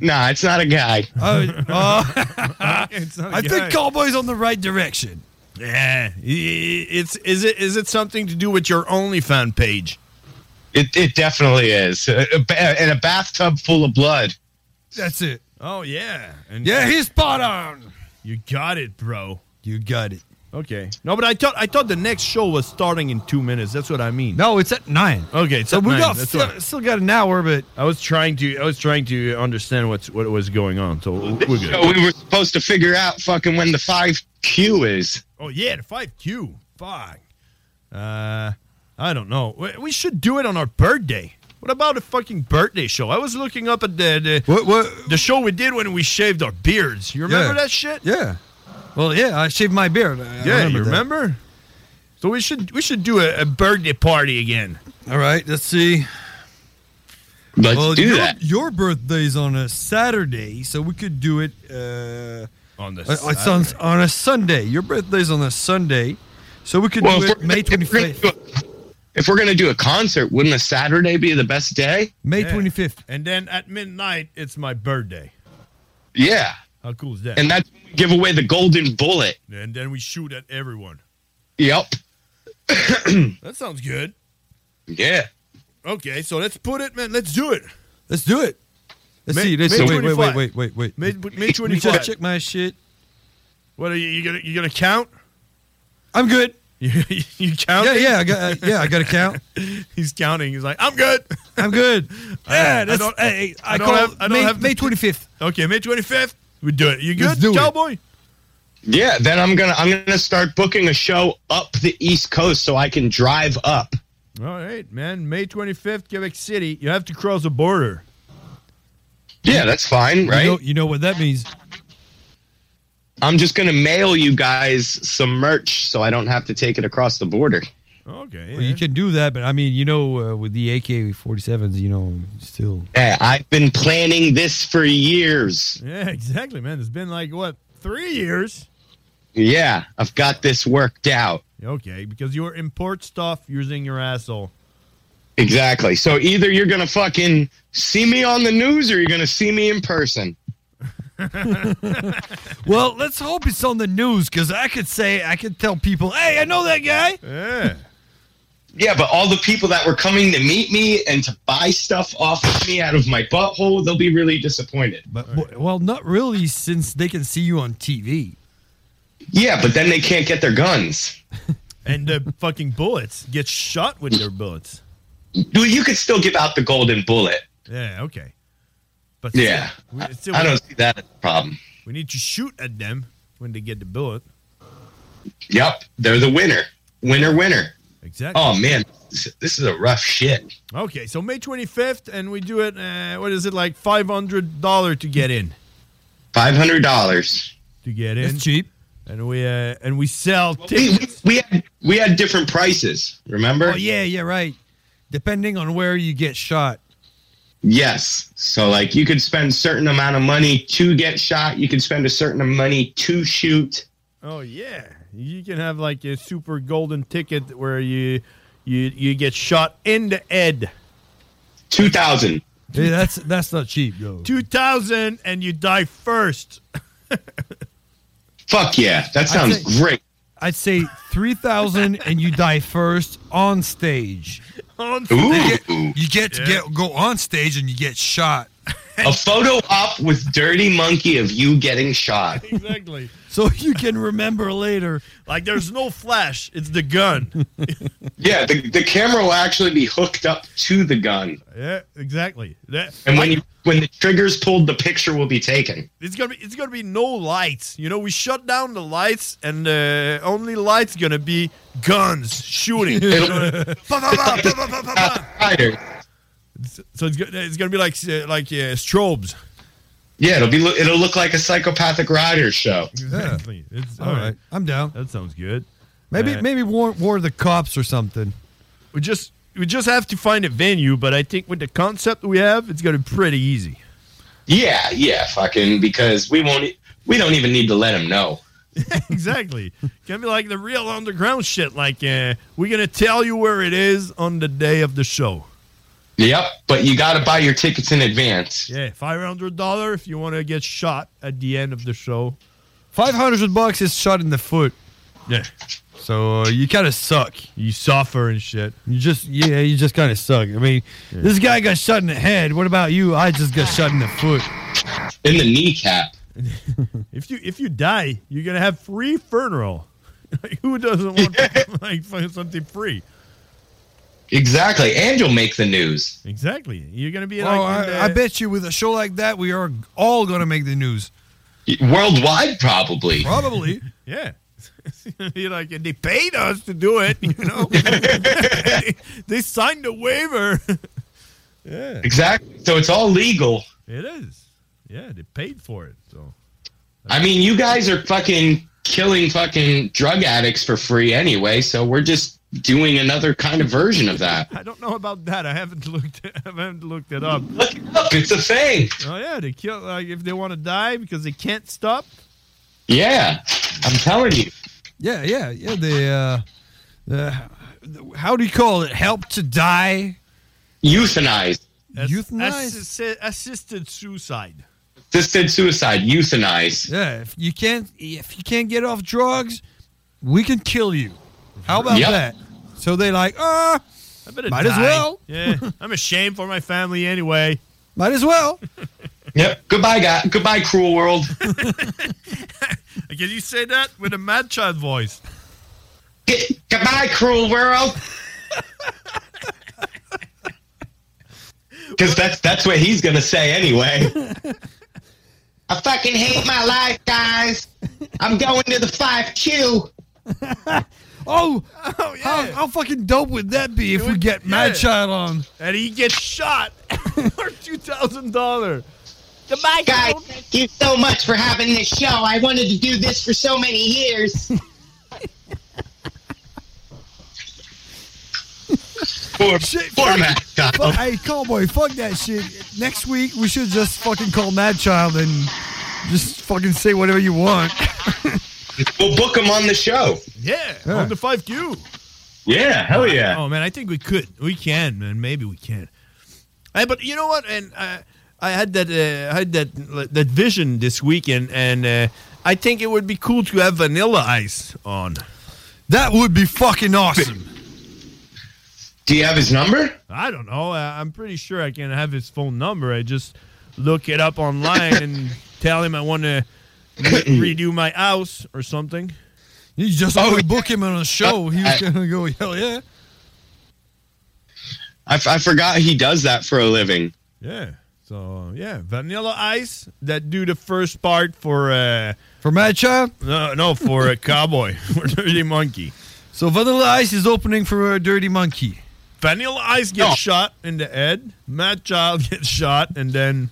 Nah, it's not a guy.
Oh,
(laughs)
oh. I
guy.
think Cowboy's on the right direction.
Yeah. I- i- It's is it is it something to do with your OnlyFans page?
It, it definitely is. A- a ba- and a bathtub full of blood.
That's it. Oh yeah. And
Yeah, he's
spot on. You got it, bro. You got it. Okay. No, but I thought I thought the next show was starting in two minutes. That's what I mean. No, it's at nine. Okay, it's
So
at
we
nine.
got-
That's
still-
right. still got an hour, but I was trying to I was trying to understand what's what was going on. So we're good.
So we were supposed to figure out fucking when the 5Q is.
Oh yeah, the five Q. Fuck. Uh, I don't know. We- We should do it on our birthday. What about a fucking birthday show? I was looking up at the the, the show we did when we shaved our beards. You remember
Yeah.
that shit?
Yeah. Well, yeah, I shaved my beard. I- I
yeah, you
that.
remember? So we should we should do a, a birthday party again.
All right, let's see.
Let's
well,
do
your,
that.
Your birthday's on a Saturday, so we could do it uh,
on the
uh, it's on, on a Sunday. Your birthday's on a Sunday, so we could
Well,
do
if
it
we're-
May
if we're
twenty
gonna
fifth.
If we're going to do a concert, wouldn't a Saturday be the best day?
May
Yeah. And then at midnight, it's my birthday.
Yeah.
How cool is that?
And that's when we give away the golden bullet.
and then we shoot at everyone.
(clears throat) Yep.
That sounds good.
Yeah.
Okay, so let's put it, man. Let's do it.
Let's do it. Let's
May-
see. Let's
May
see. Wait, wait,
25.
wait, wait, wait, wait.
May, May
Let me
twenty
just
five.
check my shit.
What are you, you gonna you gonna count?
I'm good.
(laughs) you count?
Yeah, yeah, I got, uh, yeah, I got to count.
(laughs) He's counting. He's like, I'm good.
(laughs) I'm
(laughs)
good.
I- I
Yeah, that's,
don't-
hey,
I
I,
don't
call
have- I don't
May,
have to-
May 25th.
Okay, May twenty fifth. We do it. You good,
do it.
cowboy?
Yeah, then I'm going to I'm going to start booking a show up the East Coast so I can drive up.
All right, man. May twenty fifth, Quebec City. You have to cross the border.
Yeah, that's fine, right?
You know, you know what that means.
I'm just going to mail you guys some merch so I don't have to take it across the border.
Okay.
Well, you can do that, but I mean, you know, uh, with the AK 47s, you know,
(laughs)
still.
Yeah, I've been planning this for years.
Yeah, (laughs) exactly, man. It's been like what three years?
Yeah, I've got this worked out.
Okay, because you import stuff using your asshole.
Exactly. So either you're going to fucking see me on the news or you're going to see me in person.
Well, let's hope it's on the news because I could say, I could tell people, hey, I know that guy.
Yeah.
Yeah, but all the people that were coming to meet me and to buy stuff off of me out of my butthole, they'll be really disappointed.
But Well, not really, since they can see you on TV.
yeah, but then they can't get their guns. (laughs)
And the fucking bullets get shot with their bullets.
Well, you could still give out the golden bullet.
Yeah. Okay. But
Yeah,
still- we- still-
I don't see that as a problem.
We need to shoot at them when they get the bullet.
Yep, they're the winner. Winner, winner.
Exactly.
Oh man, this this is a rough shit.
Okay, so May 25th, and we do it, uh, what is it, like $500 to get in?
Five hundred dollars.
To get in.
That's
cheap.
And we uh, and we sell
We,
tickets.
we, we had we had different prices. Remember?
Oh, yeah, yeah, right. Depending on where you get shot.
Yes. So like you could spend certain amount of money to get shot. You could spend a certain amount of money to shoot.
Oh, yeah. You can have like a super golden ticket where you you you get shot in the head.
2000
Hey, that's that's not cheap, though.
2000 and you die first.
Fuck yeah, that
I'd
sounds
say-
great.
I'd say 3,000 and you die first on stage.
(laughs) On
Ooh.
You get to get go on stage and you get shot.
A photo op with Dirty Monkey of you getting shot.
(laughs) Exactly.
so you can remember later.
Like there's no flash, it's the gun.
Yeah, the, the camera will actually be hooked up to the gun,
(laughs) yeah, exactly. That,
and when you when the trigger's pulled, the picture will be taken.
It's gonna be it's gonna be no lights. You know, we shut down the lights, and the only lights gonna be guns shooting. Ba, ba, ba, ba, ba, ba, ba. so it's, go- it's gonna be like uh, like uh, strobes.
Yeah, it'll be it'll look like a psychopathic rider show.
Exactly. It's,
All right. I'm down.
That sounds good.
Maybe
Uh,
maybe war, war the cops or something.
we just we just have to find a venue, but I think with the concept we have, it's gonna be pretty easy. (laughs)
Yeah, yeah, fucking because we won't e, we don't even need to let him know.
exactly. Can be like the real underground shit. Like uh, we're gonna tell you where it is on the day of the show.
Yep, but you got to buy your tickets in advance.
Yeah, five hundred dollar if you want to get shot at the end of the show.
Five hundred bucks is shot in the foot.
Yeah.
So uh, you kind of suck. You suffer and shit. You just yeah, you just kind of suck. I mean, this guy got shot in the head. What about you? I just got shot in the foot.
In the kneecap.
If you if you die, you're gonna have free funeral. (laughs) Like, who doesn't
(laughs)
want to, (laughs) like fucking something free?
Exactly. And you'll make the news.
Exactly. You're gonna be
Well,
like. in the-
I, I bet you with a show like that, we are all going to make the news.
Worldwide, probably.
Probably.
(laughs) yeah. You're like, and they paid us to do it, you
(laughs)
know. (laughs) they, they signed a waiver. (laughs) yeah.
Exactly. So it's all legal.
It is. Yeah, they paid for it. So
I mean, you guys are fucking killing fucking drug addicts for free anyway, so we're just doing another kind of version of that.
I don't know about that. I haven't (laughs) looked. I haven't looked it up.
Look, it's a thing.
Oh yeah, they kill like if they want to die because they can't stop.
Yeah, I'm telling you.
Yeah, yeah, yeah. The, uh, uh, the- how do you call it? Help to die.
Euthanized.
Euthanize.
Assi- assisted suicide.
Assisted suicide, euthanized.
Yeah, if you can't if you can't get off drugs, we can kill you. How about
Yep.
that? So they like, ah,
I better
might as
die.
well. (laughs)
Yeah, I'm ashamed for my family anyway.
Might as
(laughs)
well.
Yep. Goodbye, guy. Goodbye, cruel world.
Can you say that with a mad child voice?
Goodbye, cruel (laughs) world. Because that's that's what he's gonna say anyway. (laughs) I fucking hate my life, guys. I'm going to the five Q.
(laughs) Oh, how, how fucking dope would that be if we get Mad Child on?
And he gets shot for two thousand dollars.
Goodbye, guys. Thank you so much for having this show. I wanted to do this for so many years. Poor, poor Mad
Fuck, hey, cowboy, fuck that shit. Next week we should just fucking call Mad Child and just fucking say whatever you want. (laughs)
We'll book him on the (laughs) show.
Yeah,
Yeah.
on the five Q.
Yeah, hell yeah.
Oh man, I think we could. We can, man. Maybe we can. Hey, but you know what? And uh, I had that. Uh, I had that that vision this weekend, and uh, I think it would be cool to have Vanilla Ice on.
That would be fucking awesome.
Do you have his number?
I don't know. I, I'm pretty sure I can have his phone number. I just look it up
(laughs)
online and tell him I want to redo my house or something.
You just oh, book him on a show. He was gonna go, hell yeah.
I, f- I forgot he does that for a living.
Yeah. So yeah, Vanilla Ice that do the first part for uh
for Mad Child.
No,
(laughs)
no, for a cowboy (laughs) for Dirty Monkey.
So Vanilla Ice is opening for uh, Dirty Monkey.
Vanilla Ice gets shot in the head. Mad Child (laughs) gets shot, and then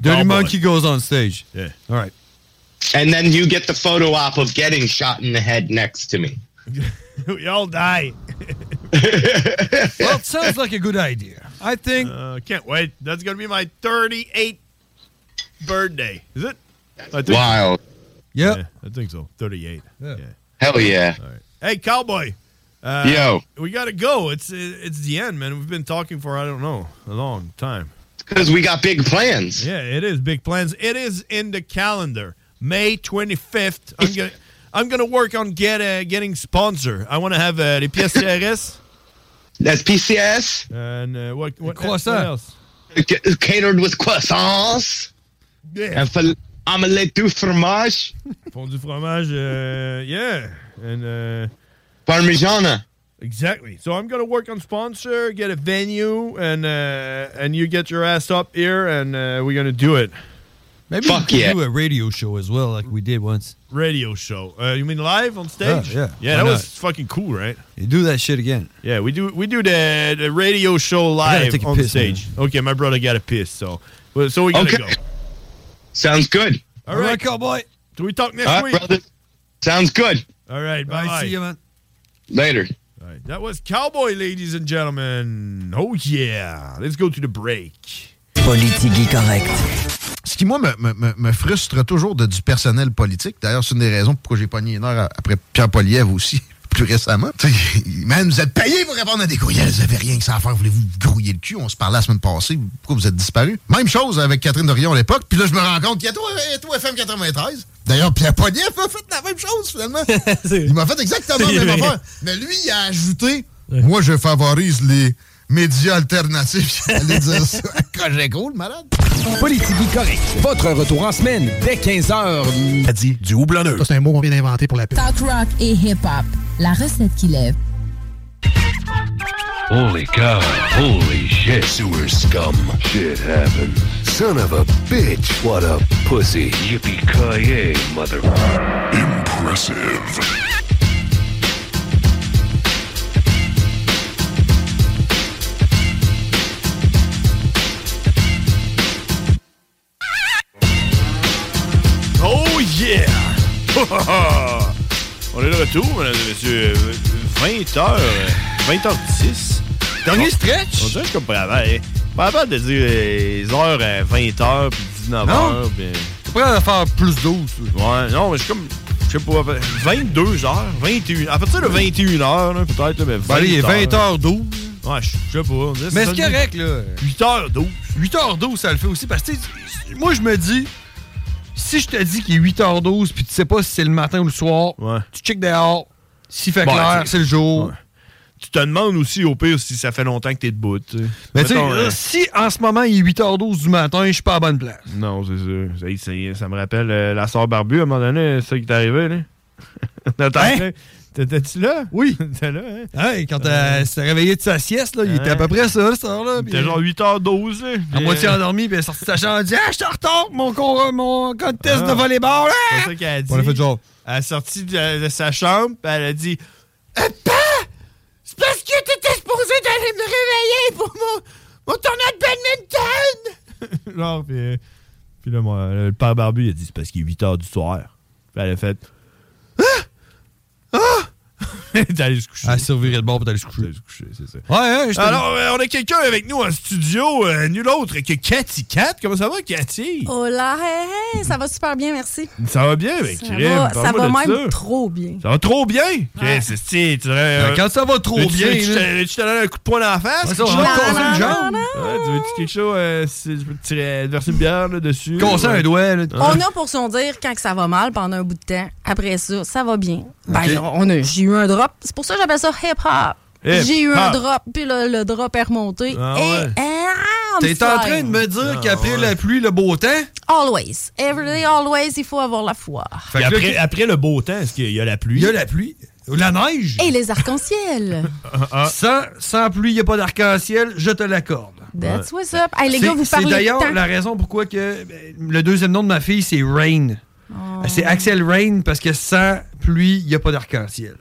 Dirty
Cowboy.
Monkey goes on stage.
Yeah.
All right.
And then you get the photo op of getting shot in the head next to me.
(laughs) we all die.
(laughs)
(laughs)
well, it sounds like a good idea. I think.
Uh, can't wait. That's gonna be my 38th birthday. Is it? I think-
Wild.
Yep.
Yeah, I think so. 38. Yeah.
Hell yeah.
Hey, cowboy. Uh,
Yo.
we gotta go. It's it's the end, man. We've been talking for I don't know a long time.
Because we got big plans.
Yeah, it is big plans. It is in the calendar. May 25th. I'm gonna I'm gonna work on get uh, getting sponsor. I want to have uh, the PSCRS
That's PCS.
and uh, what what,
Croissant.
what else?
C- Catered with croissants.
Yeah.
And fal- omelette du fromage.
Fond du fromage. Uh, yeah, and. Uh,
Parmigiana.
Exactly. So I'm gonna work on sponsor, get a venue, and uh, and you get your ass up here, and uh, we're gonna do it.
Maybe we could do a radio show as well, like we did once.
radio show. Uh, you mean live on stage?
Yeah, yeah. Why
yeah. That
not?
was fucking cool, right?
You do that shit again.
Yeah, we do we do the, the radio show live
take a
on
piss,
stage. Okay, my brother got a piss, so well, so we gotta
Okay.
go.
Sounds good.
All right, cowboy. Do we talk next
Ah,
All right,
week?
brother. Sounds good.
All right, bye.
See you, man.
Later.
That was Cowboy, ladies and gentlemen. Oh yeah, let's go to the break.
Politique correct.
Ce qui, moi, me, me- me- me frustre toujours de, du personnel politique. D'ailleurs, c'est une des raisons pourquoi j'ai pogné une heure a- après Pierre Poliev aussi.
(laughs) plus récemment. Tu sais, Man, vous êtes payé pour répondre à des courriels. Vous avez rien que ça à faire. Voulez-vous vous grouiller le cul? On se parlait la semaine passée. Pourquoi vous êtes disparu? Même chose avec Catherine Dorion à l'époque. Puis là, je me rends compte qu'il y a toi, et toi FM 93. D'ailleurs, Pierre Poilievre m'a fait la même
(laughs)
chose, finalement. il m'a fait exactement la
C'est
même
vrai.
affaire. Mais lui, il a ajouté Moi, je favorise les médias alternatifs. (laughs) J'allais dire ça. Cogeco, le malade.
Politique correct. Votre retour en semaine dès 15h. dit du houblonneux.
C'est un mot qu'on vient d'inventer pour la pub.
Talk rock et hip-hop. La recette qui lève.
Holy cow. Holy shit. Sewer scum. Shit happens. Son of a bitch. What a pussy. Yippee-ki-yay, mother... Impressive.
Oh yeah! (laughs) On est de retour, mesdames et messieurs. euh, 20h, 20h10. Dernier stretch? On dirait que je comprends avant. eh. Pas avant de dire euh, les heures à 20h puis 19h.
Non.
Puis... T'es prêt à faire plus 12. Ouais, non, mais je suis comme. Je sais pas, 22h, 21 À partir de 21h, là, peut-être, là, mais 20
Ben, allez, 20h12.
Ouais, je je sais pas. on dirait que
Mais c'est
ça le-
correct, là.
8h12.
8h12, ça le fait aussi. Parce que, tu sais, moi, je me dis, si je te dis qu'il est 8h12 puis tu sais pas si c'est le matin ou le soir, tu check dehors. S'il fait
Bon,
clair,
c'est-
c'est le jour.
Ouais. Tu te demandes aussi, au pire, si ça fait longtemps que t'es debout. tu sais.
Mais tu sais,
Mettons, euh,
si en ce moment, il est 8h12 du matin, je suis pas à bonne place.
Non, c'est ça. Ça, y est, ça y est, ça me rappelle euh, la sœur Barbu, à un moment donné, c'est ça qui t'est arrivé, là. (laughs) Dans ta-
Hein?
T'étais-tu là?
Oui.
(laughs) T'étais là, hein?
Hey, quand elle s'est réveillée de sa sieste, là, il était à peu près ça, cette heure-là.
Il était genre 8h12, là.
À
Puis,
moitié
euh,
endormi, puis elle est sortie de sa chambre, elle dit Ah, je te retard, mon, con, mon contest
Ah.
de volleyball.
C'est
Ah!
ça qu'elle a dit.
On a fait
(laughs)
genre.
Elle est sortie de, de sa chambre, puis elle a dit (laughs)
C'est parce que t'étais supposé d'aller me réveiller pour mon, mon tournoi de badminton!
Genre, puis, euh, puis là, moi, le père Barbu, il a dit c'est parce qu'il est 8 h du soir. Puis elle a fait Ah Ah T'es allé se coucher.
Elle servirait le bord pour aller se coucher.
C'est ça.
Ouais, ouais, je te-
Alors, euh, on a quelqu'un avec nous en studio, euh, nul autre que Cathy Cat. Comment ça va, Cathy
Hola, hey, hey, ça va super bien, merci.
Ça va bien, ben,
Ben,
avec
Ça va, ça va même trop bien.
Ça va trop bien! Qu'est-ce que c'est, tu dirais, euh,
Ben, quand ça va trop
veux-tu-
bien,
veux-tu
là.
te- veux-tu te donner un coup de poing dans la face?
Ouais, ça, on va te casser une jambe.
Ouais, tu veux-tu quelque chose? euh, si je peux te tirer, te verser une bière là, dessus.
Casser un doigt, là.
On a pour son dire quand que ça va mal pendant un bout de temps. Après ça, ça va bien. Ben,
Ok.
on a- j'ai eu un drop. C'est pour ça que j'appelle ça hip-hop.
Hip-hop.
J'ai eu un drop, puis là, le drop est remonté.
Ah
Et
ouais.
I'm
T'es
fine.
en train de me dire qu'après la pluie, le beau temps,
Always. Every day, always, il faut avoir la foi.
Puis après, après le beau temps, est-ce qu'il y a la pluie? Il y a
la pluie. la neige,
Et les
(laughs)
arcs-en-ciel.
Ah,
sans, sans pluie, il n'y a pas d'arc-en-ciel, je te l'accorde.
That's what's up. Hey, les
C'est-
gars, vous
C'est
parlez de
d'ailleurs
temps.
la raison pourquoi que ben, le deuxième nom de ma fille, c'est Rain.
Oh.
C'est Axel Rain parce que sans pluie, il n'y a pas d'arc-en-ciel.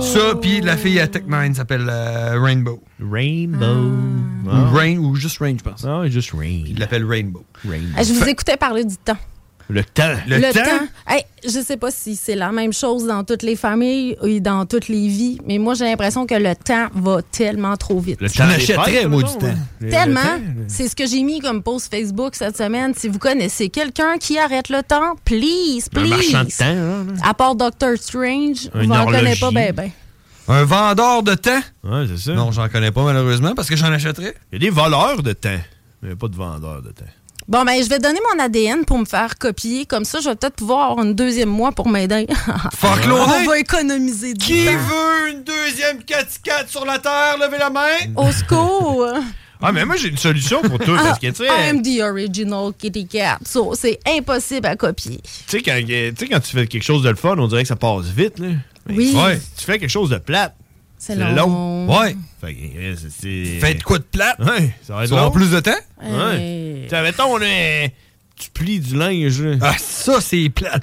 Ça, puis la fille à Techmine s'appelle euh, Rainbow.
Rainbow. Ah.
Ou Rain, ou juste Rain, je pense.
Non, juste Rain.
Il l'appelle Rainbow.
Ah, Je vous écoutais parler du temps.
Le temps.
Le, temps. Hey, je sais pas si c'est la même chose dans toutes les familles et dans toutes les vies, mais moi, j'ai l'impression que le temps va tellement trop vite.
Le temps des fêtes, mettons, ouais. Le- le
Tellement.
temps,
C'est ce que j'ai mis comme post Facebook cette semaine. Si vous connaissez quelqu'un qui arrête le temps, please,
Un
please.
marchand de temps, hein,
À part Doctor Strange,
Un
vous n'en connaissez pas
horloger.
ben ben.
Un vendeur de temps?
Ouais, c'est ça.
Non, j'en connais pas malheureusement parce que j'en achèterais.
Il y a des voleurs de temps, mais pas de vendeurs de temps.
Bon, ben, je vais donner mon ADN pour me faire copier. Comme ça, je vais peut-être pouvoir avoir une deuxième mois pour m'aider.
Fuck
(laughs) On
Londres.
va économiser du
Qui
temps.
veut une deuxième 4x4 sur la terre? Levez la main!
Au
(laughs)
secours!
Ah, mais moi, j'ai une solution pour tout. parce que, tu sais,
I'm the original kitty cat. So, c'est impossible à copier.
tu sais, quand, tu sais, quand tu fais quelque chose de le fun, on dirait que ça passe vite. Là. Mais
Oui.
ouais, si tu fais quelque chose de plate.
C'est
long.
long.
Ouais. Fait que, euh, c'est- c'est-
Faites quoi de plate?
Ouais, ça va être
Tu vas avoir
long.
plus de temps?
Ouais. Tu sais, mettons, on est. Tu plies du linge, là.
Ah, ça, c'est plate.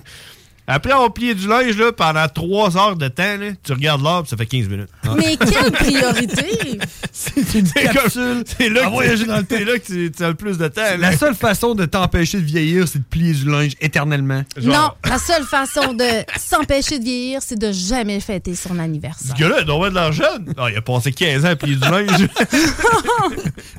Après avoir plié du linge, là, pendant 3 heures de temps, là, tu regardes l'heure, puis ça fait 15 minutes.
(laughs) Mais quelle priorité?
c'est
(laughs)
une
capsule.
C'est là,
à
que
voyager
tu-
Ah, dans le temps.
c'est là que tu- tu as le plus de temps. là.
La seule façon de t'empêcher de vieillir, c'est de plier du linge éternellement.
(laughs) Non, la seule façon de s'empêcher de vieillir, c'est de jamais fêter son anniversaire.
Ce gars-là, il doit avoir de l'argent. Non, il a passé 15 ans à plier
(laughs)
du linge.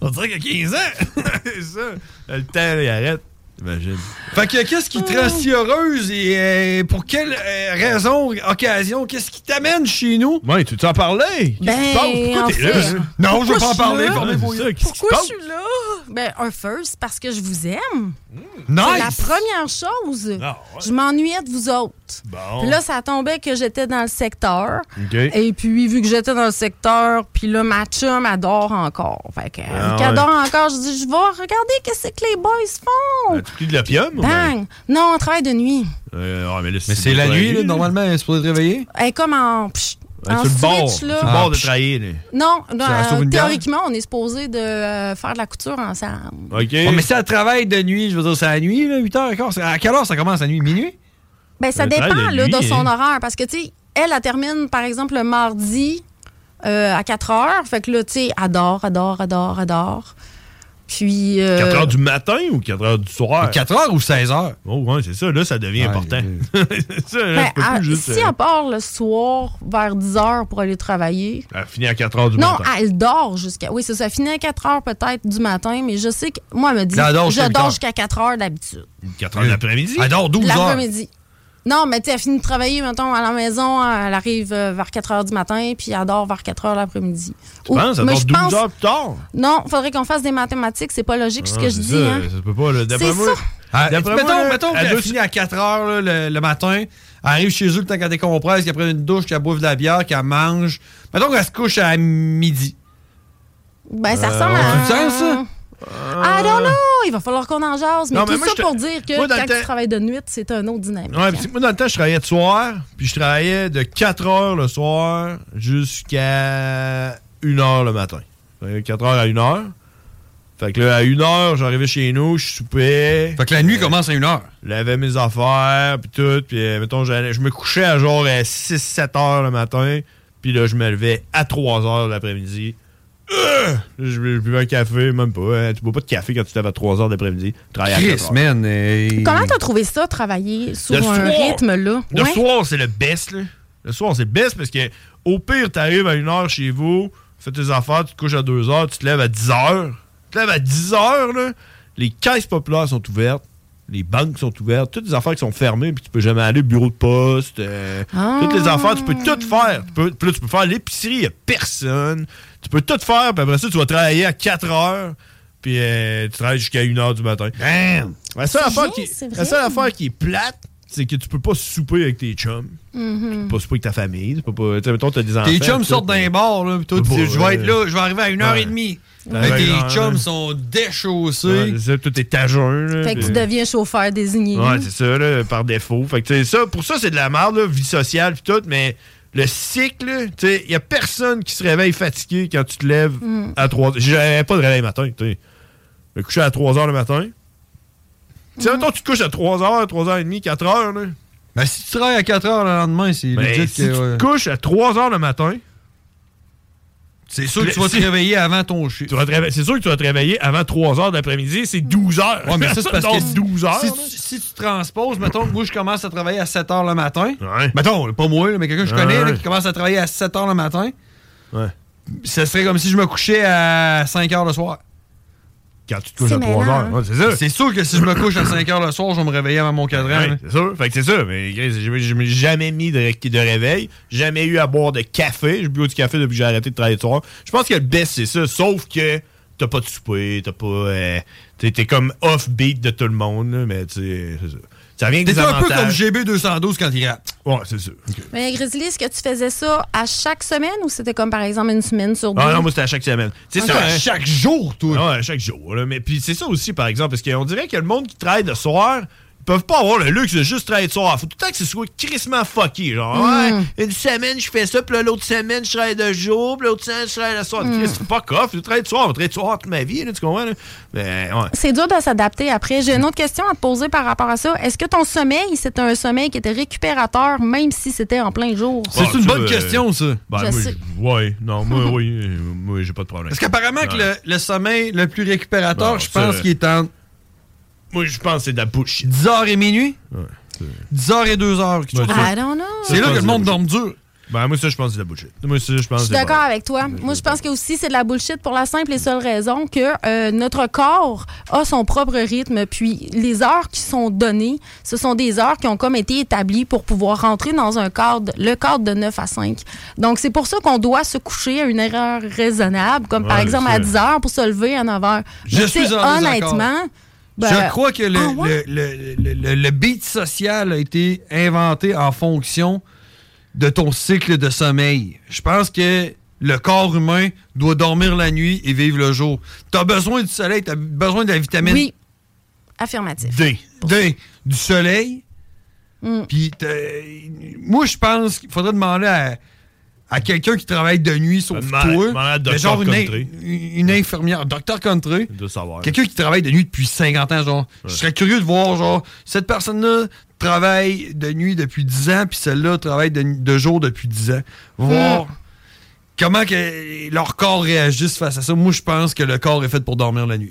On dirait qu'il a 15 ans. C'est ça. Le temps, là, il arrête. Imagine.
Fait que qu'est-ce qui te rend si heureuse et euh, pour quelle euh, raison, occasion, qu'est-ce qui t'amène chez nous?
Ouais, tu t'en parlais.
Ben, en
Qu'est-ce qui se passe? Pourquoi t'es là?
fait,
Non, je
pourquoi
veux pas en
suis
parler.
là?
Ben,
formez-vous.
Pourquoi je suis là? Ben, un first, parce que je vous aime. C'est la
Nice!
première chose. Je m'ennuyais de vous autres.
Bon.
Puis là, ça tombait que j'étais dans le secteur.
Ah, OK.
Et puis, vu que j'étais dans le secteur, puis là, ma chum adore encore. Fait que,
Ah
vu
ouais.
qu'elle adore encore, je dis, je vais regarder qu'est-ce que les boys font.
As-tu pris de l'opium? ou ben?
Bang! Non, on travaille de nuit.
Euh, ouais, mais là,
Mais c'est la nuit, là, normalement, elle est supposée te réveiller.
Elle est comme en... psh, en
sur le bord.
switch, là.
Sur le bord de
Ah, psh.
travailler, là.
Non, non,
Ça sauve
euh,
une bière.
théoriquement, on est supposé de euh, faire de la couture ensemble.
OK.
mais si elle travaille de nuit, je veux dire, c'est à la nuit, là, 8 h 15 À quelle heure ça commence à nuit? Minuit?
Ben, ça
Euh,
Le
dépend
travail de
là, de
nuit,
son
hein.
horaire. Parce que, tu sais, elle, elle termine, par exemple, le mardi euh, à 4 heures. Fait que là, tu sais, adore, adore, adore, adore. Puis. euh,
4 heures du matin ou 4 heures du soir?
4 heures ou 16 heures? Ah,
Oh, ouais, c'est ça. Là, ça devient important. (laughs) ça,
ben,
là, tu peux plus
à-
juste,
si
euh,
elle part le soir vers 10 heures pour aller travailler.
Elle finit à 4 heures du
non,
matin.
elle dort jusqu'à. Oui, c'est ça. Finit à 4 heures peut-être du matin, mais je sais que. Moi, elle me dit.
Elle dort jusqu'à
je
huit heures.
dors jusqu'à 4 heures d'habitude.
4 Ah, heures de l'après-midi?
Elle dort 12 heures.
L'après-midi. Non, mais tu sais, elle finit de travailler, mettons, à la maison, elle arrive euh, vers 4 heures du matin, puis elle dort vers 4 heures l'après-midi.
Tu penses? Elle
mais
dort
je
12
pense-
heures plus tard?
Non, faudrait qu'on fasse des mathématiques, c'est pas logique ce que je dis. hein.
Ça se peut pas, là. D'après
C'est
moi.
ça.
Ah,
D'après
mettons,
moi, là,
mettons
elle
qu'elle
doit-
finit à 4 heures là, le, le matin, elle arrive chez eux le temps qu'elle décompresse, qu'elle prenne une douche, qu'elle boive de la bière, qu'elle mange. Mettons qu'elle se couche à midi.
Ben, ça
Ah,
Euh,
ressemble
ouais.
à.
Tu le sens, ça?
I don't know, il va falloir qu'on en jase, mais
Non,
tout
mais moi,
ça
je te-
pour dire que
Moi, dans le
quand
temps-
tu travailles de nuit, c'est un autre dynamique.
Ouais, puis moi, dans le temps, je travaillais de soir, puis je travaillais de 4 heures le soir jusqu'à 1 heure le matin. Fait que 4 heures à 1 heure. Fait que là, à 1 heure, j'arrivais chez nous, je soupais. Fait
que la nuit commence à 1 heure.
J'avais mes affaires, puis tout. Puis, euh, mettons, j'allais- je me couchais à genre 6-7 heures le matin, puis là, je me levais à 3 heures l'après-midi. Euh! Je je buvais un café, même pas. hein. Tu bois pas de café quand tu te lèves à 3 heures l'après-midi. Tu travailles à 4
Chris,
heures.
man. euh,
Comment t'as trouvé ça, travailler sur
Le
un
soir.
rythme là?
Le
Ouais.
soir, c'est le best, là. Le soir, c'est best parce que au pire, t'arrives à une heure chez vous, fais tes affaires, tu te couches à 2 heures, tu te lèves à 10 heures. Tu te lèves à 10 heures, là. Les caisses populaires sont ouvertes, les banques sont ouvertes, toutes les affaires qui sont fermées, puis tu peux jamais aller, bureau de poste, euh,
Ah.
toutes les affaires, tu peux tout faire. Tu peux, puis là, tu peux faire l'épicerie, y a personne. Tu peux tout faire, puis après ça, tu vas travailler à 4 heures, puis euh, tu travailles jusqu'à 1 heure du matin. Damn! La seule
C'est
affaire
vrai,
qui-
c'est
la seule
vrai.
affaire qui est plate, c'est que tu peux pas souper avec tes chums.
Mm.
Mm-hmm.
Tu peux pas souper avec ta famille. Tu peux pas. Tu sais, mettons, t'as des enfants.
Tes chums sortent d'un bar, là, pis toi, tu
Ouais.
dis, je vais être là, je vais arriver à 1 heure
Ouais.
et demie.
Ouais.
Mais
Ouais.
tes chums
Ouais.
sont déchaussés.
Ouais, c'est ça, tout est à jeun, là,
Fait que
puis-
tu deviens chauffeur désigné.
Ouais, c'est ça, là, par défaut. Fait que, tu sais, ça, pour ça, c'est de la merde, là, vie sociale, pis tout, mais le cycle, là, tu sais, y a personne qui se réveille fatigué quand tu te lèves
Mm.
à 3 h J'avais pas de réveil matin, tu sais. Je me couchais à 3 h le matin. Tu sais, mettons, tu te couches à 3 h, 3 h 30, 4 h, là.
Ben, si tu travailles à 4 heures le lendemain, c'est
Ben,
legit
si
que.
tu
ouais.
te couches à 3 h le matin.
C'est sûr que tu vas
(laughs)
te réveiller avant ton chien.
C'est sûr que tu vas te réveiller avant 3 h d'après-midi, c'est 12 h.
Ouais, mais ça, c'est
(laughs)
parce que.
Donc, 12 heures.
Si tu, si tu transposes, mettons que moi, je commence à travailler à 7 heures le matin. Mettons, pas moi, là, mais quelqu'un que je
Ouais,
connais là,
ouais.
qui commence à travailler à 7 heures le matin.
Ouais.
Ce serait comme si je me couchais à 5 heures le soir.
Quand tu te couches à 3 heures. Ouais, c'est ça.
C'est sûr que si je me couche à 5 heures le soir, je vais me réveiller avant mon cadran.
Ouais,
là.
c'est sûr. Fait que c'est ça. Mais Chris, je je m'ai jamais mis de, de réveil. Jamais eu à boire de café. J'ai bu du café depuis que j'ai arrêté de travailler le soir. Je pense que le best, c'est ça. Sauf que t'as pas de souper, t'as pas. euh, t'es, t'es comme off-beat de tout le monde, là, mais tu sais, c'est ça. Ça vient avec
T'es
des
un peu comme
avantages.
GB212 quand il rappe.
Ouais, c'est sûr.
Mais Grizzly, est-ce que tu faisais ça à chaque semaine ou c'était comme par exemple une semaine sur deux?
Ah non, moi, c'était à chaque semaine. C'est
Ok.
ça,
À
chaque jour, toi.
Ouais, à chaque jour. là. Mais puis c'est ça aussi, par exemple, parce qu'on dirait que le monde qui travaille le soir, ils peuvent pas avoir le luxe de juste travailler le soir. Faut tout le temps que ce soit crissement fucky. Genre,
Mm.
ouais, une semaine, je fais ça, puis là, l'autre semaine, je travaille de jour, puis l'autre semaine, je travaille le soir.
Mm.
Chris, fuck off. Je travaille le soir, je travaille le soir toute ma vie, là, tu comprends? là? Mais ouais.
C'est dur de s'adapter après. J'ai une autre question à te poser par rapport à ça. Est-ce que ton sommeil, c'était un sommeil qui était récupérateur, même si c'était en plein jour?
Ah, ça, euh, Ben,
Je
moi,
sais.
je- ouais, non,
(laughs)
moi, oui, euh, moi, j'ai pas de problème.
Parce qu'apparemment que
Ouais.
le, le sommeil le plus récupérateur,
Bon,
je
ça,
pense qu'il est en
Moi, je pense que c'est de la bullshit.
10 heures et minuit. 10 heures et 2 heures.
Ouais, ça-
I don't know.
C'est là que le monde dorme dur.
Ben, moi, ça, je pense que c'est de la bullshit. Moi, ça,
Ah,
je pense
Je
que
suis
c'est de la
d'accord avec toi. Moi, je pense que aussi, c'est de la bullshit pour la simple et seule raison que euh, notre corps a son propre rythme. Puis les heures qui sont données, ce sont des heures qui ont comme été établies pour pouvoir rentrer dans un cadre, le cadre de 9 à 5. Donc, c'est pour ça qu'on doit se coucher à une heure raisonnable, comme par
Ouais,
exemple
c'est-
à 10 heures pour se lever à 9 heures.
Je
Mais tu sais,
suis en désaccord.
Honnêtement, ben,
je crois que le,
ah ouais?
le- le- le- le- le beat social a été inventé en fonction de ton cycle de sommeil. Je pense que le corps humain doit dormir la nuit et vivre le jour. Tu as besoin du soleil, tu as besoin de la vitamine
Oui. affirmatif.
D. D. Du soleil.
Mm.
Puis, t'as- moi, je pense qu'il faudrait demander à, à quelqu'un qui travaille de nuit, sauf
Demander-
toi,
demander
mais
à Dr.
genre une, in-
Country.
une infirmière, docteur country,
De savoir.
quelqu'un qui travaille de nuit depuis 50 ans, genre, je serais curieux de voir, genre, cette personne-là travaille de nuit depuis 10 ans, puis celle-là travaille de, nu- de jour depuis 10 ans. Voir comment que leur corps réagisse face à ça. Moi, je pense que le corps est fait pour dormir la nuit.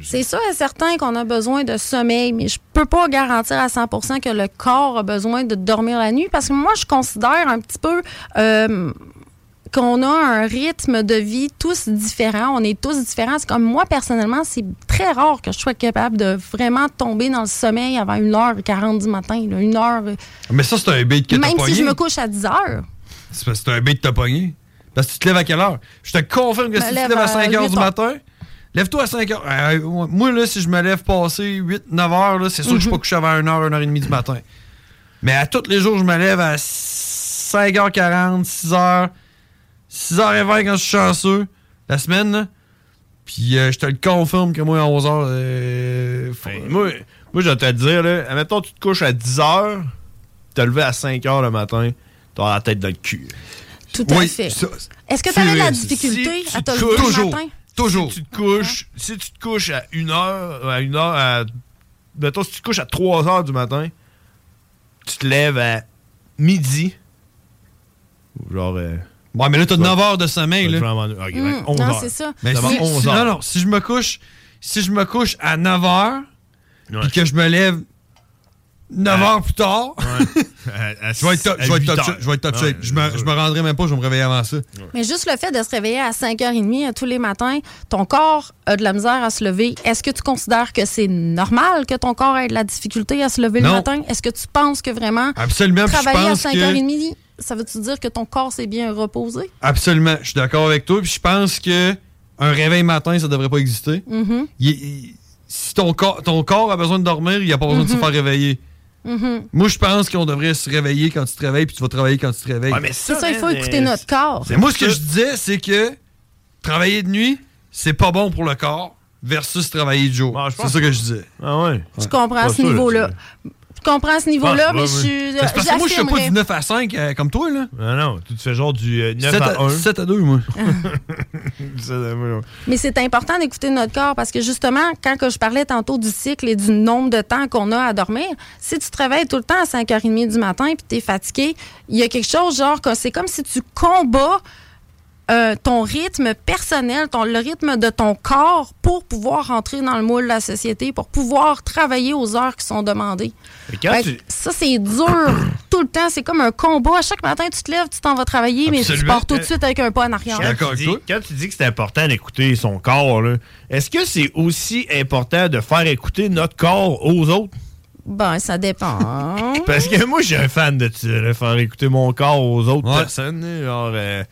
C'est sûr et certain qu'on a besoin de sommeil, mais je peux pas garantir à 100 que le corps a besoin de dormir la nuit parce que moi, je considère un petit peu euh, qu'on a un rythme de vie tous différent. On est tous différents. C'est comme moi, personnellement, c'est très rare que je sois capable de vraiment tomber dans le sommeil avant 1h40 du matin, là, une heure.
Mais ça, c'est un bait que t'as
Même si
pogné.
je me couche à 10 heures.
C'est parce que c'est un bait de t'as pogné. Parce que tu te lèves à quelle heure? Je te confirme que
Me
si tu
lève
te lèves à
à
5 heures du
8 heures.
matin, lève-toi à 5 heures. Euh, moi, là, si je me lève passé 8, 9 heures, là, c'est sûr que je suis pas couché avant 1 h 1 h 30 du matin. Mais à tous les jours, je me lève à 5h40, 6h, 6h20 quand je suis chanceux, la semaine, là. Puis euh, je te le confirme que moi, à euh, 11h,
moi, moi, je vais te le dire, là, admettons, tu te couches à 10 h, t'es levé à 5 h le matin, t'as la tête dans le cul.
Tout à fait. Est-ce que tu avais de la difficulté à te lever le matin?
Toujours.
Si tu te couches, si tu te couches à 1 h, à 1 h, à. Mettons, si tu te couches à 3 h du matin, tu te lèves à midi. Ou Genre. euh,
Ouais, mais là, t'as
Ouais.
9 heures de sommeil. Là.
Ok, ben,
Mm,
11
non,
heures.
c'est ça.
Mais
Si-
avant
si-
11
non,
heures.
non, si je me couche, si je me couche à 9 heures, puis que je me lève 9 heures plus tard, (laughs) je vais être top, je
Euh, à
vais être
huit
top
heures. Ah
shape, je vais être top
Ouais,
shape. Je me, je me rendrai même pas, je vais me réveiller avant ça.
Mais juste le fait de se réveiller à 5h30 euh, tous les matins, ton corps a de la misère à se lever. Est-ce que tu considères que c'est normal que ton corps ait de la difficulté à se lever
Non.
le matin? Est-ce que tu penses que vraiment
Absolument, puis je
travailler à
pense que-
5h30, ça veut-tu dire que ton corps s'est bien reposé?
Absolument, je suis d'accord avec toi, puis je pense que un réveil matin, ça devrait pas exister.
Mhm.
Il- il- si ton corps, ton corps a besoin de dormir, il a pas besoin de se
Mhm.
faire réveiller.
Mhm.
Moi, je pense qu'on devrait se réveiller quand tu te réveilles, puis tu vas travailler quand tu te réveilles.
C'est ça, il faut
euh,
écouter notre corps.
Mais moi, ce que je disais, c'est que travailler de nuit, c'est pas bon pour le corps versus travailler de jour. c'est ça que je disais.
Ah ouais.
Je comprends ce niveau-là. Je comprends ce
Ah,
niveau-là, mais je suis.
C'est parce que moi, je suis pas
j'affirmerais.
du 9 à 5 euh, comme toi, là.
Non, non, tu te fais genre du euh, 9
7
à
à-
1.
7 à 2, moi.
(laughs)
Mais c'est important d'écouter notre corps parce que justement, quand que je parlais tantôt du cycle et du nombre de temps qu'on a à dormir, si tu travailles tout le temps à 5h30 du matin puis tu es fatigué, il y a quelque chose genre que c'est comme si tu combats euh, ton rythme personnel, ton, le rythme de ton corps pour pouvoir rentrer dans le moule de la société, pour pouvoir travailler aux heures qui sont demandées.
Mais quand
Fait
tu-
que Ça, c'est dur tout le temps. C'est comme un combat. À chaque matin, tu te lèves, tu t'en vas travailler, mais tu
Absolument. Euh,
pars tout de suite avec un pas en arrière.
Quand tu, dis, quand tu dis que c'est important d'écouter son corps, là, est-ce que c'est aussi important de faire écouter notre corps aux autres?
Ben, ça dépend.
(laughs) Parce que moi, je suis un fan de, ça, de faire écouter mon corps aux autres personnes. là, Genre, euh,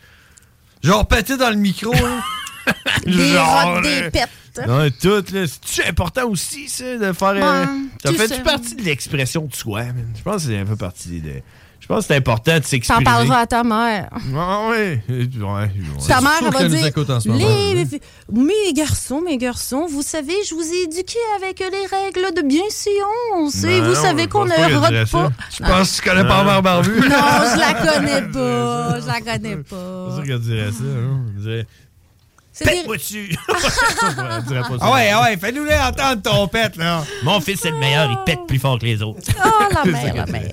genre péter dans le micro. hein.
(laughs) Des
Genre,
rottes, des
là.
pets.
Non, tout, là. C'est-tu important aussi, ça, de faire. euh,
Ben,
ça
tout
fait-tu
ça.
partie de l'expression de soi, man? Je pense que c'est un peu partie de. Je pense que c'est important de
T'en
s'exprimer.
parleras à ta mère.
Ah, ouais. Euh, ouais, ouais.
Ta mère, elle va
nous
dire
écoute en ce moment. hein.
les, Mes garçons, mes garçons, vous savez, je vous ai éduqué avec les règles de bienséance. et
Ben
vous
non,
savez
je
qu'on
pense
ne
pas qu'elle dirait
rote
ça.
pas.
Je pense que tu connais
Ah.
pas Mère Barbu.
Ah. (laughs) Non, je la connais pas. Je la connais
(laughs) C'est
pas.
sûr qu'elle dirait ça, hein? Elle dirait.
C'est des-
Pète-moi dessus! (laughs) Elle dirait pas ça.
Ah ouais, ah
ouais, fais-nous entendre ton pète, là!
Mon fils, c'est le meilleur, il pète plus fort que les autres.
Oh, la mère, la mère.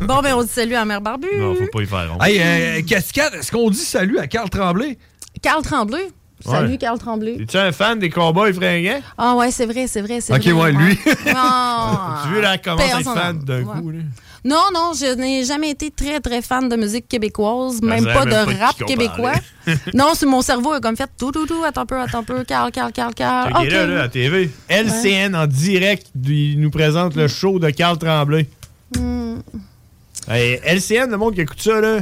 Bon, ben, on dit salut à Mère Barbu.
Non, faut pas y faire.
(laughs) Hey, euh, Cascade, est-ce qu'on dit salut à Carl Tremblay?
Carl Tremblay. Salut,
Ouais.
Carl Tremblay.
Es-tu un fan des combats fringants?
Ah ouais, c'est vrai, c'est vrai, c'est
Ok,
vrai.
(laughs) ouais, lui.
Ah.
Tu veux, là, elle commence à
Père,
être
son
fan
nom.
d'un
Ouais.
coup, là.
Non, non, je n'ai jamais été très, très fan de musique québécoise, même
savais
pas
même pas de
de rap
qui qu'on
québécois. (laughs) non, c'est mon cerveau a comme fait tout, tout, tout, attends un peu, attends un peu, Carl, Carl, Carl,
Ah,
Carl.
Checkez
OK.
là, là, à TV. LCN en direct, il nous présente le show de Carl Tremblay.
Hmm.
Hey, LCN, le monde qui écoute ça, là,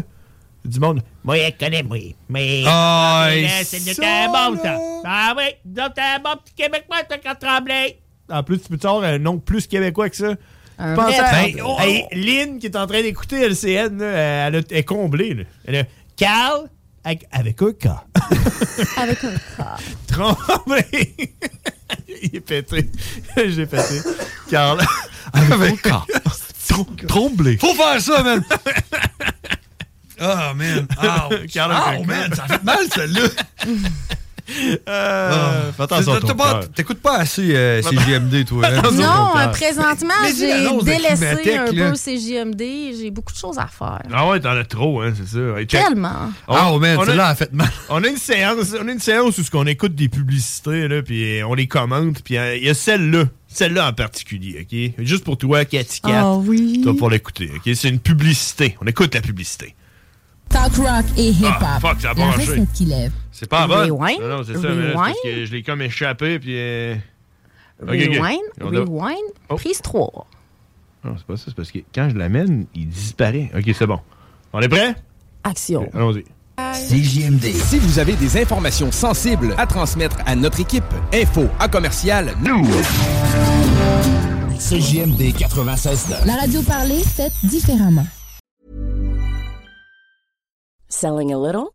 du monde. Moi, je connais, moi. Mais.
Ah,
mais
et
là, c'est
ça,
de ta bonne,
là.
ça. Ah oui, donc t'es un bon petit Québécois, t'as qu'à trembler. En plus, tu peux te avoir un nom plus québécois que ça.
Un
Pensez
vrai
à-
Tremblay.
Hey, oh, hey, Lynn, qui est en train d'écouter LCN, là, elle, a- elle est comblée. Là. Elle a Carl avec, avec un K. (laughs)
avec un K.
Tremblay. (laughs) Il est pété. (laughs) J'ai pété. Carl avec un K. Tremblay.
Faut faire ça,
(laughs)
man!
Ah,
Oh, man!
(laughs)
Ouch.
Carl avec un
Oh,
K.
man! Ça fait mal, celle-là!
(laughs) Euh,
Ah.
fais attention à ton
T'as pas-
cœur.
T'écoutes pas assez euh,
(laughs) Fais-
CGMD, toi. hein?
Non, euh, présentement,
Mais dis
j'ai
l'annonce de
délaissé
Climatech,
un
là.
peu CJMD. J'ai beaucoup de choses à faire.
Ah ouais, t'en as trop, hein, c'est ça. Hey, check.
Tellement.
Ah, oh, man,
on a-
celle-là, en fait, mal.
(laughs) On a une séance, on a une séance où ce qu'on écoute des publicités là, puis euh, on les commente, puis euh, il y a celle-là, celle-là en particulier, ok. Juste pour toi, Cathy Cat.
Ah oui.
Toi pour l'écouter, ok. C'est une publicité. On écoute la publicité.
Talk rock et
Ah,
hip-hop.
fuck, ça a
la
branché.
recette qui lève.
C'est pas bon.
Rewind?
Non, non, c'est ça. mais là, c'est parce
Rewind?
que je l'ai comme échappé, puis. euh, ok, ok.
Rewind,
On doit-
rewind, prise 3.
Oh. Non, c'est pas ça. C'est parce que quand je l'amène, il disparaît. Ok, c'est bon. On est prêt?
Action.
Allons-y.
CJMD. Si vous avez des informations sensibles à transmettre à notre équipe, info à commercial nous. CJMD 96.9.
La radio parlée, faite différemment.
Selling a little